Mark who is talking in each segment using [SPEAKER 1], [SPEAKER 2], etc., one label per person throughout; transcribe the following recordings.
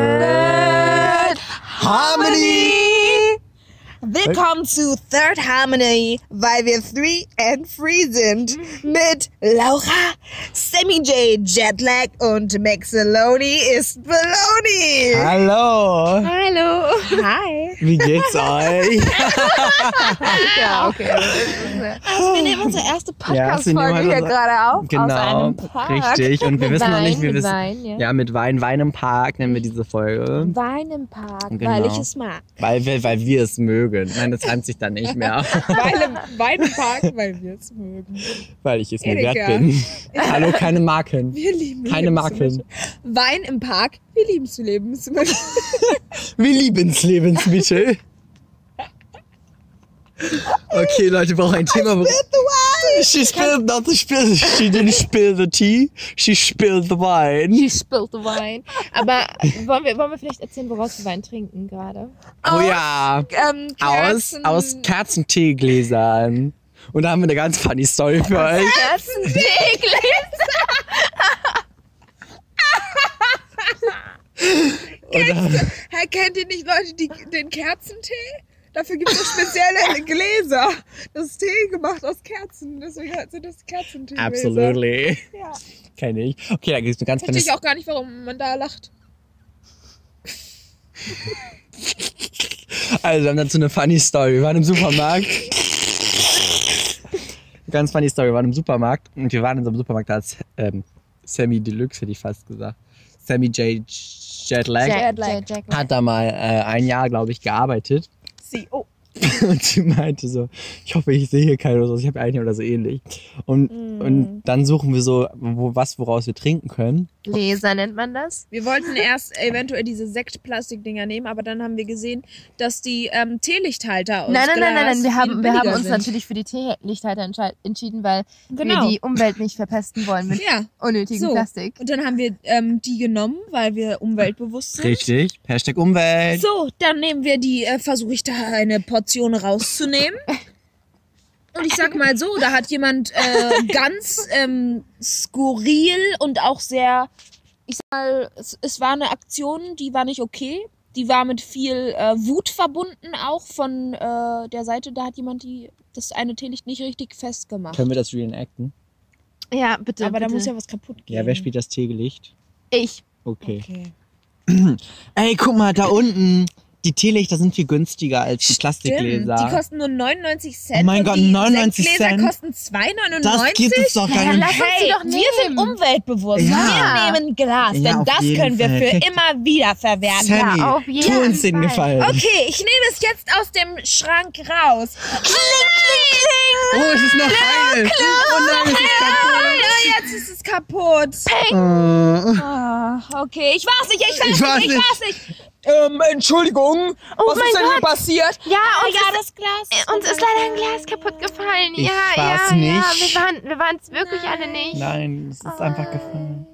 [SPEAKER 1] Third Harmony.
[SPEAKER 2] Willkommen zu Third Harmony, weil wir free and free sind.
[SPEAKER 1] Mhm.
[SPEAKER 2] Mit Laura, Sammy J, Jetlag und Maxeloni ist Baloney.
[SPEAKER 1] Hallo.
[SPEAKER 3] Hallo.
[SPEAKER 2] Hi.
[SPEAKER 1] Wie geht's euch?
[SPEAKER 3] Ja, okay.
[SPEAKER 2] Wir nehmen unsere erste
[SPEAKER 1] sie nehmen
[SPEAKER 2] Podcast-Folge
[SPEAKER 1] halt
[SPEAKER 2] hier
[SPEAKER 1] unser-
[SPEAKER 2] gerade auf. Aus
[SPEAKER 1] Genau,
[SPEAKER 2] einem Park.
[SPEAKER 1] richtig. Und wir
[SPEAKER 3] Mit
[SPEAKER 1] wissen noch
[SPEAKER 3] Wein,
[SPEAKER 1] nicht, wir
[SPEAKER 3] mit
[SPEAKER 1] wissen.
[SPEAKER 3] Wein, ja.
[SPEAKER 1] mit Wein, Wein im Park nennen wir diese Folge.
[SPEAKER 3] Wein im Park, weil
[SPEAKER 1] Genau.
[SPEAKER 3] ich es mag.
[SPEAKER 1] Weil wir, weil wir es mögen. Nein, das reimt sich dann nicht mehr.
[SPEAKER 2] Weil im Weinpark, weil wir es mögen.
[SPEAKER 1] weil ich es mir wert
[SPEAKER 2] Erika.
[SPEAKER 1] bin. Hallo, keine Marken.
[SPEAKER 2] Wir lieben
[SPEAKER 1] Keine Marken.
[SPEAKER 2] Wein im Park, wir lieben zu leben.
[SPEAKER 1] Wir lieben's Lebensmittel. Okay, Leute, wir brauchen ein Thema. wo- She spilled not the spill. She didn't spill the tea. She spilled the wine.
[SPEAKER 3] You spilled the wine. Aber wollen wir, wollen wir vielleicht erzählen, woraus wir Wein trinken gerade?
[SPEAKER 1] Oh ja.
[SPEAKER 2] ähm,
[SPEAKER 1] Aus,
[SPEAKER 2] Kerzen-
[SPEAKER 1] aus Kerzenteegläsern. Und da haben wir eine ganz funny Story für euch.
[SPEAKER 3] Kerzenteegläser.
[SPEAKER 2] Hä, kennt ihr nicht Leute, die den Kerzentee? Dafür gibt es spezielle Gläser. Das ist Tee gemacht aus Kerzen. Deswegen sind das Kerzentee.
[SPEAKER 1] Absolutely.
[SPEAKER 2] Ja.
[SPEAKER 1] Kenne ich. Okay, da gibt es eine ganz
[SPEAKER 2] Verstehe
[SPEAKER 1] kleine
[SPEAKER 2] ich auch gar nicht, warum man da lacht.
[SPEAKER 1] Also, wir haben dazu eine funny Story. Wir waren im Supermarkt. Ganz funny Story. Wir waren im Supermarkt und wir waren in so einem Supermarkt, da hat ähm, Sammy Deluxe, hätte ich fast gesagt. Sammy J. Jetlag
[SPEAKER 3] Jack,
[SPEAKER 2] Jetlag.
[SPEAKER 3] Jack, Jack.
[SPEAKER 1] hat da mal äh, ein Jahr, glaube ich, gearbeitet.
[SPEAKER 2] Sie, oh.
[SPEAKER 1] Und sie meinte so, ich hoffe, ich sehe hier keine oder so. Ich habe eine oder so ähnlich. Und,
[SPEAKER 3] mm.
[SPEAKER 2] Mhm.
[SPEAKER 1] und dann suchen wir so, wo, was, woraus wir trinken können.
[SPEAKER 3] Gläser nennt man das?
[SPEAKER 2] Wir wollten erst eventuell diese Sektplastikdinger nehmen, aber dann haben wir gesehen, dass die ähm, Teelichthalter aus
[SPEAKER 3] Nein, nein, nein, nein,
[SPEAKER 2] Glas
[SPEAKER 3] nein. Wir haben,
[SPEAKER 2] viel
[SPEAKER 3] wir haben
[SPEAKER 2] billiger
[SPEAKER 3] uns
[SPEAKER 2] sind.
[SPEAKER 3] natürlich für die Teelichthalter entschei- entschieden, weil
[SPEAKER 2] Genau.
[SPEAKER 3] wir die Umwelt nicht verpesten wollen mit
[SPEAKER 2] Ja,
[SPEAKER 3] unnötigem
[SPEAKER 2] So.
[SPEAKER 3] Plastik.
[SPEAKER 2] und dann haben wir ähm, die genommen, weil wir umweltbewusst
[SPEAKER 3] Genau.
[SPEAKER 2] sind.
[SPEAKER 1] Richtig. Hashtag Umwelt.
[SPEAKER 2] So, dann nehmen wir die, äh, versuche ich da eine Portion rauszunehmen. Und ich sag mal so, da hat jemand äh, ganz ähm, skurril und auch sehr, ich sag mal, es, es war eine Aktion, die war nicht okay. Die war mit viel äh, Wut verbunden, auch von äh, der Seite. Da hat jemand die, das eine Teelicht nicht richtig festgemacht.
[SPEAKER 1] Können wir das reenacten?
[SPEAKER 3] Ja, bitte.
[SPEAKER 2] Aber da
[SPEAKER 3] bitte.
[SPEAKER 2] muss ja was kaputt gehen.
[SPEAKER 1] Ja, wer spielt das Tegelicht?
[SPEAKER 3] Ich.
[SPEAKER 1] Okay.
[SPEAKER 2] Okay.
[SPEAKER 1] Ey, guck mal, da unten. Die Teelichter sind viel günstiger als die
[SPEAKER 2] Stimmt, die
[SPEAKER 1] Plastikgläser.
[SPEAKER 2] kosten nur 99 Cent.
[SPEAKER 1] Oh mein
[SPEAKER 2] und
[SPEAKER 1] Gott,
[SPEAKER 2] die
[SPEAKER 1] 99
[SPEAKER 2] Sektgläser
[SPEAKER 1] Cent.
[SPEAKER 2] kosten 2,99.
[SPEAKER 1] das gibt es doch gar nicht.
[SPEAKER 3] lass uns die
[SPEAKER 2] Hey,
[SPEAKER 3] doch
[SPEAKER 2] wir sind
[SPEAKER 3] nehmen.
[SPEAKER 2] umweltbewusst.
[SPEAKER 1] Ja.
[SPEAKER 2] Wir nehmen Glas,
[SPEAKER 1] Ja,
[SPEAKER 2] denn
[SPEAKER 1] auf
[SPEAKER 2] das
[SPEAKER 1] jeden
[SPEAKER 2] können wir
[SPEAKER 1] Fall.
[SPEAKER 2] für immer wieder verwerten.
[SPEAKER 1] Sammy,
[SPEAKER 3] Ja, auf jeden
[SPEAKER 1] tu uns den
[SPEAKER 3] Fall.
[SPEAKER 1] Gefallen.
[SPEAKER 2] Okay, ich nehme es jetzt aus dem Schrank raus. Kling, kling,
[SPEAKER 1] Oh, es ist noch heil. Oh nein, es ist
[SPEAKER 2] kling. Ja, Ah, jetzt ist es kaputt.
[SPEAKER 1] kaputt.
[SPEAKER 2] Ah, okay, ich war's nicht, ich war's,
[SPEAKER 1] Ich war's
[SPEAKER 2] nicht,
[SPEAKER 1] nicht.
[SPEAKER 2] ich war's nicht. Ähm, Entschuldigung, was ist denn hier passiert?
[SPEAKER 3] Oh, Ja, und äh,
[SPEAKER 2] ja, das Glas.
[SPEAKER 3] Uns ist leider ein Glas kaputt gefallen.
[SPEAKER 1] Ich
[SPEAKER 3] ja,
[SPEAKER 1] war's
[SPEAKER 3] ja, ja.
[SPEAKER 1] nicht.
[SPEAKER 3] Wir waren wir waren's wirklich alle nicht.
[SPEAKER 1] Nein, es ist einfach gefallen.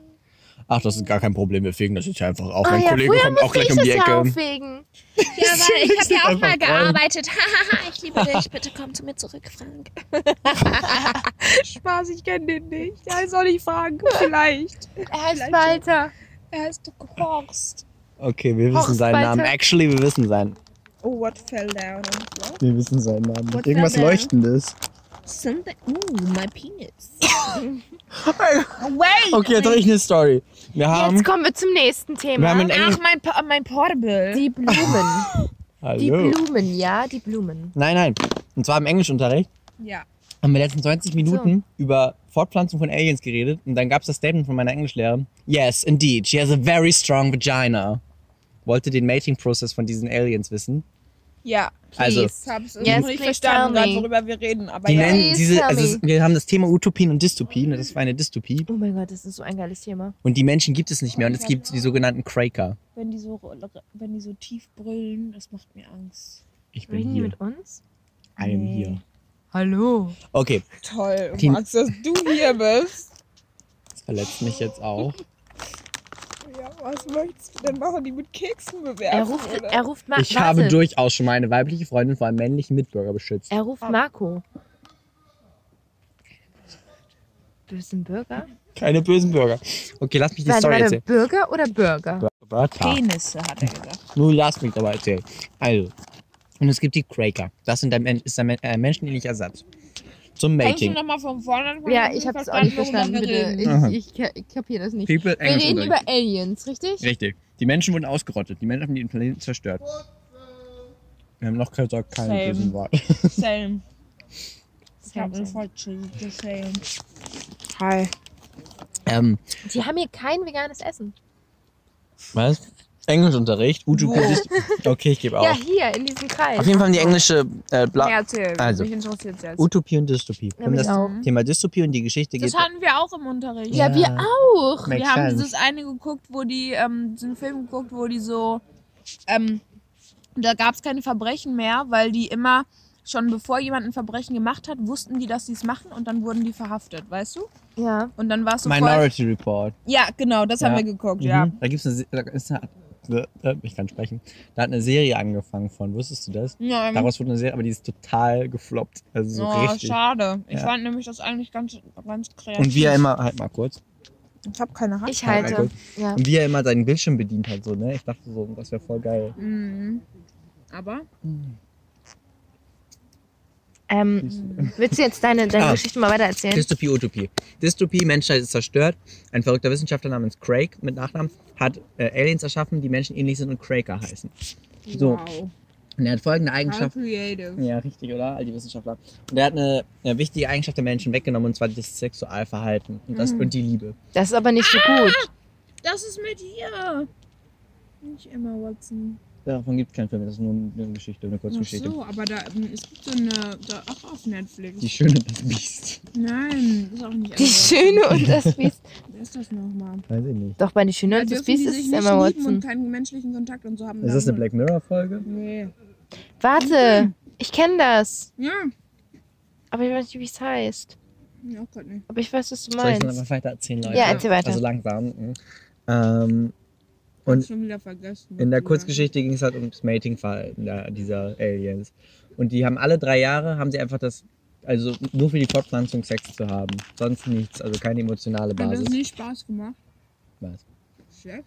[SPEAKER 1] Ach, das ist gar kein Problem. Wir fegen das jetzt einfach auf.
[SPEAKER 3] Ah
[SPEAKER 1] Mein
[SPEAKER 3] ja,
[SPEAKER 1] Kollege
[SPEAKER 3] früher
[SPEAKER 1] kommt auch gleich
[SPEAKER 3] musste
[SPEAKER 1] um
[SPEAKER 3] ich
[SPEAKER 1] die
[SPEAKER 3] das Ja
[SPEAKER 1] Ecke.
[SPEAKER 3] aufwegen.
[SPEAKER 2] Ja, aber ich habe ja auch mal
[SPEAKER 1] einfach rein.
[SPEAKER 2] gearbeitet. ich liebe dich. Bitte komm zu mir zurück, Frank. Spaß, ich kenne den nicht. Er soll nicht fragen. Vielleicht.
[SPEAKER 3] Er heißt Walter.
[SPEAKER 2] Er heißt Horst.
[SPEAKER 1] Okay, wir wissen
[SPEAKER 3] Horst
[SPEAKER 1] seinen
[SPEAKER 3] Walter.
[SPEAKER 1] Namen. Actually, wir wissen seinen.
[SPEAKER 2] Oh, what fell down? And what?
[SPEAKER 1] Wir wissen seinen Namen.
[SPEAKER 2] What's Irgendwas that, man?
[SPEAKER 1] Leuchtendes.
[SPEAKER 2] Something. Ooh, my penis.
[SPEAKER 1] Okay, jetzt habe ich eine Story. Wir haben.
[SPEAKER 3] Jetzt kommen wir zum nächsten
[SPEAKER 1] Wir
[SPEAKER 3] Thema.
[SPEAKER 1] haben in
[SPEAKER 2] Ach,
[SPEAKER 1] Englisch.
[SPEAKER 2] mein, Pa- mein Portable.
[SPEAKER 3] die Blumen. Die
[SPEAKER 1] Hallo.
[SPEAKER 3] Blumen, ja, die Blumen.
[SPEAKER 1] Nein, nein. Und zwar im Englischunterricht.
[SPEAKER 2] ja.
[SPEAKER 1] haben wir letzten 20 Minuten über Fortpflanzung von Aliens geredet und dann gab es das Statement von meiner Englischlehrerin. Yes, indeed, she has a very strong vagina. Wollte den Mating-Prozess von diesen Aliens wissen.
[SPEAKER 2] Ja.
[SPEAKER 1] Also-
[SPEAKER 2] Ich hab's
[SPEAKER 3] Yes,
[SPEAKER 2] noch nicht
[SPEAKER 3] please
[SPEAKER 2] verstanden,
[SPEAKER 3] tell
[SPEAKER 2] grad,
[SPEAKER 3] me.
[SPEAKER 2] worüber wir reden. Aber
[SPEAKER 1] Die
[SPEAKER 2] ja.
[SPEAKER 1] nennen
[SPEAKER 3] Please
[SPEAKER 1] diese,
[SPEAKER 3] tell
[SPEAKER 1] also es-
[SPEAKER 3] me.
[SPEAKER 1] wir haben das Thema Utopien und Dystopien und das war eine Dystopie.
[SPEAKER 3] Oh mein Gott, das ist so ein geiles Thema.
[SPEAKER 1] Und die Menschen gibt es nicht mehr und es gibt die sogenannten Craker.
[SPEAKER 2] wenn, die so, wenn die so tief brüllen, das macht mir Angst.
[SPEAKER 1] Ich bin
[SPEAKER 3] Reden die
[SPEAKER 1] hier.
[SPEAKER 3] mit uns?
[SPEAKER 1] I am here.
[SPEAKER 3] Hallo.
[SPEAKER 1] Okay,
[SPEAKER 2] Toll,
[SPEAKER 1] Die-
[SPEAKER 2] Max, dass du hier bist.
[SPEAKER 1] das verletzt mich jetzt auch.
[SPEAKER 2] Ja, was möchtest du denn machen? Die mit Keksen bewerfen?
[SPEAKER 3] Er ruft,
[SPEAKER 2] oder?
[SPEAKER 3] er ruft Marco.
[SPEAKER 1] Ich habe durchaus schon meine weibliche Freundin vor einem männlichen Mitbürger beschützt.
[SPEAKER 2] Oh.
[SPEAKER 3] Er ruft Marco. Bösen Bürger?
[SPEAKER 1] Keine bösen Bürger. Okay, lass mich die
[SPEAKER 3] Warte,
[SPEAKER 1] Story
[SPEAKER 3] warte,
[SPEAKER 1] erzählen.
[SPEAKER 3] Bürger oder Burger?
[SPEAKER 1] Wörter.
[SPEAKER 2] Penisse, hat er gesagt.
[SPEAKER 1] Nun lass mich aber erzählen. Also, und es gibt die Cracker. Das sind ein, ist ein, ein menschenähnlicher Satz. Zum
[SPEAKER 2] Kannst du
[SPEAKER 1] Mating.
[SPEAKER 2] nochmal von vorne
[SPEAKER 3] Ja, ich hab's auch nicht verstanden,
[SPEAKER 1] Aha.
[SPEAKER 3] bitte. Ich, ich, ka- ich kapier das nicht.
[SPEAKER 1] People
[SPEAKER 3] Wir reden
[SPEAKER 1] English
[SPEAKER 3] über Aliens, richtig?
[SPEAKER 1] Richtig. Die Menschen wurden ausgerottet. Die Menschen haben den Planeten zerstört. Wir haben noch gesagt, kein
[SPEAKER 2] Same.
[SPEAKER 1] bösen Wort.
[SPEAKER 2] Same. Ich hab
[SPEAKER 3] Same,
[SPEAKER 2] einen
[SPEAKER 3] same.
[SPEAKER 2] falschen Same.
[SPEAKER 3] Hi.
[SPEAKER 1] Ähm,
[SPEAKER 3] Die haben hier kein veganes Essen.
[SPEAKER 1] was? Englischunterricht? Uju,
[SPEAKER 2] Wow.
[SPEAKER 1] könntest... Okay, ich gebe
[SPEAKER 3] Ja,
[SPEAKER 1] auf.
[SPEAKER 3] hier, in diesem Kreis.
[SPEAKER 1] Auf jeden Fall die englische äh, Bla
[SPEAKER 3] Ja, erzähl.
[SPEAKER 1] Also.
[SPEAKER 3] Mich interessiert jetzt.
[SPEAKER 1] Utopie und Dystopie.
[SPEAKER 3] Ja, genau.
[SPEAKER 1] um
[SPEAKER 3] mich
[SPEAKER 1] das
[SPEAKER 3] auch.
[SPEAKER 2] Mhm.
[SPEAKER 1] Thema Dystopie und die Geschichte
[SPEAKER 2] Das
[SPEAKER 1] geht.
[SPEAKER 2] hatten wir auch im Unterricht.
[SPEAKER 3] Ja,
[SPEAKER 1] Ja.
[SPEAKER 3] wir auch.
[SPEAKER 1] Makes
[SPEAKER 2] wir haben
[SPEAKER 1] sense.
[SPEAKER 2] dieses eine geguckt, wo die, ähm, diesen Film geguckt, wo die so, ähm, da gab es keine Verbrechen mehr, weil die immer schon bevor jemand ein Verbrechen gemacht hat, wussten die, dass die es machen und dann wurden die verhaftet, weißt du?
[SPEAKER 3] Ja.
[SPEAKER 2] Und dann war es so voll.
[SPEAKER 1] Minority Report.
[SPEAKER 2] Ja, genau, das
[SPEAKER 1] Ja.
[SPEAKER 2] haben wir geguckt, ja.
[SPEAKER 1] Mhm. Da gibt's eine, Se- da ist eine, äh, äh, ich kann sprechen. Da hat eine Serie angefangen von. Wusstest du das?
[SPEAKER 2] ja ähm,
[SPEAKER 1] Daraus wurde eine Serie, aber die ist total gefloppt. Also so
[SPEAKER 2] oh,
[SPEAKER 1] richtig.
[SPEAKER 2] schade. Ich
[SPEAKER 1] Ja.
[SPEAKER 2] fand nämlich das eigentlich ganz, ganz kreativ.
[SPEAKER 1] Und wie er immer, halt mal kurz.
[SPEAKER 2] Ich hab keine Hand.
[SPEAKER 3] Ich
[SPEAKER 1] Halt mal
[SPEAKER 3] halte.
[SPEAKER 1] kurz.
[SPEAKER 3] Ja. also,
[SPEAKER 1] Und wie er immer seinen Bildschirm bedient hat, so, ne? Ich dachte so, das wäre voll geil.
[SPEAKER 2] Mhm. Aber?
[SPEAKER 3] Ähm, willst du jetzt deine, deine
[SPEAKER 1] Ah.
[SPEAKER 3] Geschichte mal weitererzählen?
[SPEAKER 1] Dystopie, Utopie. Dystopie, Menschheit ist zerstört. Ein verrückter Wissenschaftler namens Craig mit Nachnamen hat äh, Aliens erschaffen, die Menschen ähnlich sind und Craker heißen. So.
[SPEAKER 2] Wow.
[SPEAKER 1] Und er hat folgende
[SPEAKER 2] How
[SPEAKER 1] Eigenschaft.
[SPEAKER 2] creative.
[SPEAKER 1] Ja, richtig, oder? All die Wissenschaftler. Und er hat eine, eine wichtige Eigenschaft der Menschen weggenommen, und zwar das Sexualverhalten und, das,
[SPEAKER 2] Mhm.
[SPEAKER 1] und die Liebe.
[SPEAKER 3] Das ist aber nicht so gut.
[SPEAKER 2] Das ist mit ihr. Nicht Emma Watson.
[SPEAKER 1] Davon gibt es keinen Film, das ist nur eine Geschichte, eine
[SPEAKER 2] Ach
[SPEAKER 1] Kurzgeschichte.
[SPEAKER 2] so, aber da, ähm, es gibt so eine, da, auch auf Netflix.
[SPEAKER 1] Die Schöne und das Biest.
[SPEAKER 2] Nein, das ist auch nicht
[SPEAKER 3] Die Schöne und das Biest.
[SPEAKER 2] Wer ist das nochmal? Also
[SPEAKER 1] Weiß ich nicht.
[SPEAKER 3] Doch, bei Die Schöne und das Biest ist es Emma
[SPEAKER 2] und
[SPEAKER 3] Watson.
[SPEAKER 2] keinen menschlichen Kontakt und so haben.
[SPEAKER 1] Ist das eine Black Mirror-Folge?
[SPEAKER 2] Nee.
[SPEAKER 3] Warte, ich kenne das.
[SPEAKER 2] Ja,
[SPEAKER 3] Aber ich weiß nicht, wie es heißt.
[SPEAKER 2] nee, auch Gott nicht.
[SPEAKER 3] Aber ich weiß, was du
[SPEAKER 1] Soll ich dann
[SPEAKER 3] meinst.
[SPEAKER 1] einfach weiter erzählen, Leute?
[SPEAKER 3] Ja, erzähl weiter.
[SPEAKER 1] Also langsam. mhm. Ähm, und
[SPEAKER 2] Schon wieder vergessen.
[SPEAKER 1] In der Kurzgeschichte ging es halt um das Mating-Verhalten der- dieser Aliens. Und die haben alle drei Jahre, haben sie einfach das, also nur für die Fortpflanzung Sex zu haben. Sonst nichts, also keine emotionale
[SPEAKER 2] Hat das
[SPEAKER 1] Basis.
[SPEAKER 2] nicht Spaß gemacht?
[SPEAKER 1] Was?
[SPEAKER 2] Chef?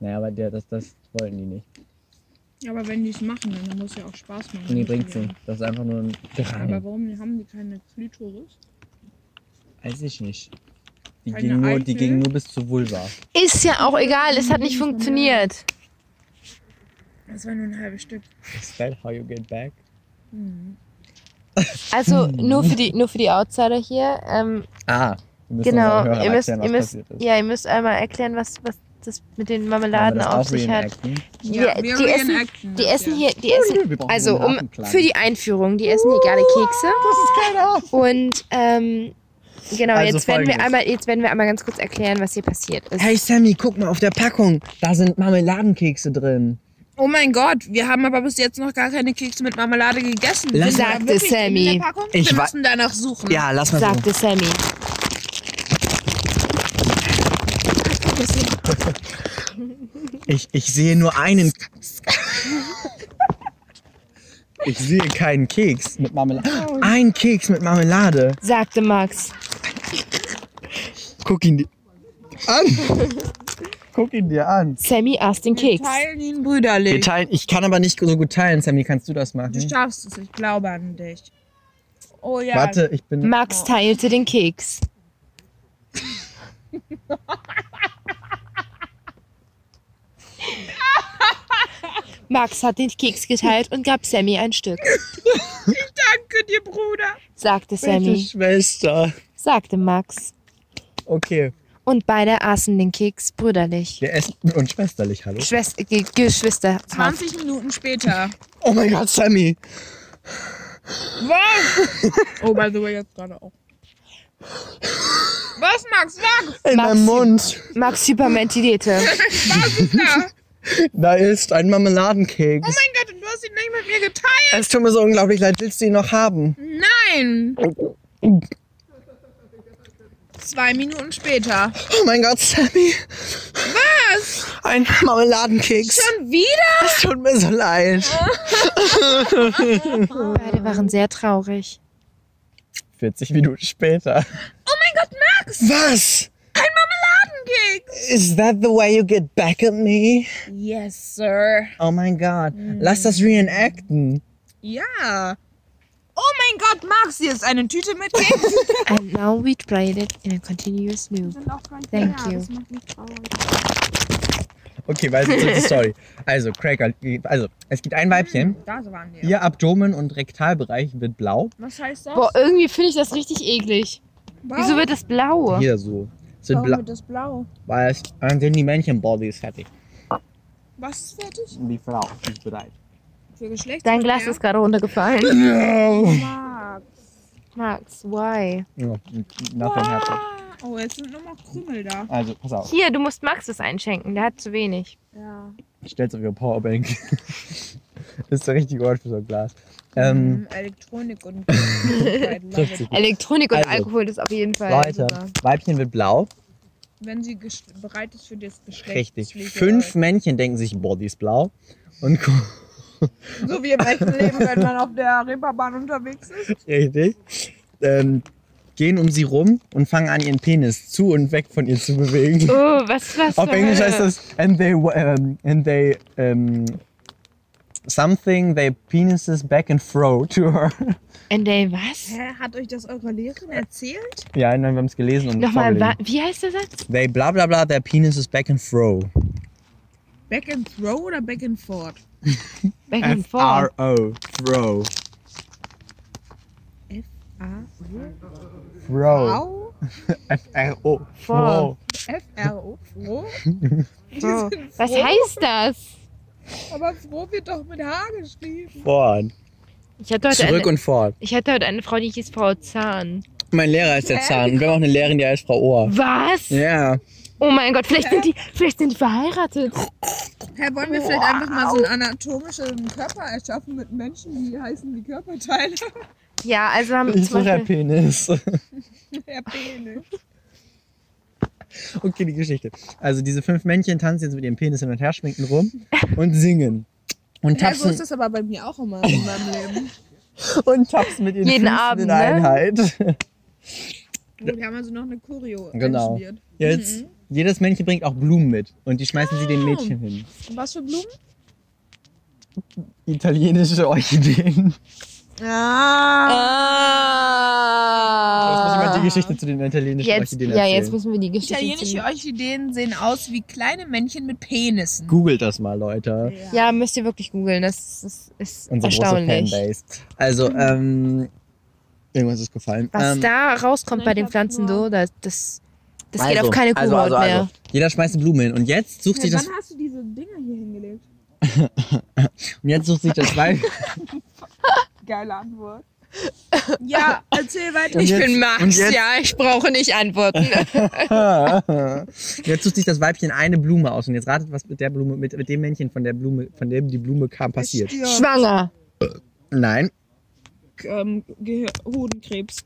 [SPEAKER 1] Naja, aber der, das, das wollen die nicht.
[SPEAKER 2] Aber wenn die es machen, dann muss ja auch Spaß machen.
[SPEAKER 1] Und die bringt's nicht. Das ist einfach nur ein
[SPEAKER 2] Aber
[SPEAKER 1] Drang.
[SPEAKER 2] warum haben die keine Klitoris?
[SPEAKER 1] Weiß ich nicht. Die
[SPEAKER 2] Keine
[SPEAKER 1] ging, nur, die
[SPEAKER 2] Eichel?
[SPEAKER 1] ging nur bis zur Vulva.
[SPEAKER 3] Ist ja auch egal, es hat nicht funktioniert.
[SPEAKER 2] Das war nur ein halbes Stück.
[SPEAKER 1] Is that how you get back?
[SPEAKER 2] Hm.
[SPEAKER 3] Also
[SPEAKER 1] Hm.
[SPEAKER 3] nur für die, nur für die Outsider hier. Ähm,
[SPEAKER 1] Ah, wir müssen
[SPEAKER 3] genau,
[SPEAKER 1] unseren Hörern
[SPEAKER 3] ihr müsst,
[SPEAKER 1] erklären,
[SPEAKER 3] ihr müsst,
[SPEAKER 1] passiert ist.
[SPEAKER 3] ja, ihr müsst einmal erklären, was, was das mit den
[SPEAKER 1] Wollen
[SPEAKER 3] Marmeladen
[SPEAKER 1] wir das
[SPEAKER 3] auf
[SPEAKER 1] auch
[SPEAKER 3] sich hat.
[SPEAKER 1] reenacten? Oh,
[SPEAKER 3] Ja, die essen- Die essen hier, die essen,
[SPEAKER 1] Wir brauchen
[SPEAKER 3] also
[SPEAKER 1] so einen
[SPEAKER 3] um,
[SPEAKER 1] Hafenklang.
[SPEAKER 3] für die Einführung, die essen hier gerne Kekse.
[SPEAKER 1] Das ist keine Ahnung.
[SPEAKER 3] Und ähm, genau,
[SPEAKER 1] Also
[SPEAKER 3] jetzt, werden wir
[SPEAKER 1] folgendes.
[SPEAKER 3] einmal, jetzt werden wir einmal ganz kurz erklären, was hier passiert ist.
[SPEAKER 1] Hey Sammy, guck mal auf der Packung. Da sind Marmeladenkekse drin.
[SPEAKER 2] Oh mein Gott, wir haben aber bis jetzt noch gar keine Kekse mit Marmelade gegessen.
[SPEAKER 1] Lass-
[SPEAKER 2] Sind da
[SPEAKER 3] Sagte
[SPEAKER 2] wirklich
[SPEAKER 3] Sammy.
[SPEAKER 2] in der Packung?
[SPEAKER 1] Ich
[SPEAKER 2] wir
[SPEAKER 1] wa-
[SPEAKER 2] müssen danach suchen.
[SPEAKER 1] Ja, lass mal so.
[SPEAKER 3] sagte Sammy.
[SPEAKER 1] Ich, ich sehe nur einen. ich sehe keinen Keks mit Marmelade. Ein Keks mit Marmelade.
[SPEAKER 3] Sagte Max.
[SPEAKER 1] Guck ihn dir an. Guck ihn dir an.
[SPEAKER 3] Sammy aß den
[SPEAKER 2] Wir
[SPEAKER 3] Keks.
[SPEAKER 2] teilen ihn brüderlich.
[SPEAKER 1] Wir teilen, ich kann aber nicht so gut teilen, Sammy. Kannst du das
[SPEAKER 2] du
[SPEAKER 1] machen?
[SPEAKER 2] schaffst es, ich glaube an dich. Oh ja.
[SPEAKER 1] Warte, ich bin.
[SPEAKER 3] Max teilte den Keks. Max hat den Keks geteilt und gab Sammy ein Stück,
[SPEAKER 2] Danke dir, Bruder.
[SPEAKER 3] sagte
[SPEAKER 1] Bitte,
[SPEAKER 3] Sammy,
[SPEAKER 1] Schwester.
[SPEAKER 3] sagte Max.
[SPEAKER 1] Okay.
[SPEAKER 3] Und beide aßen den Keks brüderlich.
[SPEAKER 1] Wir essen und schwesterlich, hallo.
[SPEAKER 3] Schwester, Ge Geschwister.
[SPEAKER 2] 20 Minuten später.
[SPEAKER 1] Oh mein Gott, Sammy.
[SPEAKER 2] Was? Oh, by the way, jetzt gerade auch. Was, Max? Oh Sag!
[SPEAKER 1] In
[SPEAKER 3] Maxi-
[SPEAKER 1] meinem Mund.
[SPEAKER 3] Max hyperventilierte.
[SPEAKER 2] Was ist da? Oh
[SPEAKER 1] Da ist ein Marmeladenkeks.
[SPEAKER 2] mein Gott, und du hast ihn nicht mit mir geteilt?
[SPEAKER 1] Es tut mir so unglaublich leid. Willst du ihn noch haben?
[SPEAKER 2] Hm? Nein! Zwei Minuten später.
[SPEAKER 1] Oh mein Gott, Sammy.
[SPEAKER 2] Was?
[SPEAKER 1] Ein Marmeladenkeks.
[SPEAKER 2] Schon wieder?
[SPEAKER 1] Es tut mir so leid.
[SPEAKER 3] Beide waren sehr traurig.
[SPEAKER 1] 40 Minuten später.
[SPEAKER 2] Oh mein Gott, Max! Keks.
[SPEAKER 1] Was?
[SPEAKER 2] Keks.
[SPEAKER 1] Is that the way you get back at me?
[SPEAKER 2] Yes, Sir.
[SPEAKER 1] Oh mein Gott.
[SPEAKER 2] Hm.
[SPEAKER 1] Lass das reenacten.
[SPEAKER 2] Ja. Oh mein Gott, Max, hier ist eine Tüte mit Keks.
[SPEAKER 3] And now we tried it in a continuous loop.
[SPEAKER 4] sind auch dran.
[SPEAKER 3] Thank
[SPEAKER 4] ja,
[SPEAKER 3] you.
[SPEAKER 4] Das macht mich traurig.
[SPEAKER 1] Okay, weil die Story. Also, Cracker, also, es gibt ein Weibchen.
[SPEAKER 2] da waren wir.
[SPEAKER 1] Ihr Abdomen und Rektalbereich wird blau.
[SPEAKER 2] Was heißt das?
[SPEAKER 3] Boah, irgendwie finde ich das richtig eklig.
[SPEAKER 2] Warum-
[SPEAKER 3] Wieso wird das blau?
[SPEAKER 1] Hier so. Sind
[SPEAKER 2] warum
[SPEAKER 1] blau.
[SPEAKER 2] wird das blau?
[SPEAKER 1] Weil es, dann sind die Männchen-Bodies fertig.
[SPEAKER 2] Was ist fertig?
[SPEAKER 1] Die Frau ist bereit.
[SPEAKER 2] Für Geschlecht?
[SPEAKER 3] Dein Glas ist gerade runtergefallen.
[SPEAKER 2] Max.
[SPEAKER 3] Max, why?
[SPEAKER 1] Ja, nothing happened.
[SPEAKER 2] Ah, Oh, jetzt sind nochmal Krümel da.
[SPEAKER 1] Also, pass auf.
[SPEAKER 3] Hier, du musst Max das einschenken, der hat zu wenig.
[SPEAKER 2] Ja.
[SPEAKER 1] Stell's auf ihre Powerbank. das ist der richtige Ort für so ein Glas. Ähm,
[SPEAKER 2] Hm, Elektronik und
[SPEAKER 1] trifft sich.
[SPEAKER 3] Elektronik und
[SPEAKER 1] Also,
[SPEAKER 3] Alkohol ist auf jeden Fall.
[SPEAKER 1] Leute,
[SPEAKER 3] super.
[SPEAKER 1] Weibchen wird blau.
[SPEAKER 2] Wenn sie gest- bereit ist für das Geschlecht.
[SPEAKER 1] Richtig. Fünf Männchen denken sich, boah, die ist blau. Und gu-
[SPEAKER 2] So wie im echten Leben, wenn man auf der Reeperbahn unterwegs ist.
[SPEAKER 1] richtig. Ähm, gehen um sie rum und fangen an, ihren Penis zu und weg von ihr zu bewegen.
[SPEAKER 3] Oh, was, was?
[SPEAKER 1] Auf
[SPEAKER 3] für
[SPEAKER 1] Englisch
[SPEAKER 3] Hölle.
[SPEAKER 1] heißt das, and they, ähm, and they, ähm, something, they penises back and throw to her.
[SPEAKER 3] And they, was?
[SPEAKER 2] Hä, hat euch das eure Lehrerin erzählt?
[SPEAKER 1] ja, nein, wir haben es gelesen und
[SPEAKER 3] Nochmal, wa
[SPEAKER 1] vorgelesen.
[SPEAKER 3] wie heißt der Satz?
[SPEAKER 1] They bla bla bla, their penises back and throw.
[SPEAKER 2] Back and throw oder back and forth?
[SPEAKER 3] Back and forth.
[SPEAKER 1] F-R-O, throw.
[SPEAKER 2] Ah,
[SPEAKER 1] Throw.
[SPEAKER 2] Frau?
[SPEAKER 1] F-R-O,
[SPEAKER 3] Throw.
[SPEAKER 1] throw.
[SPEAKER 2] F-R-O? Froh?
[SPEAKER 3] Oh.
[SPEAKER 2] Die sind
[SPEAKER 3] Was
[SPEAKER 2] froh,
[SPEAKER 3] heißt das?
[SPEAKER 2] Aber froh wird doch mit H geschrieben.
[SPEAKER 1] Vorn.
[SPEAKER 3] Ich hatte, heute
[SPEAKER 1] Zurück
[SPEAKER 3] eine,
[SPEAKER 1] und fort.
[SPEAKER 3] ich hatte heute eine Frau, die hieß Frau Zahn.
[SPEAKER 1] Mein Lehrer heißt der Zahn. Und wir haben auch eine Lehrerin, die heißt Frau Ohr.
[SPEAKER 3] Was?
[SPEAKER 1] Ja.
[SPEAKER 3] Oh mein Gott, vielleicht sind die, vielleicht sind die verheiratet.
[SPEAKER 2] Hä, wollen wir vielleicht einfach mal so einen anatomischen Körper erschaffen mit Menschen, die heißen wie Körperteile?
[SPEAKER 3] Ja, also haben
[SPEAKER 1] Ich
[SPEAKER 3] zum
[SPEAKER 1] suche ein
[SPEAKER 3] Beispiel,
[SPEAKER 1] Penis.
[SPEAKER 2] Der Penis.
[SPEAKER 1] Okay, die Geschichte. Also diese fünf Männchen tanzen jetzt mit ihrem Penis hin und her, schminken rum und singen. Und
[SPEAKER 2] Ja, so
[SPEAKER 1] tapsen,
[SPEAKER 2] ist das aber bei mir auch immer in meinem Leben.
[SPEAKER 1] und tapsen mit ihren
[SPEAKER 3] Jeden
[SPEAKER 1] Füßen
[SPEAKER 3] Abend,
[SPEAKER 1] in
[SPEAKER 3] ne?
[SPEAKER 1] Einheit.
[SPEAKER 2] Wir haben also noch eine Choreo
[SPEAKER 1] Genau.
[SPEAKER 2] einstudiert.
[SPEAKER 1] Jetzt,
[SPEAKER 3] Mhm.
[SPEAKER 1] jedes Männchen bringt auch Blumen mit und die schmeißen sie den
[SPEAKER 3] Ah.
[SPEAKER 1] Mädchen hin.
[SPEAKER 2] Und was für Blumen?
[SPEAKER 1] Italienische Orchideen. Äh,
[SPEAKER 2] Ah.
[SPEAKER 1] Jetzt muss
[SPEAKER 3] Ah.
[SPEAKER 1] jemand die Geschichte zu den italienischen
[SPEAKER 3] Jetzt,
[SPEAKER 1] Orchideen
[SPEAKER 3] ja,
[SPEAKER 1] erzählen.
[SPEAKER 3] jetzt müssen wir die Geschichte.
[SPEAKER 2] Italienische
[SPEAKER 3] erzählen.
[SPEAKER 2] Orchideen sehen aus wie kleine Männchen mit Penissen.
[SPEAKER 1] Googelt das mal, Leute.
[SPEAKER 3] Ja, müsst ihr wirklich googeln. Das ist, ist
[SPEAKER 1] Unsere große
[SPEAKER 3] erstaunlich.
[SPEAKER 1] Fanbase. Also, ähm, irgendwas ist gefallen.
[SPEAKER 3] Was
[SPEAKER 1] ähm,
[SPEAKER 3] da rauskommt bei
[SPEAKER 4] ich
[SPEAKER 3] den
[SPEAKER 4] hab's
[SPEAKER 3] Pflanzen
[SPEAKER 4] nur-
[SPEAKER 3] so, das, das, das geht
[SPEAKER 1] Also,
[SPEAKER 3] auf keine Kuhhaut mehr.
[SPEAKER 1] Jeder schmeißt eine Blume hin. Und jetzt sucht sich das,
[SPEAKER 2] wann hast du diese Dinger hier hingelegt?
[SPEAKER 1] und jetzt sucht sich das Weibchen.
[SPEAKER 2] Geile Antwort. Ja, erzähl weiter.
[SPEAKER 1] Und
[SPEAKER 3] Ich
[SPEAKER 1] jetzt-
[SPEAKER 3] bin
[SPEAKER 1] und
[SPEAKER 3] Max,
[SPEAKER 1] jetzt-
[SPEAKER 3] ja, ich brauche nicht antworten.
[SPEAKER 1] jetzt sucht sich das Weibchen eine Blume aus. Und jetzt ratet, was mit der Blume, mit, mit dem Männchen, von der Blume, von dem die Blume kam, passiert.
[SPEAKER 2] Stirb,
[SPEAKER 3] Schwanger.
[SPEAKER 1] Nein,
[SPEAKER 2] ähm, Gehir Hodenkrebs.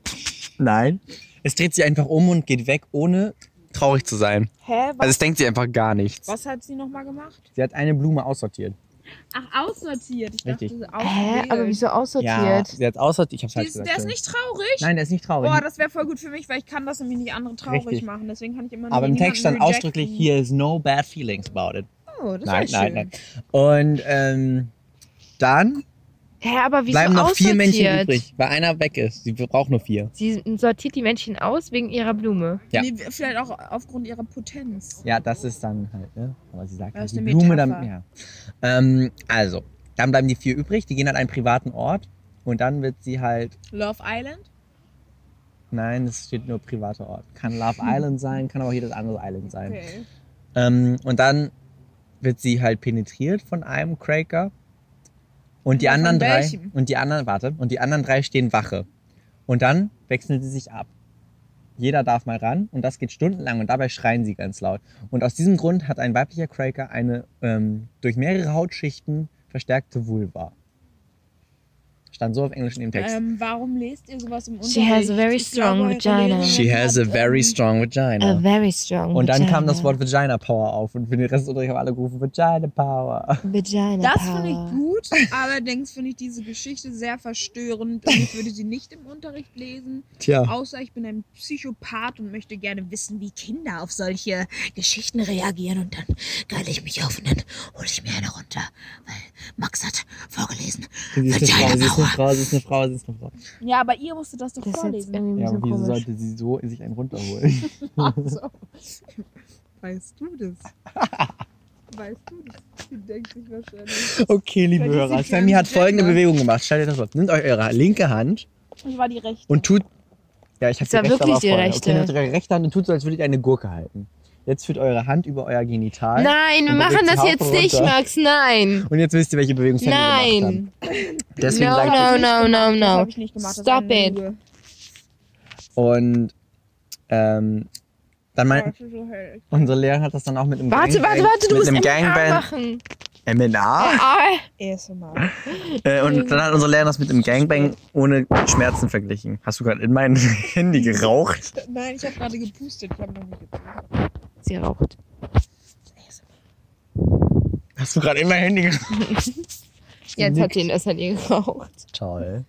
[SPEAKER 1] nein. Es dreht sich einfach um und geht weg, ohne traurig zu sein.
[SPEAKER 2] Hä?
[SPEAKER 1] Also es denkt sie einfach gar nichts.
[SPEAKER 2] was hat sie nochmal gemacht?
[SPEAKER 1] Sie hat eine Blume aussortiert.
[SPEAKER 2] Ach, aussortiert. Ich
[SPEAKER 1] Richtig.
[SPEAKER 2] dachte,
[SPEAKER 3] Hä?
[SPEAKER 2] ausgewählt.
[SPEAKER 3] Aber wieso
[SPEAKER 1] Ja,
[SPEAKER 3] aussortiert?
[SPEAKER 1] sie hat aussortiert. Ich hab's halt
[SPEAKER 2] Dies-
[SPEAKER 1] gesagt.
[SPEAKER 2] Der ist nicht traurig?
[SPEAKER 1] Nein, der ist nicht traurig.
[SPEAKER 2] Boah, das wäre voll gut für mich, weil ich kann das nämlich nicht andere traurig
[SPEAKER 1] Richtig.
[SPEAKER 2] machen. Deswegen kann ich immer
[SPEAKER 1] Aber im
[SPEAKER 2] niemanden
[SPEAKER 1] Text stand
[SPEAKER 2] rejecten.
[SPEAKER 1] ausdrücklich, here is no bad feelings about it.
[SPEAKER 2] Oh, das
[SPEAKER 1] Nein,
[SPEAKER 2] ist
[SPEAKER 1] nein,
[SPEAKER 2] schön.
[SPEAKER 1] nein. Und ähm, dann
[SPEAKER 3] Hä, aber wieso
[SPEAKER 1] bleiben noch
[SPEAKER 3] aussortiert?
[SPEAKER 1] vier Männchen übrig, weil einer weg ist. Sie braucht nur vier.
[SPEAKER 3] Sie sortiert die Männchen aus wegen ihrer Blume.
[SPEAKER 1] Ja.
[SPEAKER 2] Nee, vielleicht auch aufgrund ihrer Potenz.
[SPEAKER 1] Ja, das ist dann halt, ne? Aber sie sagt,
[SPEAKER 2] Das
[SPEAKER 1] halt,
[SPEAKER 2] ist
[SPEAKER 1] die
[SPEAKER 2] eine
[SPEAKER 1] Blume
[SPEAKER 2] Metapher.
[SPEAKER 1] dann. Ja. Ähm, also, dann bleiben die vier übrig, die gehen an einen privaten Ort und dann wird sie halt.
[SPEAKER 2] Love Island?
[SPEAKER 1] Nein, es steht nur privater Ort. Kann Love Island sein, kann aber auch jedes andere Island sein.
[SPEAKER 2] Okay.
[SPEAKER 1] Ähm, und dann wird sie halt penetriert von einem Cracker. Und die
[SPEAKER 2] Ja, von
[SPEAKER 1] anderen drei.
[SPEAKER 2] welchem?
[SPEAKER 1] Und die anderen, warte, und die anderen drei stehen Wache. Und dann wechseln sie sich ab. Jeder darf mal ran und das geht stundenlang und dabei schreien sie ganz laut. Und aus diesem Grund hat ein weiblicher Cracker eine ähm, durch mehrere Hautschichten verstärkte Vulva. Stand so auf Englisch in dem Text.
[SPEAKER 2] Ähm, warum lest ihr sowas im Unterricht?
[SPEAKER 3] She has a very
[SPEAKER 2] Ich
[SPEAKER 3] strong
[SPEAKER 2] glaube, eure
[SPEAKER 3] vagina.
[SPEAKER 2] Lehrerin
[SPEAKER 1] She has a
[SPEAKER 2] hat,
[SPEAKER 1] very
[SPEAKER 2] ähm,
[SPEAKER 1] strong vagina.
[SPEAKER 3] A very strong.
[SPEAKER 1] Und dann kam das
[SPEAKER 3] vagina.
[SPEAKER 1] Wort Vagina Power auf und für den Rest des Unterrichts haben alle gerufen, Vagina Power.
[SPEAKER 3] Vagina
[SPEAKER 2] Das
[SPEAKER 3] Power.
[SPEAKER 2] finde ich gut, allerdings finde ich diese Geschichte sehr verstörend und ich würde sie nicht im Unterricht lesen,
[SPEAKER 1] Tja.
[SPEAKER 2] außer ich bin ein Psychopath und möchte gerne wissen, wie Kinder auf solche
[SPEAKER 5] Geschichten reagieren und dann geile ich mich auf und dann hole ich mir eine runter, weil Max hat vorgelesen.
[SPEAKER 1] Sie ist eine
[SPEAKER 5] Vagina Power.
[SPEAKER 1] Frau, sie ist eine Frau, sie ist eine Frau, sie ist eine Frau.
[SPEAKER 2] Ja, aber ihr musstet das doch
[SPEAKER 3] Das ist jetzt
[SPEAKER 2] vorlesen.
[SPEAKER 3] irgendwie
[SPEAKER 1] Ja,
[SPEAKER 3] ein
[SPEAKER 1] aber
[SPEAKER 3] bisschen
[SPEAKER 1] wieso
[SPEAKER 3] komisch.
[SPEAKER 1] sollte sie so in sich einen runterholen?
[SPEAKER 2] Ach so. Weißt du das? Weißt du das? Die denkt sich wahrscheinlich.
[SPEAKER 1] Okay, liebe
[SPEAKER 2] Weil die
[SPEAKER 1] Hörer,
[SPEAKER 2] sich ne?
[SPEAKER 1] Sammy
[SPEAKER 2] gerne
[SPEAKER 1] hat folgende
[SPEAKER 2] Vagina-
[SPEAKER 1] Bewegung gemacht. Stellt euch das vor. Nehmt euch eure linke Hand
[SPEAKER 2] Ich war die Rechte.
[SPEAKER 1] und tut. Ja, ich habe
[SPEAKER 3] Es war wirklich die rechte.
[SPEAKER 1] Okay, nehmt eure rechte Hand und tut so, als würdet ihr eine Gurke halten. Jetzt führt eure Hand über euer Genital.
[SPEAKER 3] Nein, wir
[SPEAKER 1] Und bewegt
[SPEAKER 3] machen
[SPEAKER 1] die
[SPEAKER 3] das
[SPEAKER 1] Haut
[SPEAKER 3] jetzt nicht,
[SPEAKER 1] runter.
[SPEAKER 3] Max. Nein.
[SPEAKER 1] Und jetzt wisst ihr, welche Bewegung Sammy gemacht hat.
[SPEAKER 3] Nein.
[SPEAKER 1] Deswegen
[SPEAKER 3] No,
[SPEAKER 1] sagt
[SPEAKER 3] no.
[SPEAKER 2] Das hab ich nicht gemacht,
[SPEAKER 3] no, no.
[SPEAKER 2] Das hab ich nicht gemacht. das war
[SPEAKER 3] Stop
[SPEAKER 2] eine
[SPEAKER 3] it.
[SPEAKER 2] Lüge.
[SPEAKER 1] Und ähm, dann mein,
[SPEAKER 2] Das war so hell.
[SPEAKER 1] unsere Lehrerin hat das dann auch mit einem
[SPEAKER 3] Warte, warte,
[SPEAKER 1] Gangbang,
[SPEAKER 3] warte, du
[SPEAKER 1] mit
[SPEAKER 3] musst
[SPEAKER 1] einem
[SPEAKER 3] MA
[SPEAKER 1] Gangbang,
[SPEAKER 3] machen.
[SPEAKER 1] MNA.
[SPEAKER 3] Ah,
[SPEAKER 2] ASMR.
[SPEAKER 1] Äh, und dann hat unsere Lehrerin das mit einem Gangbang ohne Schmerzen verglichen. Hast du gerade in mein Handy geraucht?
[SPEAKER 2] Nein, ich habe gerade gepustet. Ich habe noch nicht gepustet.
[SPEAKER 3] sie raucht.
[SPEAKER 1] Hast du gerade in mein Handy geraucht?
[SPEAKER 3] Jetzt hat sie das an ihr geraucht.
[SPEAKER 1] Toll.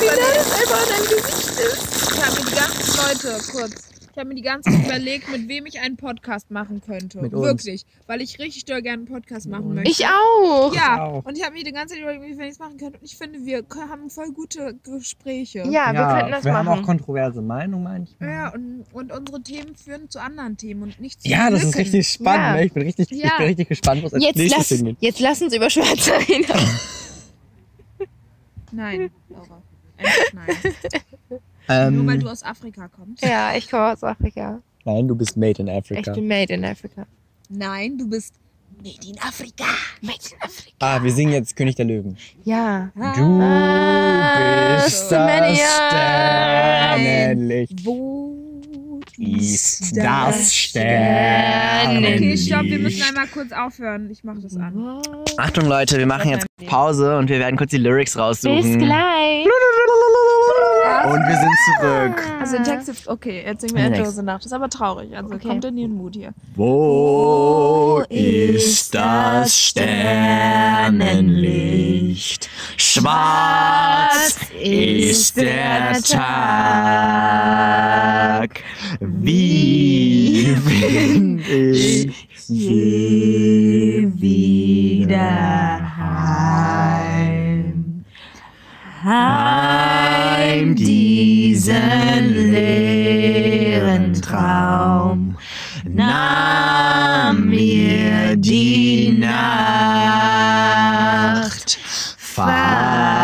[SPEAKER 2] Wie nah das einfach an deinem Gesicht ist. Ich habe mir die ganzen Leute kurz. Ich habe mir die ganze Zeit überlegt, mit wem ich einen Podcast machen könnte.
[SPEAKER 1] Mit uns.
[SPEAKER 2] Wirklich. Weil ich richtig doll gerne einen Podcast machen möchte.
[SPEAKER 3] Ich auch.
[SPEAKER 2] Ja,
[SPEAKER 1] auch.
[SPEAKER 2] und ich habe mir die ganze Zeit überlegt, wie wir das machen können. Und ich finde, wir k- haben voll gute Gespräche.
[SPEAKER 3] Ja, wir könnten das
[SPEAKER 1] wir
[SPEAKER 3] machen.
[SPEAKER 1] haben auch kontroverse Meinungen manchmal.
[SPEAKER 2] Ja, und, und unsere Themen führen zu anderen Themen und nicht zu
[SPEAKER 1] Ja, das ist
[SPEAKER 2] Lücken.
[SPEAKER 1] richtig spannend.
[SPEAKER 3] Ja.
[SPEAKER 1] Ne? Ich, bin richtig, ich
[SPEAKER 2] Ja.
[SPEAKER 1] bin richtig gespannt, was als
[SPEAKER 3] Jetzt
[SPEAKER 1] nächstes
[SPEAKER 3] lass,
[SPEAKER 1] hingeht.
[SPEAKER 3] jetzt lass uns über Schwarz reden.
[SPEAKER 2] Nein, Laura. Einfach nein. Nur weil
[SPEAKER 1] Ähm,
[SPEAKER 2] du aus Afrika kommst.
[SPEAKER 3] Ja, ich komme aus Afrika.
[SPEAKER 1] nein, du bist made in
[SPEAKER 3] Ich
[SPEAKER 1] Africa.
[SPEAKER 3] bin made in Africa.
[SPEAKER 2] Nein, du bist Made in Afrika.
[SPEAKER 3] Made in Africa.
[SPEAKER 1] Ah, wir singen jetzt König der Löwen.
[SPEAKER 3] Ja.
[SPEAKER 1] Du
[SPEAKER 3] Ah,
[SPEAKER 1] bist das
[SPEAKER 3] Sternenlicht.
[SPEAKER 1] Sternenlicht.
[SPEAKER 2] Wo
[SPEAKER 1] Ist das Sternenlicht.
[SPEAKER 2] Okay, stopp, wir müssen einmal kurz aufhören. Ich mache das an.
[SPEAKER 1] Achtung Leute, wir machen jetzt Pause und wir werden kurz die Lyrics raussuchen.
[SPEAKER 3] Bis gleich.
[SPEAKER 1] Und wir sind zurück.
[SPEAKER 2] Also den Text jetzt, okay, jetzt singen wir
[SPEAKER 1] Next.
[SPEAKER 2] Endlose Nacht. Ist aber traurig, also
[SPEAKER 3] Okay.
[SPEAKER 2] kommt in den Mut hier.
[SPEAKER 1] Wo ist das Sternenlicht? Schwarz ist der Tag. Wie bin ich je wieder heim? Heim diesen leeren Traum nahm mir die Nacht.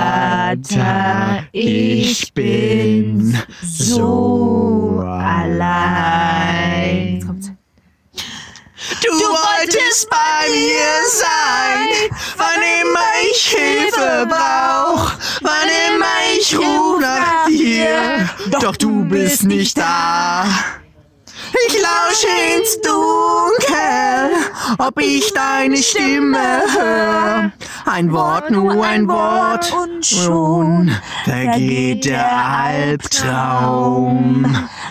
[SPEAKER 1] Vater, ich bin so allein. Du wolltest bei mir sein, wann immer ich Hilfe brauch, wann immer ich ruh nach dir, doch du bist nicht da. Ich lausche ins Dunkel, ob ich deine Stimme hör. Ein Wort, nur ein Wort, und schon vergeht der Albtraum.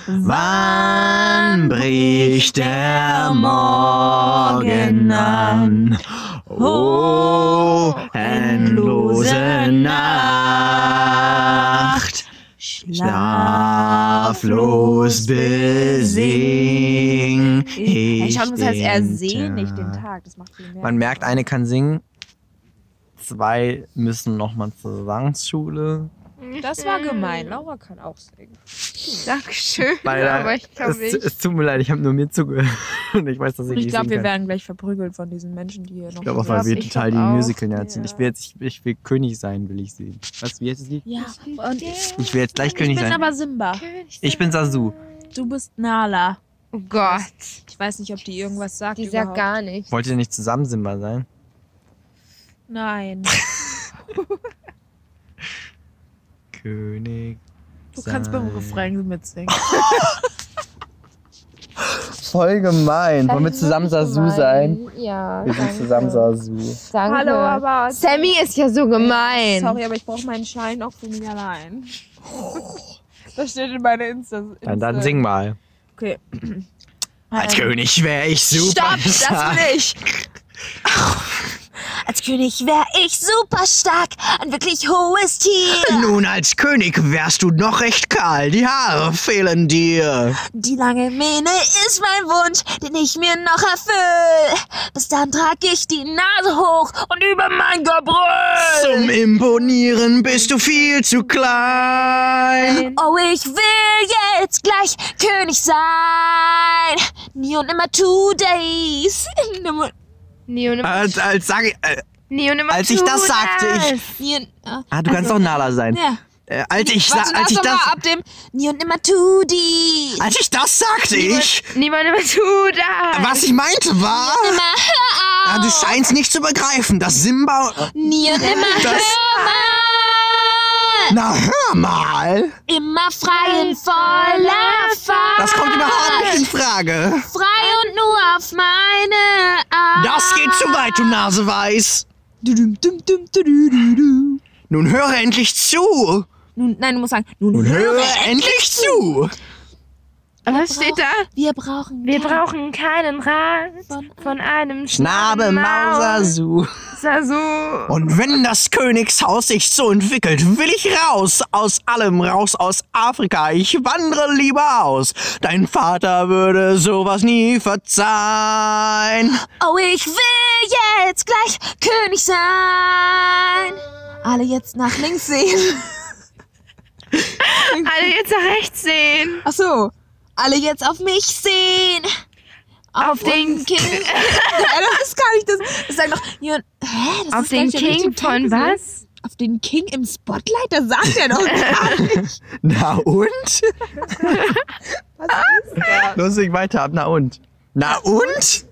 [SPEAKER 1] Wann bricht der Morgen an? Oh, endlose Nacht, schlaflos besing ich
[SPEAKER 2] Ich habe das heißt,
[SPEAKER 1] den
[SPEAKER 2] er sehe nicht den
[SPEAKER 1] Tag.
[SPEAKER 2] Tag. Das macht viel mehr.
[SPEAKER 1] Man merkt, eine kann singen, zwei müssen nochmal zur Gesangsschule.
[SPEAKER 2] Das war gemein. Laura kann auch singen.
[SPEAKER 3] Dankeschön.
[SPEAKER 1] Leider,
[SPEAKER 3] aber ich kann
[SPEAKER 1] es,
[SPEAKER 3] nicht.
[SPEAKER 1] es tut mir leid, ich habe nur mir zugehört und ich weiß, dass ich
[SPEAKER 2] Und ich
[SPEAKER 1] nicht
[SPEAKER 2] glaube, wir
[SPEAKER 1] singen kann.
[SPEAKER 2] werden gleich verprügelt von diesen Menschen, die hier noch.
[SPEAKER 1] Ich glaube auch,
[SPEAKER 2] sind.
[SPEAKER 1] weil wir
[SPEAKER 3] Ich
[SPEAKER 1] total die
[SPEAKER 3] glaub auch.
[SPEAKER 1] Musical-Nerds sind. Ich
[SPEAKER 3] Ja.
[SPEAKER 1] will jetzt, ich, ich will König sein, will ich sehen. Was, wie heißt das Lied?
[SPEAKER 2] Ja, und ich
[SPEAKER 1] Ich will jetzt gleich König
[SPEAKER 2] bin
[SPEAKER 1] sein.
[SPEAKER 2] aber Simba.
[SPEAKER 1] Ich bin Sasu.
[SPEAKER 2] Du bist Nala.
[SPEAKER 3] Oh Gott.
[SPEAKER 2] Ich weiß nicht, ob die irgendwas sagt.
[SPEAKER 3] Die sagt
[SPEAKER 2] überhaupt.
[SPEAKER 3] gar nichts.
[SPEAKER 1] Wollt ihr nicht zusammen Simba sein?
[SPEAKER 2] Nein.
[SPEAKER 1] König.
[SPEAKER 2] Du kannst beim
[SPEAKER 1] sein.
[SPEAKER 2] Refrain mitsingen.
[SPEAKER 6] voll gemein. Wollen wir zusammen Sasu sein?
[SPEAKER 3] Ja.
[SPEAKER 6] Wir sind
[SPEAKER 3] danke.
[SPEAKER 6] zusammen Sasu.
[SPEAKER 3] Danke.
[SPEAKER 1] Hallo, aber-
[SPEAKER 3] Sammy ist ja so gemein.
[SPEAKER 1] Sorry, aber ich brauche meinen Schein auch für mich allein. Das steht in meiner Insta. Insta.
[SPEAKER 6] mal.
[SPEAKER 1] Okay.
[SPEAKER 6] Als König wäre ich
[SPEAKER 2] Stopp, das will ich. Als König wäre ich super stark. Ein wirklich hohes Tier.
[SPEAKER 6] Nun, als König wärst du noch recht kahl. Die Haare fehlen dir.
[SPEAKER 2] Die lange Mähne ist mein Wunsch, den ich mir noch erfüll. Bis dann trag ich die Nase hoch und über mein Gebrüll.
[SPEAKER 6] Zum Imponieren bist du viel zu klein.
[SPEAKER 2] Oh, ich will jetzt gleich König sein. Nie und immer two days.
[SPEAKER 3] Neon immer,
[SPEAKER 6] Als, als, sag ich, äh,
[SPEAKER 3] Neon immer
[SPEAKER 6] als ich
[SPEAKER 3] zu,
[SPEAKER 6] das sagte, ich.
[SPEAKER 2] Nie und, ah,
[SPEAKER 6] Ah, du kannst doch Nala sein.
[SPEAKER 2] ja.
[SPEAKER 6] Äh, als ich, sa-
[SPEAKER 2] Warte, lass
[SPEAKER 6] als ich
[SPEAKER 2] doch
[SPEAKER 6] das.
[SPEAKER 2] mal ab dem Nie und immer two days.
[SPEAKER 6] Als ich das sagte, ich.
[SPEAKER 3] Niemand immer zu da.
[SPEAKER 6] Was ich meinte war.
[SPEAKER 2] Immer hör
[SPEAKER 6] Ah,
[SPEAKER 2] auf.
[SPEAKER 6] du scheinst nicht zu begreifen, dass Simba.
[SPEAKER 2] Nie und immer
[SPEAKER 6] Das-
[SPEAKER 2] hör mal.
[SPEAKER 6] Na, hör mal!
[SPEAKER 2] Immer frei in voller Fahrt.
[SPEAKER 6] Das kommt überhaupt nicht in Frage.
[SPEAKER 2] Frei und nur auf meine Art.
[SPEAKER 6] Das geht zu weit, du Naseweiß. Nun höre endlich zu.
[SPEAKER 2] Nun, nein, du musst sagen, nun,
[SPEAKER 6] Nun höre endlich zu.
[SPEAKER 3] Was steht da?
[SPEAKER 2] Wir brauchen
[SPEAKER 3] Wir
[SPEAKER 2] kein-
[SPEAKER 3] brauchen keinen Rat von einem
[SPEAKER 6] Schnabe, Mausasu.
[SPEAKER 3] Sasu.
[SPEAKER 6] Und wenn das Königshaus sich so entwickelt, will ich raus aus allem, raus aus Afrika. Ich wandere lieber aus. Dein Vater würde sowas nie verzeihen.
[SPEAKER 2] Oh, ich will jetzt gleich König sein. Alle jetzt nach links sehen.
[SPEAKER 3] Alle jetzt nach rechts sehen.
[SPEAKER 2] Ach so. Alle jetzt auf mich sehen.
[SPEAKER 3] Auf den-
[SPEAKER 2] unseren King. Nein, das ist gar nicht das. Das sagt doch. Hä? Das
[SPEAKER 3] Auf
[SPEAKER 2] ist gar
[SPEAKER 3] den
[SPEAKER 2] nicht der richtige
[SPEAKER 3] King von
[SPEAKER 2] Titel.
[SPEAKER 3] was?
[SPEAKER 2] Auf den King im Spotlight? Das sagt er doch gar nicht.
[SPEAKER 6] Na und? Was ist das? Lustig weiter ab, na und? Na und?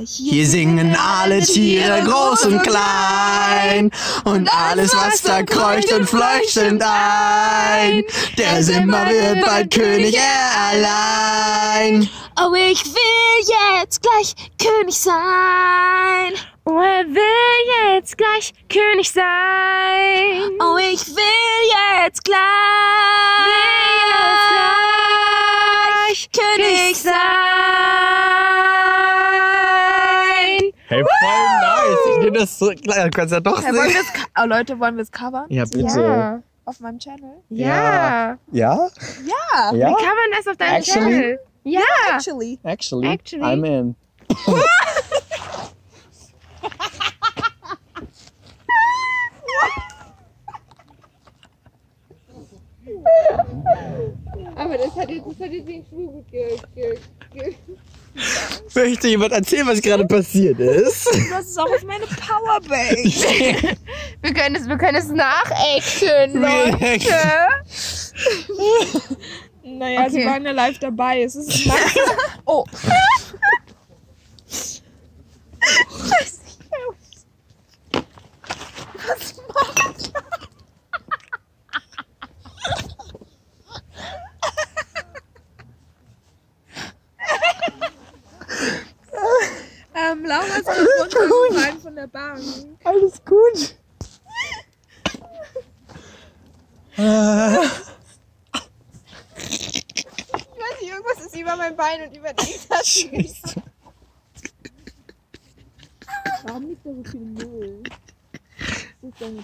[SPEAKER 6] Hier singen alle Tiere groß und klein und alles, was da kreucht und fleucht, sind ein. Der Simba wird bald König, er allein.
[SPEAKER 2] Oh, ich will jetzt gleich König sein.
[SPEAKER 3] Oh, er will jetzt gleich König sein.
[SPEAKER 2] Oh, ich will jetzt gleich, König sein.
[SPEAKER 6] Hey, voll nice. Ich nehme das so, klar, kannst ja doch
[SPEAKER 1] Hey, wollen wir's co- oh, Leute, wollen wir es covern?
[SPEAKER 6] Ja,
[SPEAKER 3] Ja.
[SPEAKER 1] Auf meinem Channel?
[SPEAKER 6] Ja.
[SPEAKER 3] ja.
[SPEAKER 6] Ja? Ja.
[SPEAKER 3] Wie kann man das auf deinem
[SPEAKER 6] Actually?
[SPEAKER 3] Channel? Ja.
[SPEAKER 1] Actually.
[SPEAKER 6] Actually,
[SPEAKER 3] Actually.
[SPEAKER 6] I'm in.
[SPEAKER 3] Aber das hat jetzt, das hat jetzt den Schwung
[SPEAKER 6] Möchte jemand erzählen, was gerade passiert ist?
[SPEAKER 1] Du hast es auch auf meine Powerbank.
[SPEAKER 3] Wir können es, wir können es nachachten.
[SPEAKER 1] Naja, sie
[SPEAKER 3] Okay.
[SPEAKER 1] waren ja live dabei. Es ist nice. Oh. Ähm, Laura ist runtergefallen von der Bank.
[SPEAKER 6] Alles gut. Äh,
[SPEAKER 1] Ich weiß nicht, irgendwas ist über mein Bein und über den
[SPEAKER 6] Scheiße.
[SPEAKER 1] Warum liegt da so viel Müll? Das ist deine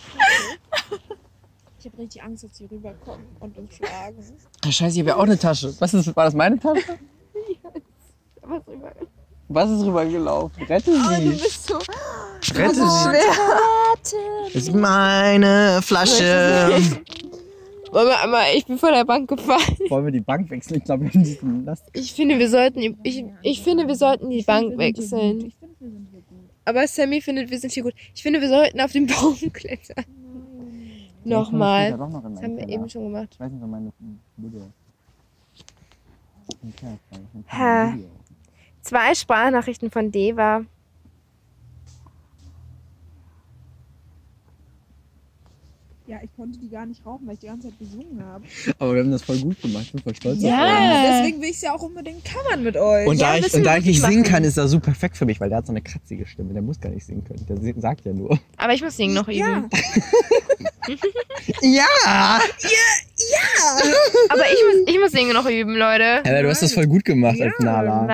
[SPEAKER 1] Ich habe richtig Angst, dass sie rüberkommen und uns schlagen.
[SPEAKER 6] Ah, Scheiße, ich habe ja auch eine Tasche. Was ist, war das meine Tasche? Was ist rübergelaufen? Rette
[SPEAKER 3] Ah,
[SPEAKER 6] sie.
[SPEAKER 1] bist so
[SPEAKER 6] Rette sie.
[SPEAKER 1] schwer.
[SPEAKER 6] Das ist meine Flasche.
[SPEAKER 3] Aber ich bin vor der Bank gefallen.
[SPEAKER 6] Wollen wir die Bank wechseln? Ich glaube, wir müssen das.
[SPEAKER 3] Ich finde, wir sollten, die- ich, ich finde, wir sollten die Bank wechseln.
[SPEAKER 1] Ich finde, wir sind hier gut.
[SPEAKER 3] Aber Sammy findet, wir sind hier gut. Ich finde, wir sollten auf den Baum klettern. Nochmal.
[SPEAKER 6] Doch noch in
[SPEAKER 3] Das haben wir eben schon gemacht.
[SPEAKER 6] Ich weiß nicht, ob meine Video. Okay,
[SPEAKER 3] Hä? Zwei Sprachnachrichten von Deva.
[SPEAKER 1] Ja, ich
[SPEAKER 2] ich konnte die gar nicht rauchen, weil ich die ganze Zeit gesungen habe.
[SPEAKER 6] Aber wir haben das voll gut gemacht. Ich bin voll stolz
[SPEAKER 3] Ja.
[SPEAKER 6] auf
[SPEAKER 3] Äh.
[SPEAKER 2] Deswegen will ich ja auch unbedingt covern mit euch.
[SPEAKER 6] uns. Und da
[SPEAKER 3] Ja,
[SPEAKER 6] ich,
[SPEAKER 3] müssen
[SPEAKER 6] und
[SPEAKER 3] wir
[SPEAKER 6] da ich nicht
[SPEAKER 3] wirklich
[SPEAKER 6] singen
[SPEAKER 3] machen.
[SPEAKER 6] kann, ist das super perfekt für mich, weil der hat so eine kratzige Stimme. Der muss gar nicht singen können. Der si- sagt ja nur.
[SPEAKER 3] Aber ich muss singen noch üben.
[SPEAKER 2] ja,
[SPEAKER 6] Ja!
[SPEAKER 3] Aber ich muss, ich muss singen noch üben, Leute.
[SPEAKER 6] Aber du hast das voll gut gemacht als Nala.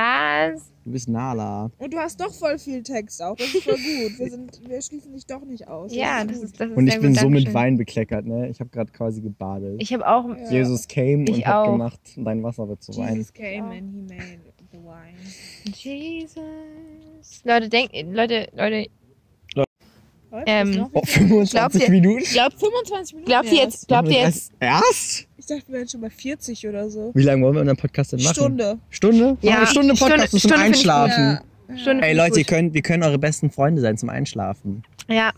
[SPEAKER 3] Was?
[SPEAKER 6] Du bist Nala.
[SPEAKER 2] und du hast doch voll viel Text auch. Das ist voll gut. Wir, sind, wir schließen dich doch nicht aus.
[SPEAKER 3] Ja, das
[SPEAKER 2] gut.
[SPEAKER 3] ist, das ist
[SPEAKER 6] Und
[SPEAKER 3] sehr
[SPEAKER 6] ich
[SPEAKER 3] gut.
[SPEAKER 6] bin so mit
[SPEAKER 3] Dankeschön.
[SPEAKER 6] Wein bekleckert, ne? Ich habe gerade quasi gebadet.
[SPEAKER 3] Ich habe auch.
[SPEAKER 2] Ja.
[SPEAKER 6] Jesus came
[SPEAKER 3] Ich
[SPEAKER 6] und hat
[SPEAKER 3] auch.
[SPEAKER 6] gemacht, dein Wasser wird zu Wein.
[SPEAKER 2] Jesus came and he made the wine.
[SPEAKER 3] Jesus. Leute, denkt. Leute, Leute.
[SPEAKER 2] Läuft
[SPEAKER 3] Ähm,
[SPEAKER 2] das noch?
[SPEAKER 6] Oh, 25
[SPEAKER 3] Glaubt ihr-
[SPEAKER 6] Minuten?
[SPEAKER 3] Glaubt,
[SPEAKER 2] 25 Minuten.
[SPEAKER 3] glaubt ihr jetzt. Glaubt ihr jetzt.
[SPEAKER 6] Erst?
[SPEAKER 2] Ich dachte, wir wären schon bei 40 oder so.
[SPEAKER 6] Wie lange wollen wir unseren Podcast denn machen?
[SPEAKER 2] Stunde.
[SPEAKER 6] Stunde?
[SPEAKER 3] Ja.
[SPEAKER 6] Eine Stunde Podcast
[SPEAKER 3] Stunde-
[SPEAKER 6] ist zum
[SPEAKER 3] Stunde find ich gut.
[SPEAKER 6] Einschlafen.
[SPEAKER 3] Stunde
[SPEAKER 6] Ey
[SPEAKER 3] find ich
[SPEAKER 6] Leute, ihr
[SPEAKER 3] gut.
[SPEAKER 6] könnt, wir können eure besten Freunde sein zum Einschlafen.
[SPEAKER 3] Ja.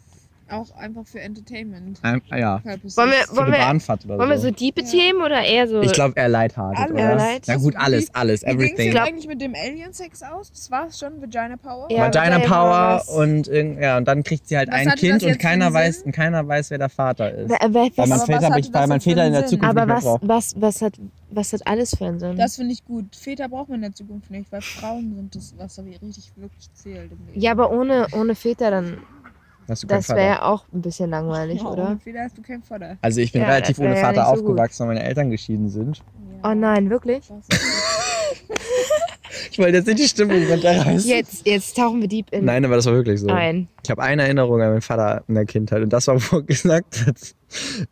[SPEAKER 2] Auch einfach für Entertainment.
[SPEAKER 6] Ein, ah ja.
[SPEAKER 2] Purposes.
[SPEAKER 3] Wollen wir,
[SPEAKER 6] Für eine
[SPEAKER 3] wollen wir,
[SPEAKER 6] Bahnfahrt oder
[SPEAKER 3] wollen wir
[SPEAKER 6] so.
[SPEAKER 3] so diepe
[SPEAKER 2] Ja.
[SPEAKER 3] Themen oder eher so.
[SPEAKER 6] ich glaube eher lighthearted,
[SPEAKER 2] Alles.
[SPEAKER 6] oder?
[SPEAKER 3] Eher light.
[SPEAKER 6] Na gut,
[SPEAKER 2] Wie-
[SPEAKER 6] alles, alles,
[SPEAKER 2] Wie ging es
[SPEAKER 6] everything.
[SPEAKER 2] dir eigentlich mit dem Alien-Sex aus? Das war's schon, Vagina Power?
[SPEAKER 3] Ja,
[SPEAKER 6] Vagina
[SPEAKER 3] Vagina
[SPEAKER 6] Power
[SPEAKER 3] Powers.
[SPEAKER 6] und irgend- ja, und dann kriegt sie halt
[SPEAKER 2] Was
[SPEAKER 6] ein
[SPEAKER 2] hatte
[SPEAKER 6] Kind
[SPEAKER 2] das jetzt
[SPEAKER 6] und keiner
[SPEAKER 2] für einen
[SPEAKER 6] weiß
[SPEAKER 2] Sinn?
[SPEAKER 6] und keiner weiß, wer der Vater ist.
[SPEAKER 3] Wer- wer-
[SPEAKER 6] Weil man
[SPEAKER 3] was,
[SPEAKER 2] Aber was
[SPEAKER 6] Väter,
[SPEAKER 2] hatte
[SPEAKER 6] weil
[SPEAKER 2] das
[SPEAKER 6] man
[SPEAKER 2] jetzt für
[SPEAKER 6] Väter in
[SPEAKER 2] einen
[SPEAKER 6] der
[SPEAKER 2] Sinn?
[SPEAKER 6] Zukunft
[SPEAKER 3] aber
[SPEAKER 6] nicht mehr
[SPEAKER 3] was,
[SPEAKER 6] braucht.
[SPEAKER 3] was, was, hat, was hat alles für einen Sinn?
[SPEAKER 2] Das finde ich gut. Väter braucht man in der Zukunft nicht, weil Frauen sind das, was da richtig wirklich zählt. Im Leben.
[SPEAKER 3] ja, aber ohne, ohne Väter dann.
[SPEAKER 6] Hast du keinen
[SPEAKER 3] Das
[SPEAKER 6] Vater?
[SPEAKER 3] wäre ja auch ein bisschen langweilig,
[SPEAKER 2] Ja,
[SPEAKER 3] oder?
[SPEAKER 2] ohne Väter hast du kein Vater.
[SPEAKER 6] Also ich bin
[SPEAKER 3] Ja,
[SPEAKER 6] relativ
[SPEAKER 3] das wär
[SPEAKER 6] ohne
[SPEAKER 3] ja
[SPEAKER 6] Vater
[SPEAKER 3] nicht so gut.
[SPEAKER 6] aufgewachsen, weil meine Eltern geschieden sind.
[SPEAKER 3] Oh nein, wirklich?
[SPEAKER 2] Das-
[SPEAKER 6] Ich wollte jetzt nicht die Stimmung runterreißen.
[SPEAKER 3] Jetzt, jetzt tauchen wir deep in
[SPEAKER 6] Nein, aber das war wirklich so.
[SPEAKER 3] ein.
[SPEAKER 6] Ich habe eine Erinnerung an meinen Vater in der Kindheit und das war, wo er gesagt hat,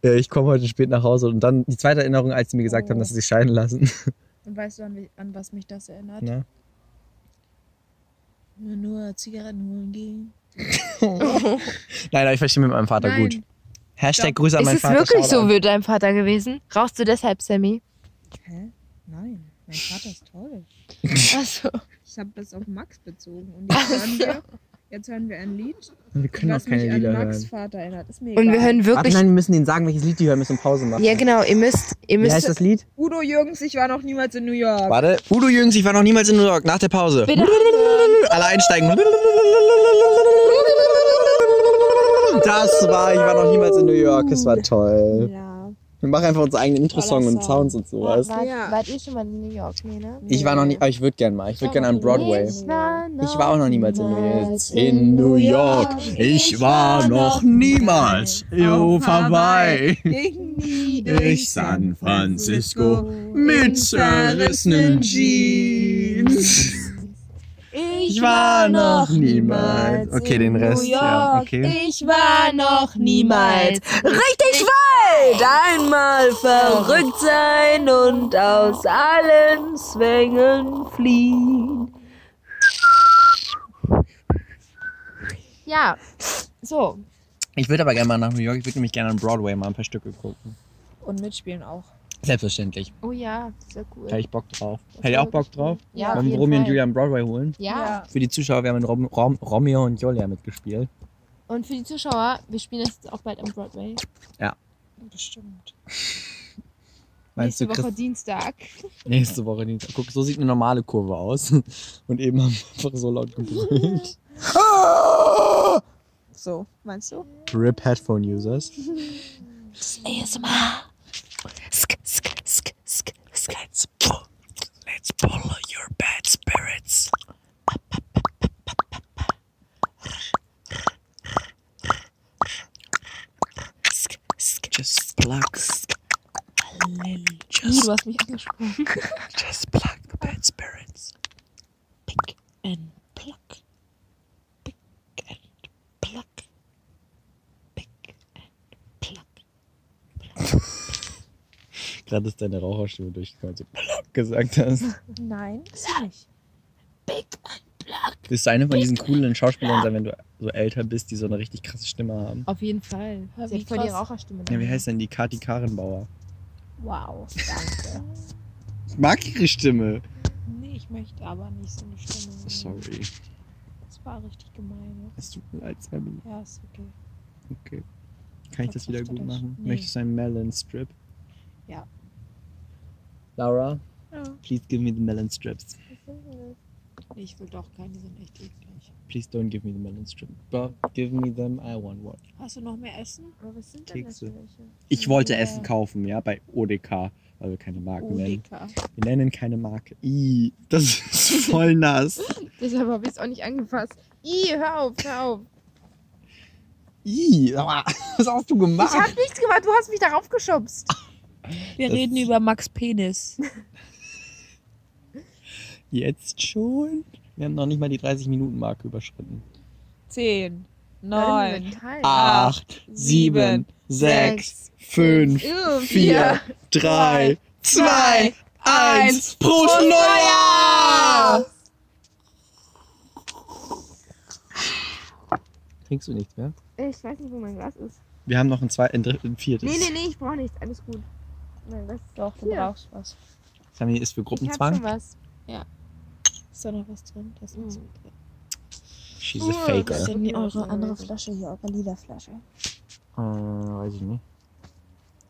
[SPEAKER 6] äh, ich komme heute spät nach Hause. Und dann die zweite Erinnerung, als sie mir gesagt
[SPEAKER 2] Oh.
[SPEAKER 6] haben, dass sie sich scheiden lassen.
[SPEAKER 2] Und weißt du, an, wie- an was mich das erinnert?
[SPEAKER 6] Na?
[SPEAKER 2] Nur, nur Zigaretten holen gehen.
[SPEAKER 6] Nein, aber ich verstehe mit meinem Vater
[SPEAKER 2] Nein.
[SPEAKER 6] gut. Hashtag
[SPEAKER 2] Doch.
[SPEAKER 6] Grüße an
[SPEAKER 3] Ist
[SPEAKER 6] meinen
[SPEAKER 3] es
[SPEAKER 6] Vater.
[SPEAKER 3] wirklich so
[SPEAKER 6] Shoutout.
[SPEAKER 3] mit deinem Vater gewesen? Rauchst du deshalb, Sammy?
[SPEAKER 2] Hä? Nein, mein Vater ist toll.
[SPEAKER 3] Achso.
[SPEAKER 2] Ich habe das auf Max bezogen. Und jetzt hören wir, jetzt hören wir ein Lied,
[SPEAKER 6] Wir können
[SPEAKER 2] was
[SPEAKER 6] auch keine
[SPEAKER 2] mich an
[SPEAKER 6] Lieder
[SPEAKER 2] Max
[SPEAKER 6] hören.
[SPEAKER 2] Vater erinnert. Ist mir
[SPEAKER 3] Und wir
[SPEAKER 2] egal.
[SPEAKER 3] hören
[SPEAKER 6] Ach
[SPEAKER 3] wirklich.
[SPEAKER 6] nein, wir müssen ihnen sagen, welches Lied die hören, müssen Pause machen.
[SPEAKER 3] Ja, genau, ihr müsst. Ihr
[SPEAKER 6] Wie
[SPEAKER 3] müsst
[SPEAKER 6] heißt das Lied?
[SPEAKER 2] Udo Jürgens, ich war noch niemals in New York.
[SPEAKER 6] Warte. Udo Jürgens, ich war noch niemals in New York. Nach der Pause.
[SPEAKER 3] Bitte.
[SPEAKER 6] Alle einsteigen. Das war, ich war noch niemals in New York. Es war toll.
[SPEAKER 2] Ja.
[SPEAKER 6] Wir machen einfach unsere eigenen Intro-Song und Sounds und sowas.
[SPEAKER 3] wart,
[SPEAKER 2] Ja.
[SPEAKER 3] wart ihr schon mal in New York? Nee, ne?
[SPEAKER 6] Ich war noch nie, aber ich würde gern mal. Ich würde gern an Broadway.
[SPEAKER 3] Ich war, noch
[SPEAKER 6] Ich war auch noch niemals in New York.
[SPEAKER 3] niemals in New York.
[SPEAKER 6] Ich war noch niemals
[SPEAKER 2] auf Hawaii. Gegen die
[SPEAKER 6] Durch San Francisco mit zerrissenen Jeans. Ich war noch niemals. Okay, den Rest, ja. Okay.
[SPEAKER 3] Ich war noch niemals.
[SPEAKER 7] Richtig weit! Einmal verrückt sein und aus allen Zwängen fliehen.
[SPEAKER 3] Ja. So.
[SPEAKER 6] Ich würde aber gerne mal nach New York. Ich würde nämlich gerne an Broadway mal ein paar Stücke gucken.
[SPEAKER 2] Und mitspielen auch.
[SPEAKER 6] Selbstverständlich.
[SPEAKER 3] Oh ja, sehr cool.
[SPEAKER 6] Hätte ich Bock drauf. Hätte ihr auch Bock drauf?
[SPEAKER 3] Ja, auf
[SPEAKER 6] Wollen wir
[SPEAKER 3] jeden
[SPEAKER 6] Romeo und
[SPEAKER 3] Fall.
[SPEAKER 6] Julia an Broadway holen?
[SPEAKER 3] Ja.
[SPEAKER 6] Für die Zuschauer, wir haben in Rom, Rom, Romeo und Julia mitgespielt.
[SPEAKER 3] Und für die Zuschauer, wir spielen das jetzt auch bald am Broadway.
[SPEAKER 2] Bestimmt.
[SPEAKER 6] Meinst
[SPEAKER 3] Nächste
[SPEAKER 6] du,
[SPEAKER 3] Woche
[SPEAKER 6] Chris,
[SPEAKER 3] Dienstag.
[SPEAKER 6] Nächste Woche Dienstag. Guck, so sieht eine normale Kurve aus. Und eben haben wir einfach so laut gebrüllt.
[SPEAKER 2] So, meinst du?
[SPEAKER 6] RIP Headphone Users.
[SPEAKER 7] ASMR. Sk, sk, sk, sk, sk. Let's pull, let's pull your bad spirits. Sk, sk, just pluck. Sk. Just,
[SPEAKER 3] Du hast mich angesprochen.
[SPEAKER 7] just pluck the bad spirits. Pick and pluck. Pick and pluck. Pick and pluck.
[SPEAKER 6] Gerade ist deine Raucherstimme durchgekommen, als du Plock gesagt hast.
[SPEAKER 2] Nein.
[SPEAKER 7] Big
[SPEAKER 6] Willst du eine von diesen coolen Schauspielern sein, wenn du so älter bist, die so eine richtig krasse Stimme haben?
[SPEAKER 3] Auf jeden Fall.
[SPEAKER 2] Ja,
[SPEAKER 3] Sie
[SPEAKER 2] wie
[SPEAKER 3] hat voll die
[SPEAKER 2] krass.
[SPEAKER 3] Raucherstimme.
[SPEAKER 6] Ja, wie heißt denn die? Kati Karenbauer.
[SPEAKER 2] Wow.
[SPEAKER 6] Ich mag ihre Stimme.
[SPEAKER 2] Nee, ich möchte aber nicht so eine Stimme.
[SPEAKER 6] Sorry.
[SPEAKER 2] Das war richtig gemein.
[SPEAKER 6] Es tut mir leid, Sammy.
[SPEAKER 2] Ja, ist okay.
[SPEAKER 6] Okay. Kann ich das wieder gut machen?
[SPEAKER 2] Nee.
[SPEAKER 6] Möchtest du einen Melon Strip?
[SPEAKER 2] Ja.
[SPEAKER 6] Laura,
[SPEAKER 2] Ja.
[SPEAKER 6] please give me the Melon Strips.
[SPEAKER 2] Ich will doch keine, die sind echt eklig.
[SPEAKER 6] Please don't give me the melon strip. But give me them, I want one.
[SPEAKER 2] Hast du noch mehr Essen?
[SPEAKER 8] Aber was sind denn das für
[SPEAKER 6] Kekse.
[SPEAKER 8] welche?
[SPEAKER 6] Ich wollte Essen kaufen, ja, bei ODK, weil wir keine Marke
[SPEAKER 2] Oh,
[SPEAKER 6] nennen.
[SPEAKER 2] Dicker.
[SPEAKER 6] Wir nennen keine Marke. I, das ist voll nass.
[SPEAKER 3] Deshalb habe ich es auch nicht angefasst. Ih, hör auf, hör auf.
[SPEAKER 6] I, aber was hast du gemacht?
[SPEAKER 3] Ich habe nichts gemacht, du hast mich darauf geschubst.
[SPEAKER 5] Wir
[SPEAKER 6] Das-
[SPEAKER 5] reden über Max Penis.
[SPEAKER 6] Jetzt schon? Wir haben noch nicht mal die 30-Minuten-Marke überschritten.
[SPEAKER 5] Zehn,
[SPEAKER 3] Neun,
[SPEAKER 5] neun,
[SPEAKER 6] Acht,
[SPEAKER 5] sieben,
[SPEAKER 6] sieben, sechs, fünf, vier, drei, zwei, eins. Prost Neujahr! Trinkst du nichts mehr?
[SPEAKER 8] Ich weiß nicht, wo mein Glas ist.
[SPEAKER 6] Wir haben noch ein, zwei, ein, dritt- ein viertes.
[SPEAKER 8] Nee, nee, nee, ich brauche nichts. Alles gut. Mein Glas ist
[SPEAKER 5] Doch, du
[SPEAKER 8] Hier.
[SPEAKER 5] brauchst was.
[SPEAKER 6] Sammy ist für
[SPEAKER 8] Ich hab schon
[SPEAKER 6] Gruppenzwang.
[SPEAKER 8] was.
[SPEAKER 2] Ist da noch was drin? Das ist
[SPEAKER 8] Mhm.
[SPEAKER 6] She's a faker.
[SPEAKER 8] Denn die eure andere
[SPEAKER 2] Flasche hier, eure lila Flasche.
[SPEAKER 6] Äh,
[SPEAKER 1] Ah,
[SPEAKER 6] weiß ich nicht.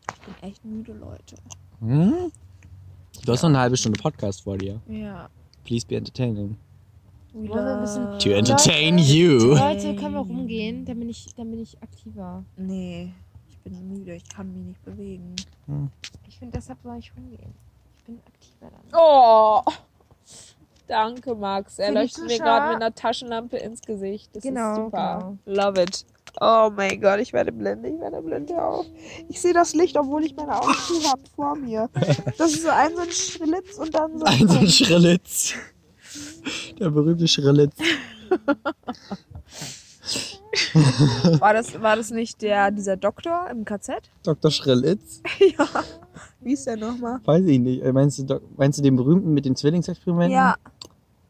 [SPEAKER 2] Ich bin echt müde, Leute.
[SPEAKER 6] Hm? Du hast noch eine halbe Stunde Podcast vor dir.
[SPEAKER 2] Ja.
[SPEAKER 6] Please be entertaining.
[SPEAKER 3] Wollen wir ein bisschen
[SPEAKER 6] To entertain you.
[SPEAKER 3] Leute, können wir rumgehen? Dann bin ich, dann bin ich aktiver.
[SPEAKER 5] Nee, ich bin müde, ich kann mich nicht bewegen.
[SPEAKER 3] Ich finde, deshalb soll ich rumgehen. Ich bin aktiver dann.
[SPEAKER 5] Oh! Danke, Max. Er
[SPEAKER 3] Für die
[SPEAKER 5] leuchtet mir
[SPEAKER 3] Zuschauer-
[SPEAKER 5] gerade mit einer Taschenlampe ins Gesicht. Das
[SPEAKER 3] Genau,
[SPEAKER 5] ist super. Love it.
[SPEAKER 8] Oh mein Gott, ich werde blinde, ich werde blinde auf. Ich sehe das Licht, obwohl ich meine Augen zu habe vor mir. Das ist so ein so ein Schlitz und dann so.
[SPEAKER 6] Ein so ein Schrillitz. Der berühmte Schrillitz.
[SPEAKER 5] War das, war das nicht der, dieser Doktor im KZ?
[SPEAKER 6] Dr. Schrillitz?
[SPEAKER 8] Wie ist der nochmal?
[SPEAKER 6] Weiß ich nicht. Äh, Meinst du, Doc- meinst du den berühmten mit den Zwillingsexperimenten?
[SPEAKER 5] Ja.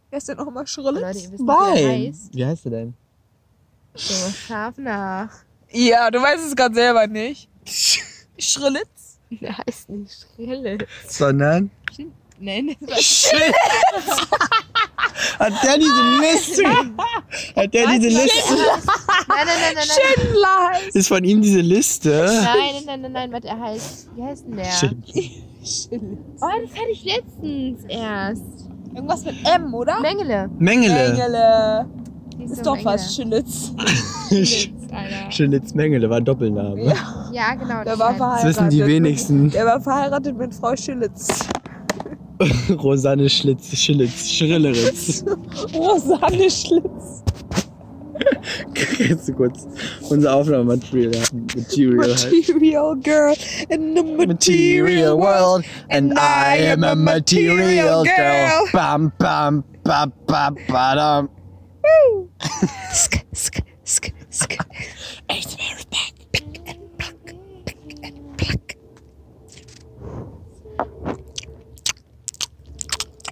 [SPEAKER 8] Wer ist der nochmal Schrille?
[SPEAKER 3] Leute, ihr wisst, wie er
[SPEAKER 6] Nein.
[SPEAKER 3] heißt.
[SPEAKER 6] Wie heißt er denn?
[SPEAKER 3] Schau mal scharf nach.
[SPEAKER 5] Ja, du weißt es gerade selber nicht. Schrillitz?
[SPEAKER 3] Der heißt nicht Schrille.
[SPEAKER 6] Sondern?
[SPEAKER 3] Nein, das
[SPEAKER 6] Shit! Hat der diese Liste? Hat der diese Liste?
[SPEAKER 3] Nein, nein, nein, nein. Schön.
[SPEAKER 6] Ist von ihm diese Liste?
[SPEAKER 3] Nein, nein, nein, nein, nein, was er heißt. Wie heißt denn der? Oh, das hatte ich letztens erst.
[SPEAKER 5] Irgendwas mit M, oder?
[SPEAKER 3] Mengele.
[SPEAKER 6] Mängele.
[SPEAKER 5] Engele.
[SPEAKER 3] Hieß
[SPEAKER 5] Ist
[SPEAKER 3] so
[SPEAKER 5] doch was, Schlitz.
[SPEAKER 3] Schlitz, Alter.
[SPEAKER 6] Schrillitz Mängele war Doppelname.
[SPEAKER 3] Ja, genau.
[SPEAKER 8] Der
[SPEAKER 3] das
[SPEAKER 8] war
[SPEAKER 3] heißt-
[SPEAKER 6] Das
[SPEAKER 8] verheiratet.
[SPEAKER 6] wissen die wenigsten.
[SPEAKER 8] Der war verheiratet mit Frau Schillitz.
[SPEAKER 6] Rosanne Schlitz, Schillitz, Schrilleritz.
[SPEAKER 5] Rosanne Schlitz.
[SPEAKER 6] Kannst du kurz unser Aufnahmematerial Material halt.
[SPEAKER 8] Material girl in the
[SPEAKER 6] material world and I am a material girl. Bam, bam, bam, bam, badam.
[SPEAKER 7] Sk, sk, sk, sk.
[SPEAKER 5] Ah.
[SPEAKER 7] ASMR is back. Pick and pluck, pick and pluck.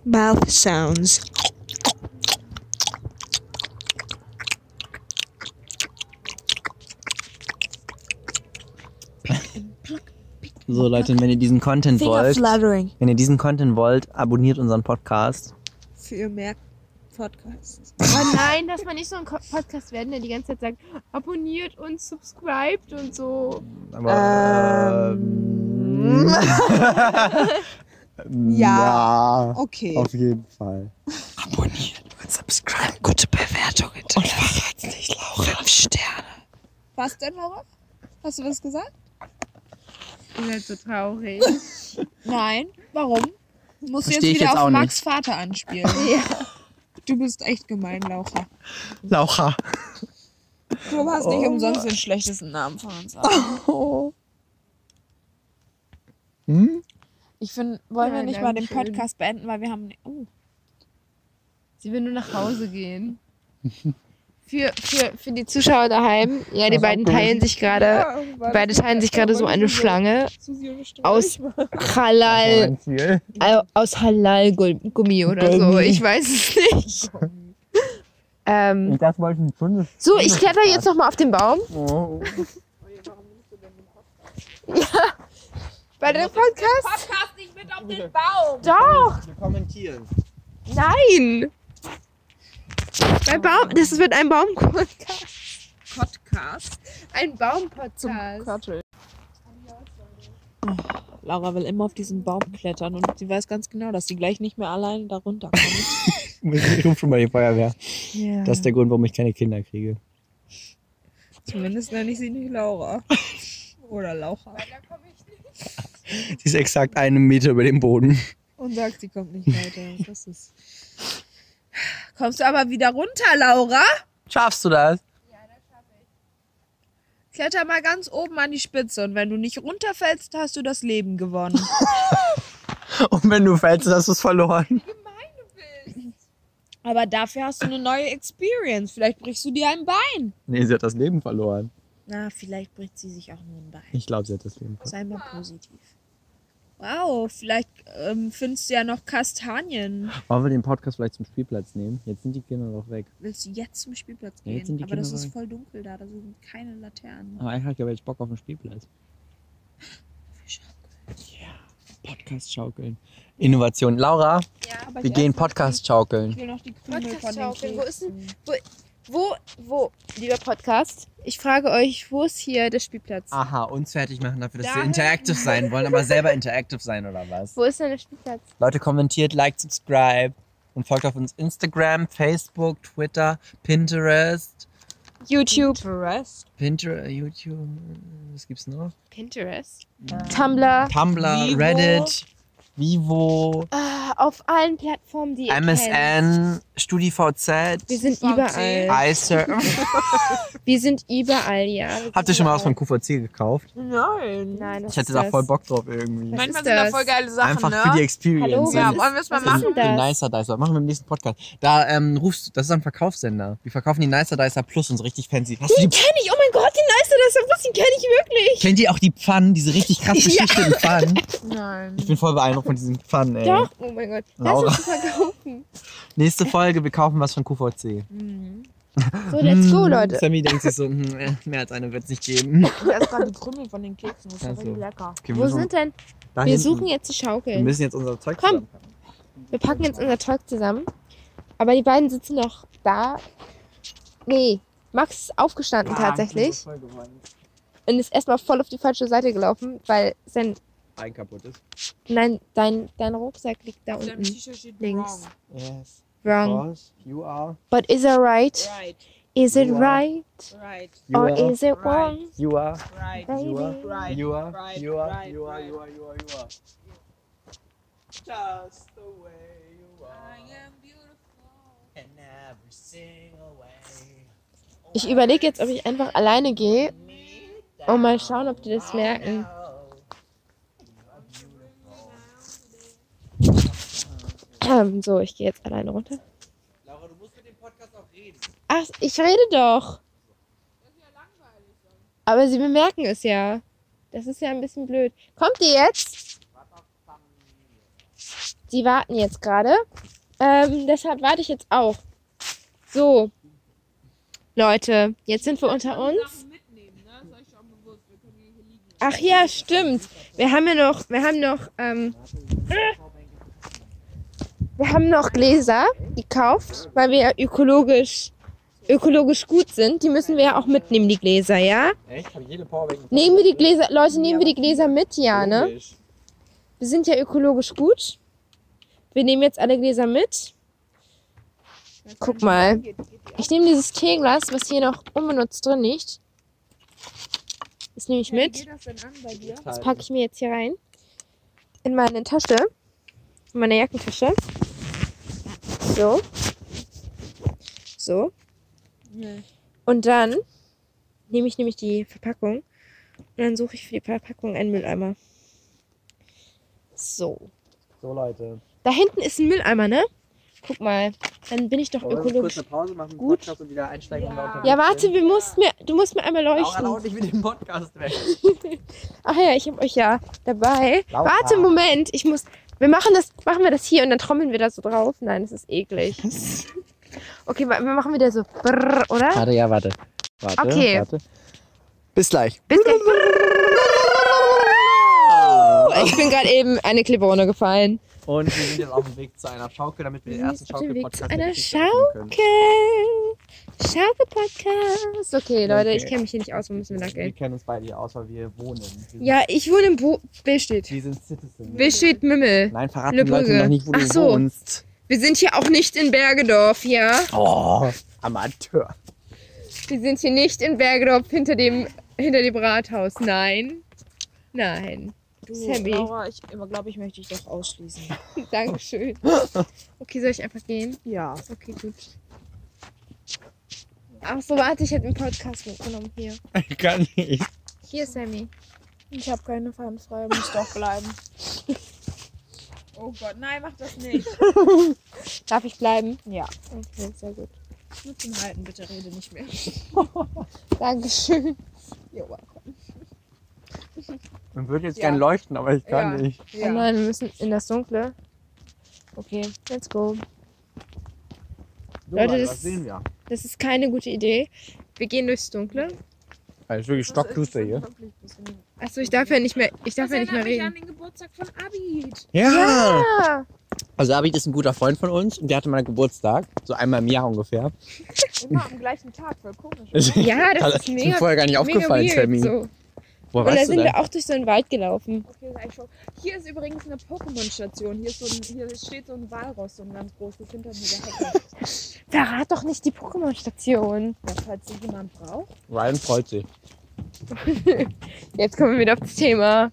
[SPEAKER 8] mouth sounds.
[SPEAKER 6] So Leute, und wenn ihr diesen Content
[SPEAKER 2] Finger
[SPEAKER 6] wollt,
[SPEAKER 2] fluttering.
[SPEAKER 6] wenn ihr diesen Content wollt, abonniert unseren Podcast.
[SPEAKER 8] Für mehr Podcasts.
[SPEAKER 3] Oh nein, dass man nicht so ein Ko- Podcast werden, der die ganze Zeit sagt, abonniert und subscribed und so.
[SPEAKER 6] Aber ähm, ja.
[SPEAKER 8] Okay.
[SPEAKER 6] auf jeden Fall.
[SPEAKER 7] Subscribe. Gute Bewertungen. Und verrat's nicht, Laura. Fünf Sterne.
[SPEAKER 2] Was denn, Laura? Hast du was gesagt?
[SPEAKER 3] Ihr seid halt so traurig.
[SPEAKER 2] Nein. Warum? Musst du jetzt
[SPEAKER 6] Versteh ich
[SPEAKER 2] wieder
[SPEAKER 6] jetzt auch
[SPEAKER 2] auf Max Vater anspielen. ja. Du bist echt gemein, Laura.
[SPEAKER 6] Laucha.
[SPEAKER 2] Du hast
[SPEAKER 6] Oh
[SPEAKER 2] nicht umsonst den schlechtesten Namen von uns. Oh.
[SPEAKER 6] Hm?
[SPEAKER 2] Ich finde, wollen wir
[SPEAKER 3] Nein,
[SPEAKER 2] nicht mal den
[SPEAKER 3] danke schön.
[SPEAKER 2] Podcast beenden, weil wir haben. Oh.
[SPEAKER 3] Sie will nur nach Hause gehen. Für, für, für die Zuschauer daheim, ja, die beiden teilen sich gerade, beide teilen sich gerade so eine Schlange aus Halal,
[SPEAKER 6] Ziel.
[SPEAKER 3] au- aus Halal-Gummi oder so. Ich weiß es nicht. Ähm,
[SPEAKER 6] Das wollte ich schon.
[SPEAKER 3] so, ich kletter jetzt nochmal auf den Baum.
[SPEAKER 6] Oh.
[SPEAKER 3] Bei dem Podcast?
[SPEAKER 5] Podcast nicht mit auf den Baum.
[SPEAKER 3] Doch!
[SPEAKER 6] Wir kommentieren.
[SPEAKER 3] Nein! Bei Baum, das wird ein Baum-Podcast.
[SPEAKER 5] Podcast.
[SPEAKER 3] Ein Baum-Podcast.
[SPEAKER 2] Laura will immer auf diesen Baum klettern und sie weiß ganz genau, dass sie gleich nicht mehr alleine da runterkommt.
[SPEAKER 6] Ich rufe schon mal die Feuerwehr.
[SPEAKER 3] Ja.
[SPEAKER 6] Das ist der Grund, warum ich keine Kinder kriege.
[SPEAKER 2] Zumindest nenne ich sie nicht Laura. Oder Laucha.
[SPEAKER 6] Sie ist exakt einen Meter über dem Boden.
[SPEAKER 2] Und sagt, sie kommt nicht weiter. Das ist. Kommst du aber wieder runter, Laura?
[SPEAKER 6] Schaffst du das?
[SPEAKER 2] Kletter mal ganz oben an die Spitze und wenn du nicht runterfällst, hast du das Leben gewonnen.
[SPEAKER 6] Und wenn du fällst, hast du es verloren.
[SPEAKER 2] Aber dafür hast du eine neue Experience. Vielleicht brichst du dir ein Bein.
[SPEAKER 6] Nee, sie hat das Leben verloren.
[SPEAKER 2] Na, vielleicht bricht sie sich auch nur ein Bein.
[SPEAKER 6] Ich glaube, sie hat das Leben verloren.
[SPEAKER 2] Sei mal positiv. Wow, vielleicht ähm, findest du ja noch Kastanien.
[SPEAKER 6] Wollen wir den Podcast vielleicht zum Spielplatz nehmen? Jetzt sind die Kinder doch weg.
[SPEAKER 2] Willst du jetzt zum Spielplatz
[SPEAKER 6] Ja, jetzt
[SPEAKER 2] gehen?
[SPEAKER 6] sind die
[SPEAKER 2] Aber das
[SPEAKER 6] Kinder
[SPEAKER 2] ist
[SPEAKER 6] rein.
[SPEAKER 2] voll dunkel da, da sind keine Laternen.
[SPEAKER 6] Aber eigentlich habe ich aber jetzt Bock auf den Spielplatz. Ja, Podcast schaukeln. Innovation. Laura, wir gehen Podcast
[SPEAKER 2] Ich
[SPEAKER 6] schaukeln.
[SPEAKER 2] will noch die Krümel von den
[SPEAKER 3] Podcast-Schaukel, wo ist denn-
[SPEAKER 2] Keksen.
[SPEAKER 3] Wo, wo, lieber Podcast, ich frage euch, wo ist hier der Spielplatz?
[SPEAKER 6] Aha, uns fertig machen dafür, dass
[SPEAKER 2] Dahin.
[SPEAKER 6] wir interactive sein wollen, aber selber interactive sein oder was?
[SPEAKER 3] Wo ist denn der Spielplatz?
[SPEAKER 6] Leute, kommentiert, liked, subscribe und folgt auf uns Instagram, Facebook, Twitter, Pinterest,
[SPEAKER 3] YouTube.
[SPEAKER 6] Pinterest, YouTube, was gibt's noch?
[SPEAKER 3] Pinterest. Tumblr.
[SPEAKER 6] Tumblr,
[SPEAKER 2] Vivo.
[SPEAKER 6] Reddit, Vivo,
[SPEAKER 3] Ah, auf allen Plattformen, die ihr kennt.
[SPEAKER 6] MSN, StudiVZ,
[SPEAKER 3] Wir sind überall.
[SPEAKER 6] iServe.
[SPEAKER 3] Wir sind überall, ja. Wir sind
[SPEAKER 6] Habt ihr schon mal was
[SPEAKER 3] überall.
[SPEAKER 6] von QVC gekauft?
[SPEAKER 9] Nein.
[SPEAKER 3] Nein, das
[SPEAKER 6] Ich hätte
[SPEAKER 3] ist
[SPEAKER 6] da
[SPEAKER 3] das.
[SPEAKER 6] voll Bock drauf irgendwie.
[SPEAKER 3] Was
[SPEAKER 1] Manchmal
[SPEAKER 3] ist
[SPEAKER 1] sind da
[SPEAKER 3] das?
[SPEAKER 1] voll geile Sachen,
[SPEAKER 6] Einfach
[SPEAKER 1] ne?
[SPEAKER 6] für die Experience.
[SPEAKER 3] Hallo,
[SPEAKER 6] irgendwie.
[SPEAKER 1] ja,
[SPEAKER 3] Was
[SPEAKER 1] wollen wir es mal
[SPEAKER 3] was ist
[SPEAKER 1] machen?
[SPEAKER 3] denn
[SPEAKER 6] Den
[SPEAKER 3] das?
[SPEAKER 6] Nicer Dicer. Machen wir im nächsten Podcast. Da ähm, rufst du, das ist ein Verkaufssender. Die verkaufen die Nicer Dicer Plus und so richtig fancy. Hast du die,
[SPEAKER 3] Kenn ich, oh mein Gott, die neueste, das ist was, die kenne ich wirklich.
[SPEAKER 6] kennt ihr auch die Pfannen, diese richtig krass beschichteten Pfannen?
[SPEAKER 1] Nein.
[SPEAKER 6] Ich bin voll beeindruckt von diesen Pfannen, ey.
[SPEAKER 3] Doch, oh mein Gott. Lass
[SPEAKER 6] Laura.
[SPEAKER 3] uns das mal kaufen.
[SPEAKER 6] Nächste Folge, wir kaufen was von QVC.
[SPEAKER 3] So, let's go,
[SPEAKER 6] Hm,
[SPEAKER 3] Leute.
[SPEAKER 6] Sammy denkt sich so, hm, äh, mehr als eine wird es nicht geben.
[SPEAKER 1] Da ist gerade die Krümel von den Keksen. Das ist
[SPEAKER 6] Ja,
[SPEAKER 1] richtig
[SPEAKER 6] so.
[SPEAKER 1] lecker.
[SPEAKER 6] Okay,
[SPEAKER 3] Wo sind denn?
[SPEAKER 6] da
[SPEAKER 3] Wir
[SPEAKER 6] hinten.
[SPEAKER 3] suchen jetzt die Schaukel.
[SPEAKER 6] Wir müssen jetzt unser Zeug
[SPEAKER 3] Komm.
[SPEAKER 6] zusammenpacken.
[SPEAKER 3] Wir packen jetzt unser Zeug zusammen. Aber die beiden sitzen noch da. Nee, Max ist aufgestanden tatsächlich und ist erstmal voll auf die falsche Seite gelaufen, weil sein.
[SPEAKER 6] Ein kaputt ist.
[SPEAKER 3] Nein, dein, dein Rucksack liegt da
[SPEAKER 1] Auf deinem
[SPEAKER 3] unten.
[SPEAKER 1] T-Shirt steht
[SPEAKER 3] Links.
[SPEAKER 1] wrong.
[SPEAKER 6] Yes.
[SPEAKER 3] Wrong.
[SPEAKER 6] Because you are.
[SPEAKER 3] But is it right?
[SPEAKER 1] Right,
[SPEAKER 3] Is it
[SPEAKER 6] Ja.
[SPEAKER 3] right?
[SPEAKER 1] right,
[SPEAKER 6] You
[SPEAKER 3] Or
[SPEAKER 6] are.
[SPEAKER 3] is it wrong?
[SPEAKER 6] You are.
[SPEAKER 1] right,
[SPEAKER 6] You are.
[SPEAKER 1] right.
[SPEAKER 3] Baby.
[SPEAKER 6] You are.
[SPEAKER 1] right,
[SPEAKER 6] You are.
[SPEAKER 1] right,
[SPEAKER 6] You are.
[SPEAKER 1] right.
[SPEAKER 6] You are. You are. You are.
[SPEAKER 1] Just the way you are. I am beautiful.
[SPEAKER 6] And every single way.
[SPEAKER 3] Ich überlege jetzt, ob ich einfach alleine gehe und mal schauen, ob die das merken. Ähm, so, ich gehe jetzt alleine runter.
[SPEAKER 6] Laura, du musst mit dem Podcast auch reden.
[SPEAKER 3] Ach, ich rede doch. Aber sie bemerken es ja. Das ist ja ein bisschen blöd. Kommt ihr jetzt? Die warten jetzt gerade. Ähm, deshalb warte ich jetzt auch. So. Leute, jetzt sind wir unter uns. Ach ja, stimmt. Wir haben ja noch, wir haben noch, ähm, wir haben noch Gläser gekauft, weil wir ja ökologisch ökologisch gut sind, die müssen wir ja auch mitnehmen, die Gläser, ja?
[SPEAKER 6] Echt? Hab ich jede Powerbank.
[SPEAKER 3] Nehmen wir die Gläser, Leute, nehmen wir die Gläser mit, ja, ne? Wir sind ja ökologisch gut. Wir nehmen jetzt alle Gläser mit. Guck mal. Ich nehme dieses Teeglas, was hier noch unbenutzt drin liegt. Das nehme ich mit.
[SPEAKER 1] Was denn an bei dir?
[SPEAKER 3] Das packe ich mir jetzt hier rein. Also. In meine Tasche. In meine Jackentasche. So. So. Und dann nehme ich nämlich die Verpackung. Und dann suche ich für die Verpackung einen Mülleimer. So.
[SPEAKER 6] So, Leute.
[SPEAKER 3] Da hinten ist ein Mülleimer, ne? Guck mal. Dann bin ich doch
[SPEAKER 6] Wollen wir kurz
[SPEAKER 3] ökologisch.
[SPEAKER 6] eine Pause machen?
[SPEAKER 3] Gut.
[SPEAKER 6] Podcast und wieder einsteigen und lauter
[SPEAKER 3] Ja,
[SPEAKER 6] reden?
[SPEAKER 3] warte, wir musst mir, du musst mir einmal
[SPEAKER 6] Laura,
[SPEAKER 3] leuchten.
[SPEAKER 6] laut nicht mit dem Podcast weg.
[SPEAKER 3] Ach ja, ich habe euch ja dabei.
[SPEAKER 6] Laura.
[SPEAKER 3] Warte, Moment, ich muss. Wir machen das, machen wir das hier und dann trommeln wir da so drauf. Nein, das ist eklig. Okay, wa- wir machen wieder so, brrr, oder?
[SPEAKER 6] Warte, ja, warte. Warte,
[SPEAKER 3] Okay.
[SPEAKER 6] warte. Bis gleich.
[SPEAKER 3] Bis gleich. Oh, Ich bin gerade eben eine Klippe runtergefallen.
[SPEAKER 6] Und wir sind jetzt auf dem Weg zu einer Schaukel, damit wir den ersten
[SPEAKER 3] auf dem Weg zu
[SPEAKER 6] Schaukel-Podcast
[SPEAKER 3] einer
[SPEAKER 6] der Geschichte öffnen können.
[SPEAKER 3] Okay. Schauke-Podcast. Okay, Leute, ich
[SPEAKER 6] Okay.
[SPEAKER 3] kenne mich hier nicht aus, wir müssen wir
[SPEAKER 6] Wir
[SPEAKER 3] nachgehen.
[SPEAKER 6] kennen uns beide hier aus, weil wir wohnen. Wir sind,
[SPEAKER 3] Ja, ich wohne im Bo Billstedt.
[SPEAKER 6] Wir sind Citizens.
[SPEAKER 3] Billstedt Mümmel.
[SPEAKER 6] Nein, verraten die
[SPEAKER 3] Lübbrügge.
[SPEAKER 6] Leute noch nicht, wo du
[SPEAKER 3] Ach so.
[SPEAKER 6] wohnst.
[SPEAKER 3] Wir sind hier auch nicht in Bergedorf, ja?
[SPEAKER 6] Oh, Amateur.
[SPEAKER 3] Wir sind hier nicht in Bergedorf hinter dem, hinter dem Rathaus. Nein. Nein.
[SPEAKER 2] Du,
[SPEAKER 3] Sammy.
[SPEAKER 2] Laura, ich glaube, ich möchte dich doch ausschließen.
[SPEAKER 3] Dankeschön. Okay, soll ich einfach gehen?
[SPEAKER 8] Ja.
[SPEAKER 3] Okay, gut. Ach so, warte, ich hätte einen Podcast mitgenommen. Hier.
[SPEAKER 6] Ich kann nicht.
[SPEAKER 3] Hier, Sammy.
[SPEAKER 2] Ich habe keine Fans frei, muss doch bleiben.
[SPEAKER 8] Oh Gott, nein, mach das nicht.
[SPEAKER 3] Darf ich bleiben?
[SPEAKER 2] Ja.
[SPEAKER 3] Okay, sehr gut.
[SPEAKER 2] Nur zum Halten, bitte rede nicht mehr.
[SPEAKER 3] Dankeschön.
[SPEAKER 6] Man würde jetzt
[SPEAKER 8] Ja.
[SPEAKER 6] gern leuchten, aber ich kann
[SPEAKER 8] Ja.
[SPEAKER 6] nicht.
[SPEAKER 3] Oh nein, wir müssen in das Dunkle. Okay, let's go.
[SPEAKER 6] So,
[SPEAKER 3] Leute,
[SPEAKER 6] Leute,
[SPEAKER 3] das-
[SPEAKER 6] was sehen wir?
[SPEAKER 3] Das ist keine gute Idee. Wir gehen durchs Dunkle.
[SPEAKER 6] Das ist Also wirklich stockduster hier.
[SPEAKER 3] Achso, ich darf ja nicht mehr, ich darf
[SPEAKER 5] Das
[SPEAKER 3] ja nicht mehr
[SPEAKER 5] erinnert mich an
[SPEAKER 3] reden.
[SPEAKER 5] den Geburtstag von Abid.
[SPEAKER 6] Ja.
[SPEAKER 3] Ah,
[SPEAKER 6] Also Abid ist ein guter Freund von uns und der hatte mal Geburtstag. So einmal im Jahr ungefähr.
[SPEAKER 8] Immer am gleichen Tag, voll komisch.
[SPEAKER 3] Ja, das ist
[SPEAKER 6] mir
[SPEAKER 3] mega-
[SPEAKER 6] vorher gar nicht aufgefallen,
[SPEAKER 3] mega weird,
[SPEAKER 6] Sammy.
[SPEAKER 3] so. Und
[SPEAKER 6] Woher
[SPEAKER 3] da
[SPEAKER 6] weißt du
[SPEAKER 3] sind
[SPEAKER 6] denn?
[SPEAKER 3] wir auch durch so einen Wald gelaufen.
[SPEAKER 6] Äh.
[SPEAKER 2] Okay, das ist echt schon- Hier ist übrigens eine Pokémon-Station. Hier, ist so ein- hier steht so ein Walross, so ein ganz großes hinter dieser Hecke.
[SPEAKER 3] Verrat doch nicht die Pokémon-Station.
[SPEAKER 2] Ja, falls sie jemand braucht.
[SPEAKER 6] Ryan freut sich.
[SPEAKER 3] Jetzt kommen wir wieder auf das Thema.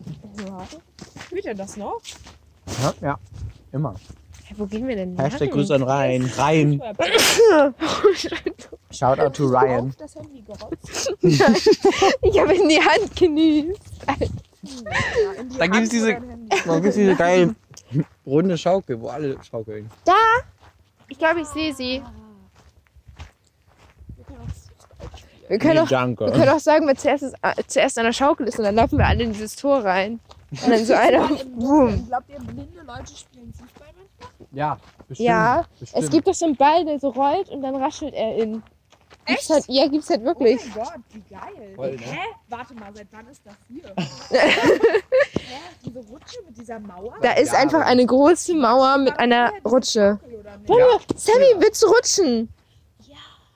[SPEAKER 2] Fühlt ihr das noch?
[SPEAKER 6] Ja, ja. immer.
[SPEAKER 3] Hä, wo gehen wir denn hin?
[SPEAKER 6] Hashtag Grüße an Ryan. Ryan. Shoutout to Ryan.
[SPEAKER 2] Auf das Handy gerotzt.
[SPEAKER 3] Ich habe in die Hand genießt.
[SPEAKER 6] Da gibt es diese, da gibt's diese geile runde Schaukel, wo alle schaukeln.
[SPEAKER 3] Ich glaube, ich sehe sie. Wir können, auch, wir
[SPEAKER 6] danke.
[SPEAKER 3] können auch sagen, wer zuerst, ist, äh, zuerst an der Schaukel ist und dann laufen wir alle in dieses Tor rein. Und dann so einer, boom.
[SPEAKER 2] Glaubt ihr, blinde Leute spielen Fußball?
[SPEAKER 6] Ja, bestimmt.
[SPEAKER 3] Ja,
[SPEAKER 6] bestimmt.
[SPEAKER 3] es gibt doch so einen Ball, der so rollt und dann raschelt er in. Gibt's halt, ja, gibt's halt
[SPEAKER 2] Oh mein
[SPEAKER 3] wirklich.
[SPEAKER 2] Gott, wie geil.
[SPEAKER 6] Voll, ne?
[SPEAKER 2] Hä? Warte mal, seit wann ist das hier? Hä? Diese Rutsche mit dieser Mauer?
[SPEAKER 3] Da ist
[SPEAKER 6] Ja,
[SPEAKER 3] einfach
[SPEAKER 6] aber-
[SPEAKER 3] eine große Mauer mit
[SPEAKER 2] War
[SPEAKER 3] einer
[SPEAKER 2] früher diese
[SPEAKER 3] Rutsche.
[SPEAKER 2] Schaukel oder nicht?
[SPEAKER 3] Wollen wir, Sammy, willst du rutschen?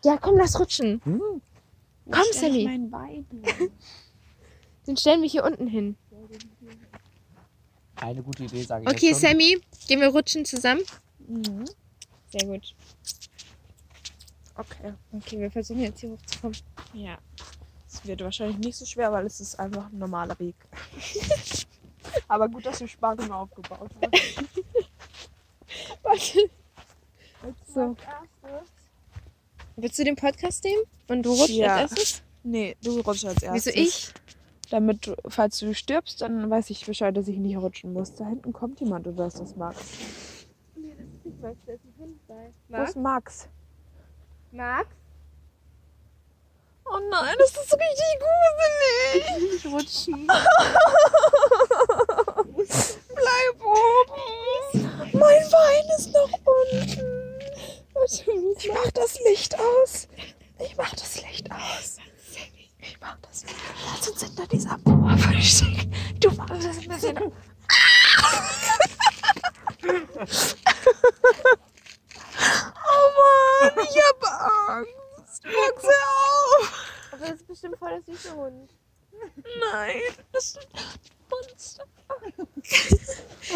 [SPEAKER 3] Ja, komm, lass rutschen.
[SPEAKER 6] Hm?
[SPEAKER 3] Komm, Sammy, den stellen wir hier unten hin.
[SPEAKER 6] Eine gute Idee, sage ich
[SPEAKER 3] Okay,
[SPEAKER 6] jetzt schon.
[SPEAKER 3] Sammy, gehen wir rutschen zusammen? Mhm. Sehr gut.
[SPEAKER 2] Okay.
[SPEAKER 3] Okay, wir versuchen jetzt hier hochzukommen.
[SPEAKER 2] Ja. Es wird wahrscheinlich nicht so schwer, weil es ist einfach ein normaler Weg.
[SPEAKER 8] Aber gut, dass du Spannung aufgebaut hast.
[SPEAKER 3] So. Willst du den Podcast nehmen? Und du rutschst
[SPEAKER 8] Ja.
[SPEAKER 3] als erstes?
[SPEAKER 8] Nee, du rutschst als erstes.
[SPEAKER 3] Wieso ich?
[SPEAKER 8] Damit, du, falls du stirbst, dann weiß ich Bescheid, dass ich nicht rutschen muss. Da hinten kommt jemand, oder was das Max. Wo ist Max?
[SPEAKER 3] Max?
[SPEAKER 8] Oh nein, das ist richtig gruselig. Ich will nicht rutschen. Bleib oben. Mein Wein ist noch unten. Warte, Ich mach das Licht aus. Ich mach das Licht aus. Ich mach das Licht aus. Lass uns hinter dieser Mauer verstecken. Du machst das ein bisschen. Oh Mann, ich hab Angst. Max, hör auf.
[SPEAKER 3] Aber das ist bestimmt voll der süße Hund.
[SPEAKER 8] Nein, das ist ein Monster.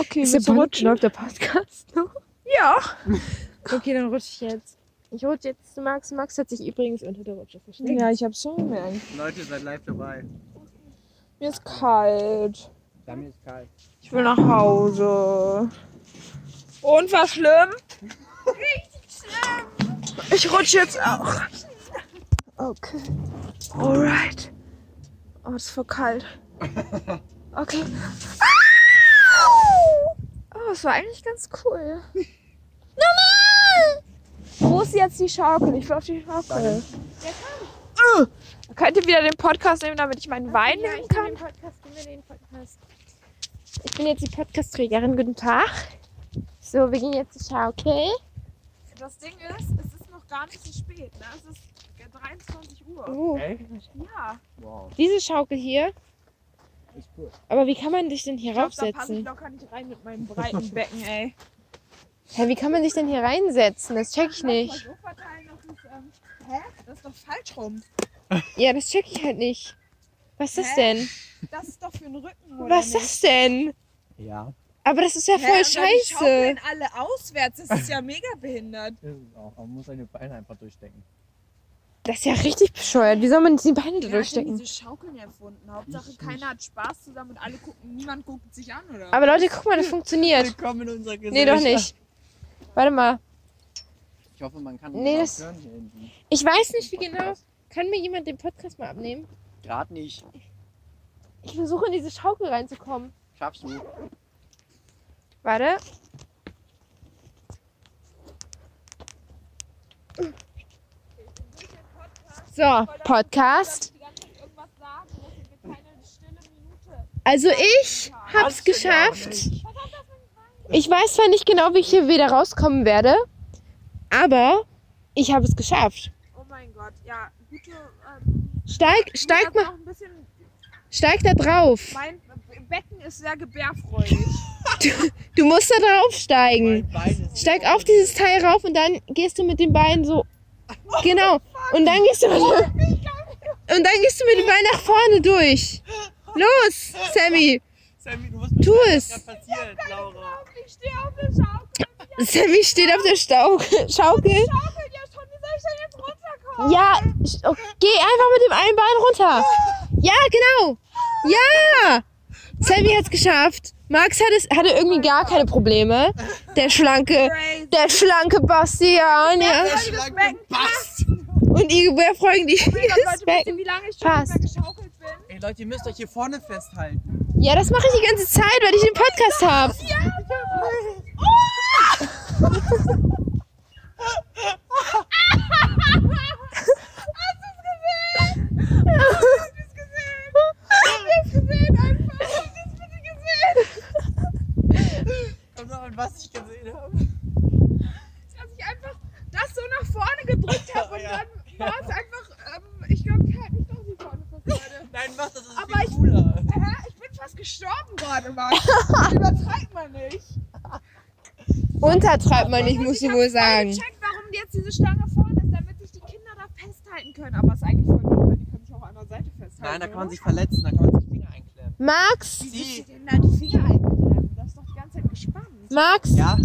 [SPEAKER 8] Okay, ist willst
[SPEAKER 3] Ist der
[SPEAKER 8] du
[SPEAKER 3] Podcast,
[SPEAKER 8] rutschen?
[SPEAKER 3] läuft der Podcast noch?
[SPEAKER 8] Ja.
[SPEAKER 3] Okay, dann rutsche ich jetzt. Ich rutsche jetzt zu Max. Max hat sich übrigens unter der Rutsche versteckt.
[SPEAKER 8] Ja, ich hab's schon gemerkt.
[SPEAKER 6] Leute, seid live dabei.
[SPEAKER 8] Mir ist kalt.
[SPEAKER 6] Sammy ist kalt.
[SPEAKER 8] Ich will nach Hause. Und war schlimm? Richtig schlimm. Ich rutsche jetzt auch. Okay. Alright. Oh, es ist voll kalt. Okay. Au! Oh, es war eigentlich ganz cool. Wo ist jetzt die Schaukel? Ich will auf die Schaukel. Äh, Könnt ihr wieder den Podcast nehmen, damit ich meinen Wein nehmen kann?
[SPEAKER 3] den Podcast, gib mir den Podcast. Ich bin jetzt die Podcastträgerin. Guten Tag. So, wir gehen jetzt zur Schaukel.
[SPEAKER 8] Das Ding ist, es ist noch gar nicht so spät. Ne? Es ist 23 Uhr.
[SPEAKER 3] Oh,
[SPEAKER 8] Ja,
[SPEAKER 6] Wow,
[SPEAKER 3] diese Schaukel hier.
[SPEAKER 6] ist cool.
[SPEAKER 3] Aber wie kann man dich denn hier
[SPEAKER 8] ich glaub, da passe ich
[SPEAKER 3] raufsetzen?
[SPEAKER 8] locker nicht rein mit meinem breiten Becken, ey.
[SPEAKER 3] Hä, wie kann man dich denn hier reinsetzen? Das check ich
[SPEAKER 8] Mal
[SPEAKER 3] nicht.
[SPEAKER 8] so verteilen, dass es, ähm, hä? Das ist doch falsch rum.
[SPEAKER 3] Ja, das check ich halt nicht. Was ist das
[SPEAKER 8] Hä?
[SPEAKER 3] denn?
[SPEAKER 8] Das ist doch für den Rücken, oder
[SPEAKER 3] Was ist
[SPEAKER 8] nicht?
[SPEAKER 3] das denn?
[SPEAKER 6] Ja.
[SPEAKER 3] Aber das ist ja voll
[SPEAKER 2] Die schaukeln
[SPEAKER 3] scheiße.
[SPEAKER 2] alle auswärts. Das ist ja mega behindert.
[SPEAKER 6] Das ist auch. Man muss seine Beine einfach durchstecken.
[SPEAKER 3] Das ist ja richtig bescheuert. Wie soll man die Beine
[SPEAKER 2] Wer hat denn
[SPEAKER 3] durchstecken?
[SPEAKER 2] diese Schaukeln erfunden? Hauptsache keiner hat Spaß zusammen und alle gucken, niemand guckt sich an, oder?
[SPEAKER 3] Aber Leute, guck mal, das funktioniert.
[SPEAKER 6] Willkommen in unserer Gesellschaft.
[SPEAKER 3] Nee, doch nicht. Warte mal.
[SPEAKER 6] Ich hoffe, man kann
[SPEAKER 3] Nee,
[SPEAKER 6] das
[SPEAKER 3] das-
[SPEAKER 6] hören hier hinten.
[SPEAKER 3] Ich weiß nicht, wie genau. Kann mir jemand den Podcast mal abnehmen?
[SPEAKER 6] Gerade nicht.
[SPEAKER 3] Ich versuche in diese Schaukel reinzukommen.
[SPEAKER 6] Schaffst du.
[SPEAKER 3] Warte. So, Podcast. Also ich hab's geschafft. Ich weiß zwar nicht genau, wie ich hier wieder rauskommen werde, aber ich habe es geschafft.
[SPEAKER 2] Oh mein Gott, ja, gute. Ähm,
[SPEAKER 3] Steig,
[SPEAKER 2] Mir
[SPEAKER 3] steig
[SPEAKER 2] hat's
[SPEAKER 3] mal,
[SPEAKER 2] auch Ein bisschen,
[SPEAKER 3] steig da drauf.
[SPEAKER 2] mein Becken ist sehr gebärfreudig.
[SPEAKER 3] Du musst da drauf steigen.
[SPEAKER 6] Beine sind
[SPEAKER 3] Steig auf dieses Teil rauf und dann gehst du mit den Beinen so.
[SPEAKER 6] Oh,
[SPEAKER 3] Genau. Und dann gehst du mit, und dann gehst du mit den Beinen nach vorne durch. Los, Sammy.
[SPEAKER 6] Sammy, du musst mir
[SPEAKER 3] Tu
[SPEAKER 6] sagen, was
[SPEAKER 3] es.
[SPEAKER 6] gerade passiert, Laura.
[SPEAKER 2] Ich stehe auf der Schaukel.
[SPEAKER 3] Sammy steht auf der Stau Schaukel.
[SPEAKER 2] Schaukel ja schon, wie soll ich denn jetzt runterkommen?
[SPEAKER 3] Ja, sch- oh, geh einfach mit dem einen Bein runter. Ja, genau. Ja. Sammy hat's geschafft. Max hat es, hatte irgendwie gar keine Probleme. Der schlanke,
[SPEAKER 2] Crazy.
[SPEAKER 3] der schlanke Bastian, ja.
[SPEAKER 6] Der schlanke Bass.
[SPEAKER 3] Und ihr gebärfreudiges
[SPEAKER 2] Oh mein Gott, Leute, wisst
[SPEAKER 3] Becken.
[SPEAKER 2] ihr, wie lange ich schon nicht mehr
[SPEAKER 3] Passt.
[SPEAKER 2] geschaukelt bin?
[SPEAKER 6] Ey Leute, ihr müsst euch hier vorne festhalten.
[SPEAKER 3] Ja, das mache ich die ganze Zeit, weil ich den Podcast habe.
[SPEAKER 6] Kommt noch an, was ich gesehen habe.
[SPEAKER 2] Dass ich einfach das so nach vorne gedrückt habe und
[SPEAKER 6] Ja.
[SPEAKER 2] dann war es einfach, ähm, ich glaube, ich halte mich doch nicht vorne fest, Leute.
[SPEAKER 6] Nein, mach das, das ist
[SPEAKER 2] Aber
[SPEAKER 6] viel
[SPEAKER 2] ich-
[SPEAKER 6] cooler.
[SPEAKER 2] Hä? Ich bin fast gestorben gerade, Max. Das Übertreibt man nicht.
[SPEAKER 3] Untertreibt man nicht, muss
[SPEAKER 2] ich
[SPEAKER 3] ich wohl sagen.
[SPEAKER 2] gecheckt, warum jetzt diese Stange vorne ist, damit sich die Kinder da festhalten können. Aber es ist eigentlich voll dumm, weil die können sich auch an der Seite festhalten.
[SPEAKER 6] Nein, da kann man
[SPEAKER 2] oder?
[SPEAKER 6] sich verletzen, da kann man sich die Finger einklemmen.
[SPEAKER 3] Max,
[SPEAKER 2] Wie willst du
[SPEAKER 6] Sie.
[SPEAKER 2] denn da die Finger einklemmen? Das ist doch die ganze Zeit gespannt.
[SPEAKER 3] Max,
[SPEAKER 6] Ja?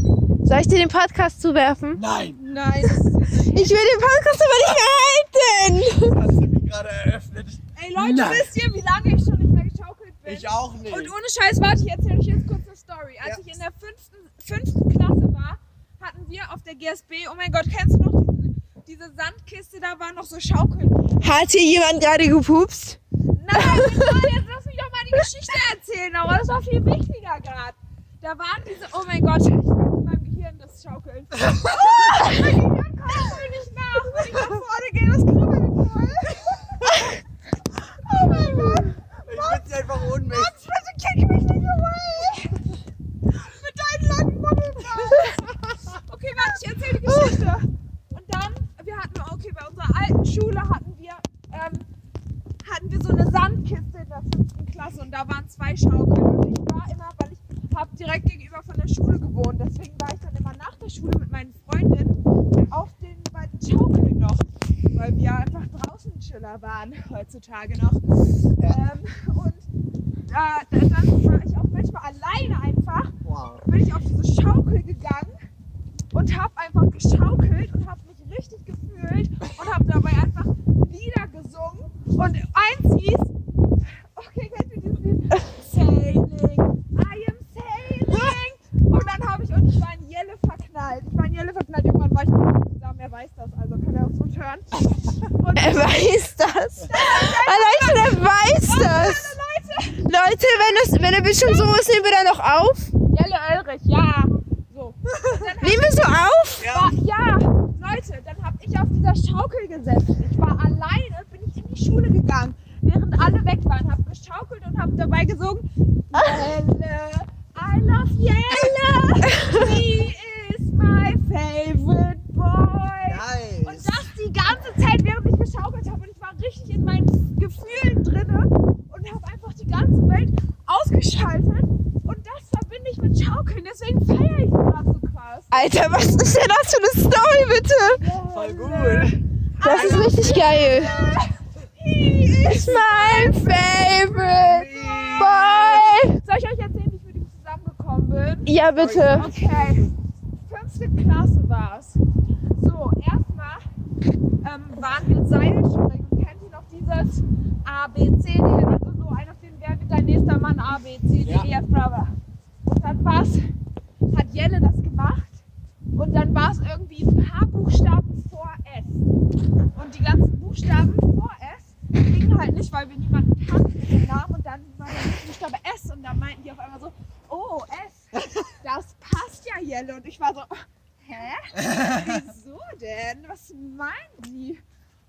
[SPEAKER 3] soll ich dir den Podcast zuwerfen?
[SPEAKER 6] Nein!
[SPEAKER 2] Nein, das ist jetzt nicht.
[SPEAKER 3] Ich will den Podcast aber nicht mehr halten.
[SPEAKER 6] Das hat Sammy gerade eröffnet.
[SPEAKER 2] Ey Leute,
[SPEAKER 6] Nein.
[SPEAKER 2] wisst ihr, wie lange ich schon nicht mehr geschaukelt bin?
[SPEAKER 6] Ich auch nicht.
[SPEAKER 2] Und ohne Scheiß, warte, ich erzähle euch jetzt kurz eine Story. Als ich in der fünften, fünften Klasse war, hatten wir auf der GSB, oh mein Gott, kennst du noch diesen, diese Sandkiste, da waren noch so Schaukeln.
[SPEAKER 3] Hat hier jemand gerade gepupst?
[SPEAKER 2] Nein, Nicole, jetzt lass mich doch mal die Geschichte erzählen, aber das war viel wichtiger gerade. Da waren diese, oh mein Gott, ich in meinem Gehirn das Schaukeln. Oh, mein Gehirn kommt mir nicht nach, wenn ich nach vorne gehe, das kribbelt voll. Oh mein Gott,
[SPEAKER 6] Ich bin jetzt einfach ohnmächtig.
[SPEAKER 2] bitte kick mich nicht away. Mit deinen langen Mummelbeinen. Okay, warte, ich erzähle die Geschichte. Und dann, wir hatten, okay, bei unserer alten Schule hatten wir, ähm, hatten wir so eine Sandkiste in der fünften Klasse und da waren zwei Schaukeln. Und ich war immer, weil ich habe direkt gegenüber von der Schule gewohnt, deswegen war ich dann immer nach der Schule mit meinen Freundinnen auf den beiden Schaukeln noch, weil wir einfach draußen Chiller waren heutzutage noch. Ähm, und äh, dann war ich auch manchmal alleine einfach
[SPEAKER 6] Wow.
[SPEAKER 2] bin ich auf diese Schaukel gegangen und habe einfach geschaukelt und habe mich richtig gefühlt und habe dabei einfach Lieder gesungen. Und eins hieß, okay, kennt ihr dieses Lied? Sailing, I am sailing. Und dann habe ich, und ich war in Jelle verknallt. Ich war in Jelle verknallt, irgendwann war ich mit ihm zusammen, er weiß das, also kann er uns gut hören. Und
[SPEAKER 3] Er weiß das. Allein schon er weiß das. Leute, wenn, das, wenn der Bildschirm so ist, nehmen wir da noch auf.
[SPEAKER 2] Jelle Ulrich, ja. So. Und dann
[SPEAKER 3] Nehmen wir so auf?
[SPEAKER 2] war, ja, Leute, dann habe ich auf dieser Schaukel gesessen. Ich war alleine, bin ich in die Schule gegangen, während alle weg waren, habe geschaukelt und habe dabei gesungen, Jelle, I love Jelle, he is my favorite boy. Und
[SPEAKER 6] Nice.
[SPEAKER 2] das die ganze Zeit, während ich geschaukelt habe. Und ich war richtig in meinen Gefühlen drinne und habe einfach die ganze Welt ausgeschaltet. Und das verbinde ich mit Schaukeln. Deswegen feiere ich das so krass.
[SPEAKER 3] Alter, was ist denn das für eine Story, bitte?
[SPEAKER 6] Voll gut.
[SPEAKER 3] Das ist richtig geil. It's my favorite boy.
[SPEAKER 2] Soll ich euch erzählen, wie ich mit ihm zusammengekommen bin? drin?
[SPEAKER 10] Ja, bitte.
[SPEAKER 2] Okay. Fünfte Klasse war's. So, erstmal ähm, waren wir Seilspringen. Kennt ihr noch dieses A, B, C, D? Also so ein auf den Wer wird dein nächster Mann? A, B, C, D, E, F, bla, bla. Und dann war's, hat Jelle das gemacht. Und dann war es irgendwie ein paar Buchstaben vor S. Und die ganzen Buchstaben vor S gingen halt nicht, weil wir niemanden kannten den Namen. Und dann war der Buchstabe S. Und dann meinten die auf einmal so, oh, S das passt ja, Jelle. Und ich war so, hä? Wieso denn? Was meinen die?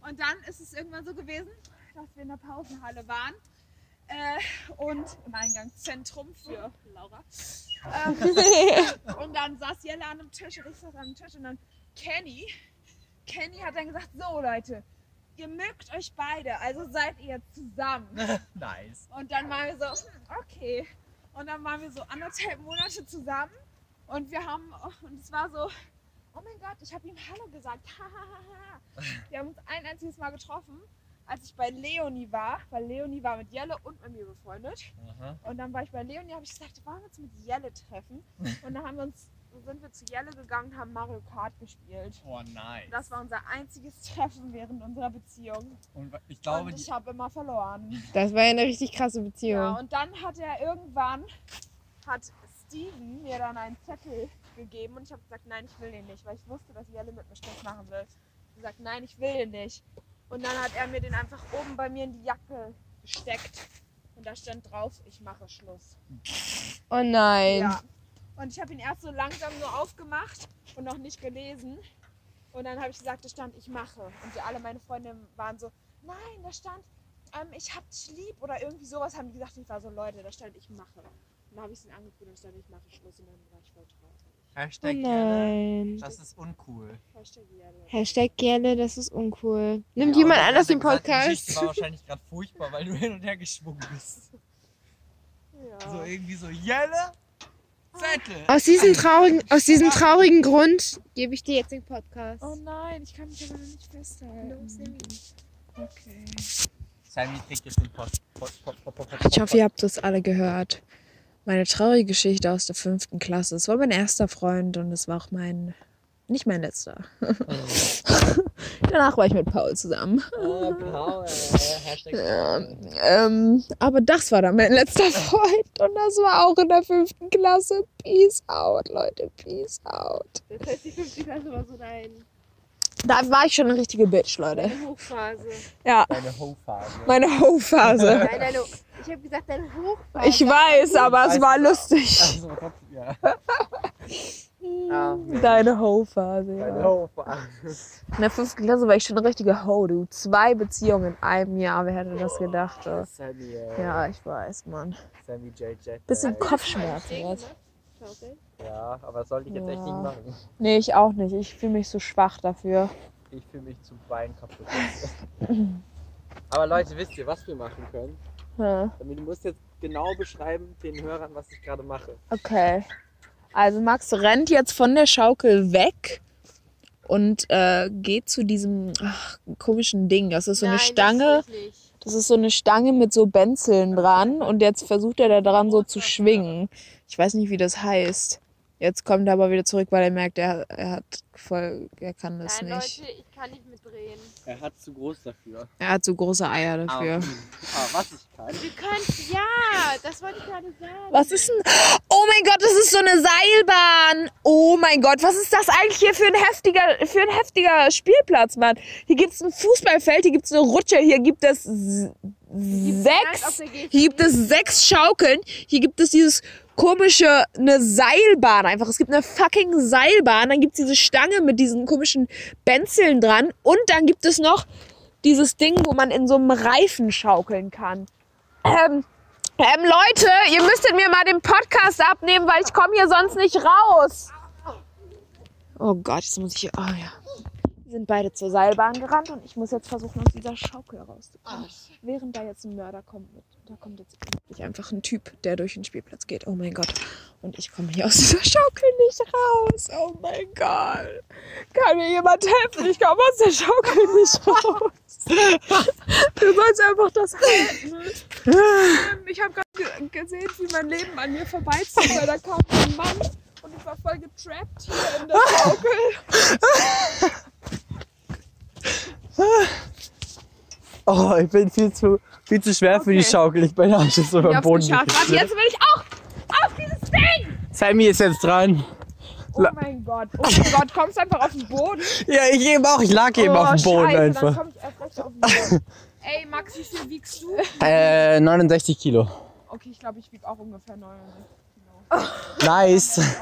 [SPEAKER 2] Und dann ist es irgendwann so gewesen, dass wir in der Pausenhalle waren äh, und im Eingangszentrum für Laura. Ähm, und dann saß Jelle an einem Tisch und ich saß an einem Tisch und dann Kenny, Kenny hat dann gesagt, so Leute, ihr mögt euch beide, also seid ihr zusammen.
[SPEAKER 1] Nice.
[SPEAKER 2] Und dann waren wir so, hm, okay. Und dann waren wir so anderthalb Monate zusammen und wir haben, und es war so, oh mein Gott, ich habe ihm Hallo gesagt. Hahaha. wir haben uns ein einziges Mal getroffen, als ich bei Leonie war, weil Leonie war mit Jelle und mit mir befreundet.
[SPEAKER 1] Aha.
[SPEAKER 2] Und dann war ich bei Leonie, habe ich gesagt, wollen wir uns mit Jelle treffen? Und dann haben wir uns, sind wir zu Jelle gegangen, haben Mario Kart gespielt.
[SPEAKER 1] Oh, nice.
[SPEAKER 2] Das war unser einziges Treffen während unserer Beziehung.
[SPEAKER 1] Und ich
[SPEAKER 2] Und
[SPEAKER 1] glaube, die,
[SPEAKER 2] ich habe immer verloren.
[SPEAKER 10] Das war ja eine richtig krasse Beziehung.
[SPEAKER 2] Ja, und dann hat er irgendwann, hat Steven mir dann einen Zettel gegeben und ich habe gesagt, nein, ich will den nicht, weil ich wusste, dass Jelle mit mir Stress machen will. Ich hab gesagt, nein, ich will den nicht. Und dann hat er mir den einfach oben bei mir in die Jacke gesteckt und da stand drauf, ich mache Schluss.
[SPEAKER 10] Oh nein.
[SPEAKER 2] Ja. Und ich habe ihn erst so langsam nur aufgemacht und noch nicht gelesen. Und dann habe ich gesagt, da stand, ich mache. Und die- alle meine Freunde waren so, nein, da stand, ähm, ich hab dich lieb oder irgendwie sowas haben die gesagt. Und ich war so, Leute, da stand, ich mache. Und dann habe ich ihn angeguckt und da stand, ich mache Schluss. Und dann war ich voll traurig.
[SPEAKER 10] Oh
[SPEAKER 1] Hashtag Jelle,
[SPEAKER 10] nein.
[SPEAKER 1] das ist uncool.
[SPEAKER 2] Hashtag Jelle.
[SPEAKER 10] Hashtag gerne, das ist uncool. Nimmt
[SPEAKER 1] Ja,
[SPEAKER 10] jemand
[SPEAKER 1] und
[SPEAKER 10] anders den
[SPEAKER 1] ganze Geschichte
[SPEAKER 10] Podcast?
[SPEAKER 1] war wahrscheinlich gerade furchtbar, weil du hin und her geschwungen bist. So irgendwie so, Jelle, Zettel.
[SPEAKER 10] Aus diesem traurigen, aus diesem traurigen Grund gebe ich dir jetzt den Podcast.
[SPEAKER 2] Oh nein, ich kann mich aber noch nicht festhalten. Okay.
[SPEAKER 1] Sammy kriegt jetzt den Post. Post, Post, Post, Post, Post,
[SPEAKER 3] Ich hoffe, ihr habt das alle gehört. Meine traurige Geschichte aus der fünften Klasse. Es war mein erster Freund und es war auch mein, nicht mein letzter. Danach war ich mit Paul zusammen.
[SPEAKER 1] Oh, Paul. Hashtag Paul.
[SPEAKER 3] Ähm, aber das war dann mein letzter Freund und das war auch in der fünften Klasse. Peace out, Leute, peace out.
[SPEAKER 2] Das heißt, die 50 Klasse war so dein,
[SPEAKER 3] Da war ich schon eine richtige Bitch, Leute.
[SPEAKER 2] deine Hochphase.
[SPEAKER 1] Deine Ho-Phase.
[SPEAKER 3] Meine Hochphase.
[SPEAKER 2] Nein, deine, ich habe gesagt, deine Hochphase.
[SPEAKER 3] Ich weiß, aber es war lustig.
[SPEAKER 1] Also, trotzdem, ja. Ah,
[SPEAKER 3] Deine Hochphase. Ja.
[SPEAKER 1] Deine Ho-Phase.
[SPEAKER 3] In der fünften Klasse war ich schon eine richtige Ho, du. Zwei Beziehungen in einem Jahr, wer hätte das gedacht? ey.
[SPEAKER 1] Sammy, ey.
[SPEAKER 3] Ja, ich weiß, Mann.
[SPEAKER 1] Sammy JJ.
[SPEAKER 3] Bisschen
[SPEAKER 1] ey.
[SPEAKER 3] Kopfschmerzen jetzt.
[SPEAKER 1] Ja, aber das sollte ich jetzt echt
[SPEAKER 3] Ja.
[SPEAKER 1] nicht machen.
[SPEAKER 3] Nee, ich auch nicht. Ich fühle mich so schwach dafür.
[SPEAKER 1] Ich fühle mich zu Bein kaputt. aber Leute, wisst ihr, was wir machen können?
[SPEAKER 3] Ja,
[SPEAKER 1] Sammy, Du musst jetzt genau beschreiben den Hörern, was ich gerade mache.
[SPEAKER 3] okay. Also Max rennt jetzt von der Schaukel weg und äh, geht zu diesem ach, komischen Ding. Das ist so eine Stange. Das ist so eine Stange mit so Benzeln dran und jetzt versucht er da dran so zu schwingen. Ich weiß nicht, wie das heißt. Jetzt kommt er aber wieder zurück, weil er merkt, er, er hat voll, er kann das nicht.
[SPEAKER 2] ich kann nicht mitdrehen.
[SPEAKER 1] Er hat zu groß dafür.
[SPEAKER 3] Er hat so große Eier
[SPEAKER 1] Aber,
[SPEAKER 3] dafür.
[SPEAKER 1] aber was ich kann.
[SPEAKER 2] Du kannst, ja, das wollte ich gerade sagen.
[SPEAKER 3] Was ist denn? Oh mein Gott, das ist so eine Seilbahn. Oh mein Gott, was ist das eigentlich hier für ein heftiger, für ein heftiger Spielplatz, Mann? Hier gibt es ein Fußballfeld, hier gibt es eine Rutsche, hier gibt es s- sechs, hier gibt es sechs Schaukeln, hier gibt es dieses komische, eine Seilbahn einfach. Es gibt eine fucking Seilbahn, dann gibt es diese Stange mit diesen komischen Benzeln dran und dann gibt es noch dieses Ding, wo man in so einem Reifen schaukeln kann. Ähm, ähm, Leute, ihr müsstet mir mal den Podcast abnehmen, weil ich komme hier sonst nicht raus. Oh Gott, jetzt muss ich hier. Oh ja. Wir sind beide zur Seilbahn gerannt und ich muss jetzt versuchen, aus dieser Schaukel rauszukommen. Während da jetzt ein Mörder kommt mit
[SPEAKER 2] Da kommt jetzt wirklich einfach ein Typ, der durch den Spielplatz geht. Oh mein Gott. Und ich komme hier aus dieser Schaukel nicht raus. Oh mein Gott. Kann mir jemand helfen? Ich komme aus der Schaukel nicht raus. du sollst einfach das halten. Ähm, Ich habe gerade ge gesehen, wie mein Leben an mir vorbeizieht, weil da kam ein Mann und ich war voll getrappt hier in der Schaukel.
[SPEAKER 6] Oh, ich bin viel zu, viel zu schwer für die Schaukel. Ich bin alles so über den Boden.
[SPEAKER 2] Warte,
[SPEAKER 6] gekippt.
[SPEAKER 2] jetzt will ich auch auf dieses Ding.
[SPEAKER 6] Sammy ist jetzt dran.
[SPEAKER 2] Oh mein Gott. Oh mein Gott, kommst einfach auf den Boden.
[SPEAKER 6] Ja, ich eben auch. Ich lag eben
[SPEAKER 2] oh,
[SPEAKER 6] auf dem Boden
[SPEAKER 2] Scheiße, Dann
[SPEAKER 6] einfach.
[SPEAKER 2] komm ich erst recht auf den Boden. Ey, Max, wie viel wiegst du?
[SPEAKER 6] Äh, 69 Kilo.
[SPEAKER 2] Okay, ich glaube, ich wiege auch ungefähr 69.
[SPEAKER 6] Nice.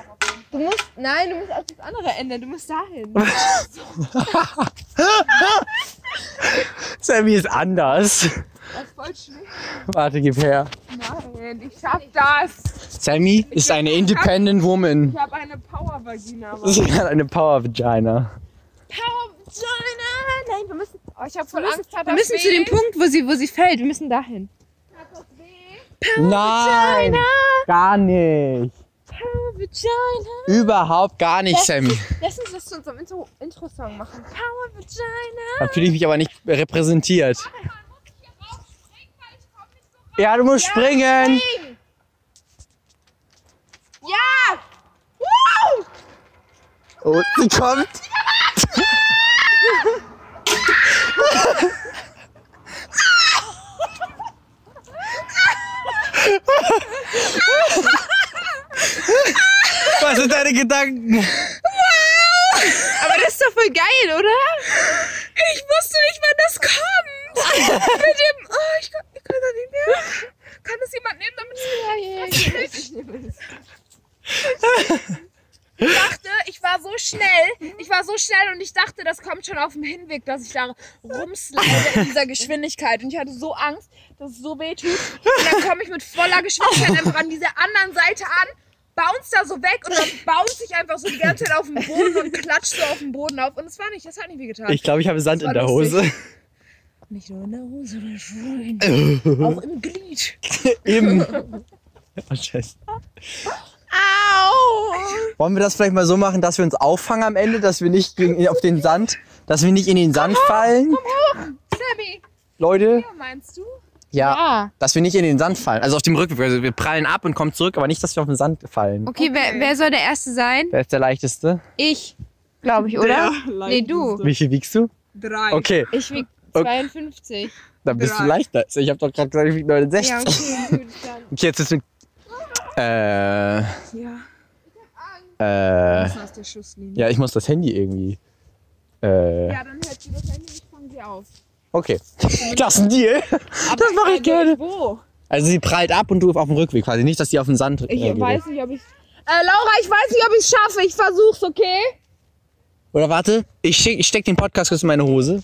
[SPEAKER 3] Du musst, nein, du musst auf das andere Ende, du musst dahin.
[SPEAKER 6] Sammy ist anders.
[SPEAKER 2] Das ist voll schlimm.
[SPEAKER 6] Warte, gib her.
[SPEAKER 2] Nein, ich schaff das.
[SPEAKER 6] Sammy ist eine Independent Woman.
[SPEAKER 2] Ich habe eine Power-Vagina. Mann.
[SPEAKER 6] Sie hat eine Power Vagina.
[SPEAKER 3] Nein, wir müssen,
[SPEAKER 2] Oh, ich habe voll Angst. Hat
[SPEAKER 3] wir müssen zu dem Punkt, wo sie, wo sie fällt. Wir müssen dahin.
[SPEAKER 6] Nein! Gar nicht. Überhaupt gar nicht, Sammy.
[SPEAKER 3] Lass uns das zu unserem Intro- Intro-Song machen.
[SPEAKER 6] Hab Fühle ich mich aber nicht repräsentiert. Ja, du musst springen. Ja! Oh, sie kommt. Was sind deine Gedanken?
[SPEAKER 3] Aber das ist doch voll geil, oder?
[SPEAKER 5] Ich wusste nicht, wann das kommt. Mit dem, oh, ich kann, ich kann das nicht mehr. Kann das jemand nehmen, damit es mir Ich dachte, ich war so schnell, ich war so schnell und ich dachte, das kommt schon auf dem Hinweg, dass ich da rumslide in dieser Geschwindigkeit. Und ich hatte so Angst, dass es so weh tut. Und dann komme ich mit voller Geschwindigkeit einfach an dieser anderen Seite an, bounce da so weg und dann bounce ich einfach so die ganze Zeit auf den Boden und klatsche so auf den Boden auf. Und es war nicht, das hat nicht wehgetan.
[SPEAKER 6] Ich glaube, ich habe Sand in
[SPEAKER 5] war
[SPEAKER 6] der Hose.
[SPEAKER 5] Nicht nur in der Hose, sondern schon auch im Glied.
[SPEAKER 6] Im. Oh, scheiße. Wollen wir das vielleicht mal so machen, dass wir uns auffangen am Ende, dass wir nicht gegen, auf den Sand, dass wir nicht in den Sand fallen?
[SPEAKER 2] Sammy,
[SPEAKER 6] Leute,
[SPEAKER 2] meinst du?
[SPEAKER 6] ja,
[SPEAKER 3] Ah.
[SPEAKER 6] dass wir nicht in den Sand fallen. Also auf dem Rückweg. Also wir prallen ab und kommen zurück, aber nicht, dass wir auf den Sand fallen.
[SPEAKER 3] Okay, Wer, wer soll der Erste sein?
[SPEAKER 6] Wer ist der leichteste?
[SPEAKER 3] Ich, glaube ich, oder? nee, du.
[SPEAKER 6] Wie viel wiegst du?
[SPEAKER 2] Drei.
[SPEAKER 6] Okay,
[SPEAKER 3] Ich wieg
[SPEAKER 6] Okay.
[SPEAKER 3] 52.
[SPEAKER 6] dann bist du
[SPEAKER 2] Drei.
[SPEAKER 6] leichter. Ich habe doch gerade gesagt, ich wiege 69.
[SPEAKER 3] Ja,
[SPEAKER 6] okay.
[SPEAKER 3] okay, gut, dann.
[SPEAKER 6] jetzt ist mit. Äh.
[SPEAKER 2] Ja.
[SPEAKER 6] Äh.
[SPEAKER 2] Das ist aus der Schusslinie.
[SPEAKER 6] Ja, ich muss das Handy irgendwie. Äh.
[SPEAKER 2] Ja, dann hört sie das Handy, ich fange sie auf.
[SPEAKER 6] Okay. Klasse Deal. das mache ich gerne.
[SPEAKER 2] Wo?
[SPEAKER 6] Also sie prallt ab und du auf dem Rückweg quasi. Nicht, dass sie auf den Sand
[SPEAKER 2] Ich
[SPEAKER 6] äh, gerät.
[SPEAKER 2] weiß nicht, ob ich. Äh, Laura, ich weiß nicht, ob ich es schaffe. Ich versuch's, okay?
[SPEAKER 6] Oder warte, ich, schick, ich steck den Podcast kurz in meine Hose.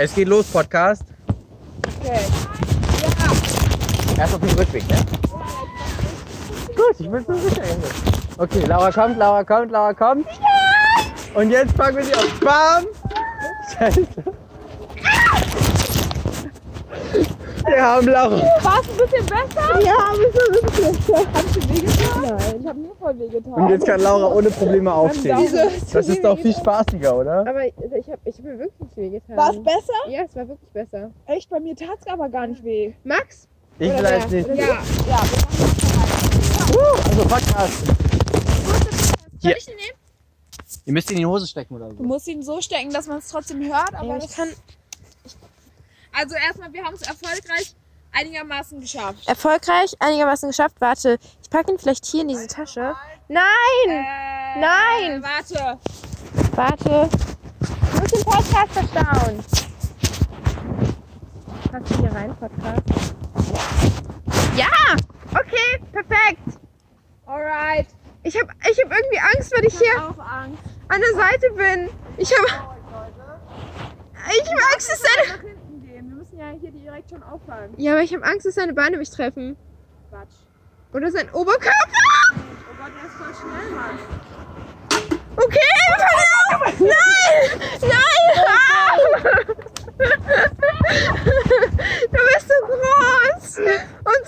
[SPEAKER 6] Es geht los, Podcast. Okay. Ja. Erst auf dem Rückweg, ne? Gut, ich bin so sicher. Junge. Okay, Laura kommt, Laura kommt, Laura kommt. Und jetzt fangen wir sie auf. Bam! Scheiße. Wir haben Laura.
[SPEAKER 2] War's ein bisschen besser? Ja, ein bisschen besser. Hast du wehgetan? Nein. Ich hab mir voll wehgetan.
[SPEAKER 6] Und jetzt kann Laura ohne Probleme aufstehen. Das ist doch viel spaßiger, oder?
[SPEAKER 3] Aber ich, also ich habe ich hab mir wirklich weh getan.
[SPEAKER 2] War's besser?
[SPEAKER 3] Ja, es war wirklich besser.
[SPEAKER 2] Echt, bei mir tat's aber gar nicht weh.
[SPEAKER 3] Max?
[SPEAKER 6] Ich vielleicht nicht.
[SPEAKER 2] Ja.
[SPEAKER 6] Also Podcast.
[SPEAKER 5] Soll ich den nehmen?
[SPEAKER 6] Ihr müsst ihn in die Hose stecken oder
[SPEAKER 2] Du
[SPEAKER 6] so.
[SPEAKER 2] musst ihn so stecken, dass man es trotzdem hört, aber
[SPEAKER 3] Ja, ich
[SPEAKER 2] das
[SPEAKER 3] kann-
[SPEAKER 2] Also erstmal, wir haben es erfolgreich einigermaßen geschafft.
[SPEAKER 3] Erfolgreich, einigermaßen geschafft. Warte, ich packe ihn vielleicht hier in diese Tasche. Nein!
[SPEAKER 2] Äh,
[SPEAKER 3] Nein!
[SPEAKER 2] Warte.
[SPEAKER 3] Warte. Ich muss den Podcast verstauen. Hast du hier rein, Podcast? Ja! Okay, perfekt.
[SPEAKER 2] Alright.
[SPEAKER 3] Ich habe ich hab irgendwie Angst, weil ich hier
[SPEAKER 2] Auch Angst.
[SPEAKER 3] an der Seite bin. Ich habe... Ich habe Angst, dass deine...
[SPEAKER 2] Nach hinten gehen. Wir müssen ja hier direkt schon auffallen.
[SPEAKER 3] Ja, aber ich habe Angst, dass seine Beine mich treffen.
[SPEAKER 2] Quatsch.
[SPEAKER 3] Oder sein Oberkörper.
[SPEAKER 2] Oh Gott, der ist voll schnell, Mann.
[SPEAKER 3] Okay, verdammt! Nein! Nein! Ah! Du bist so groß!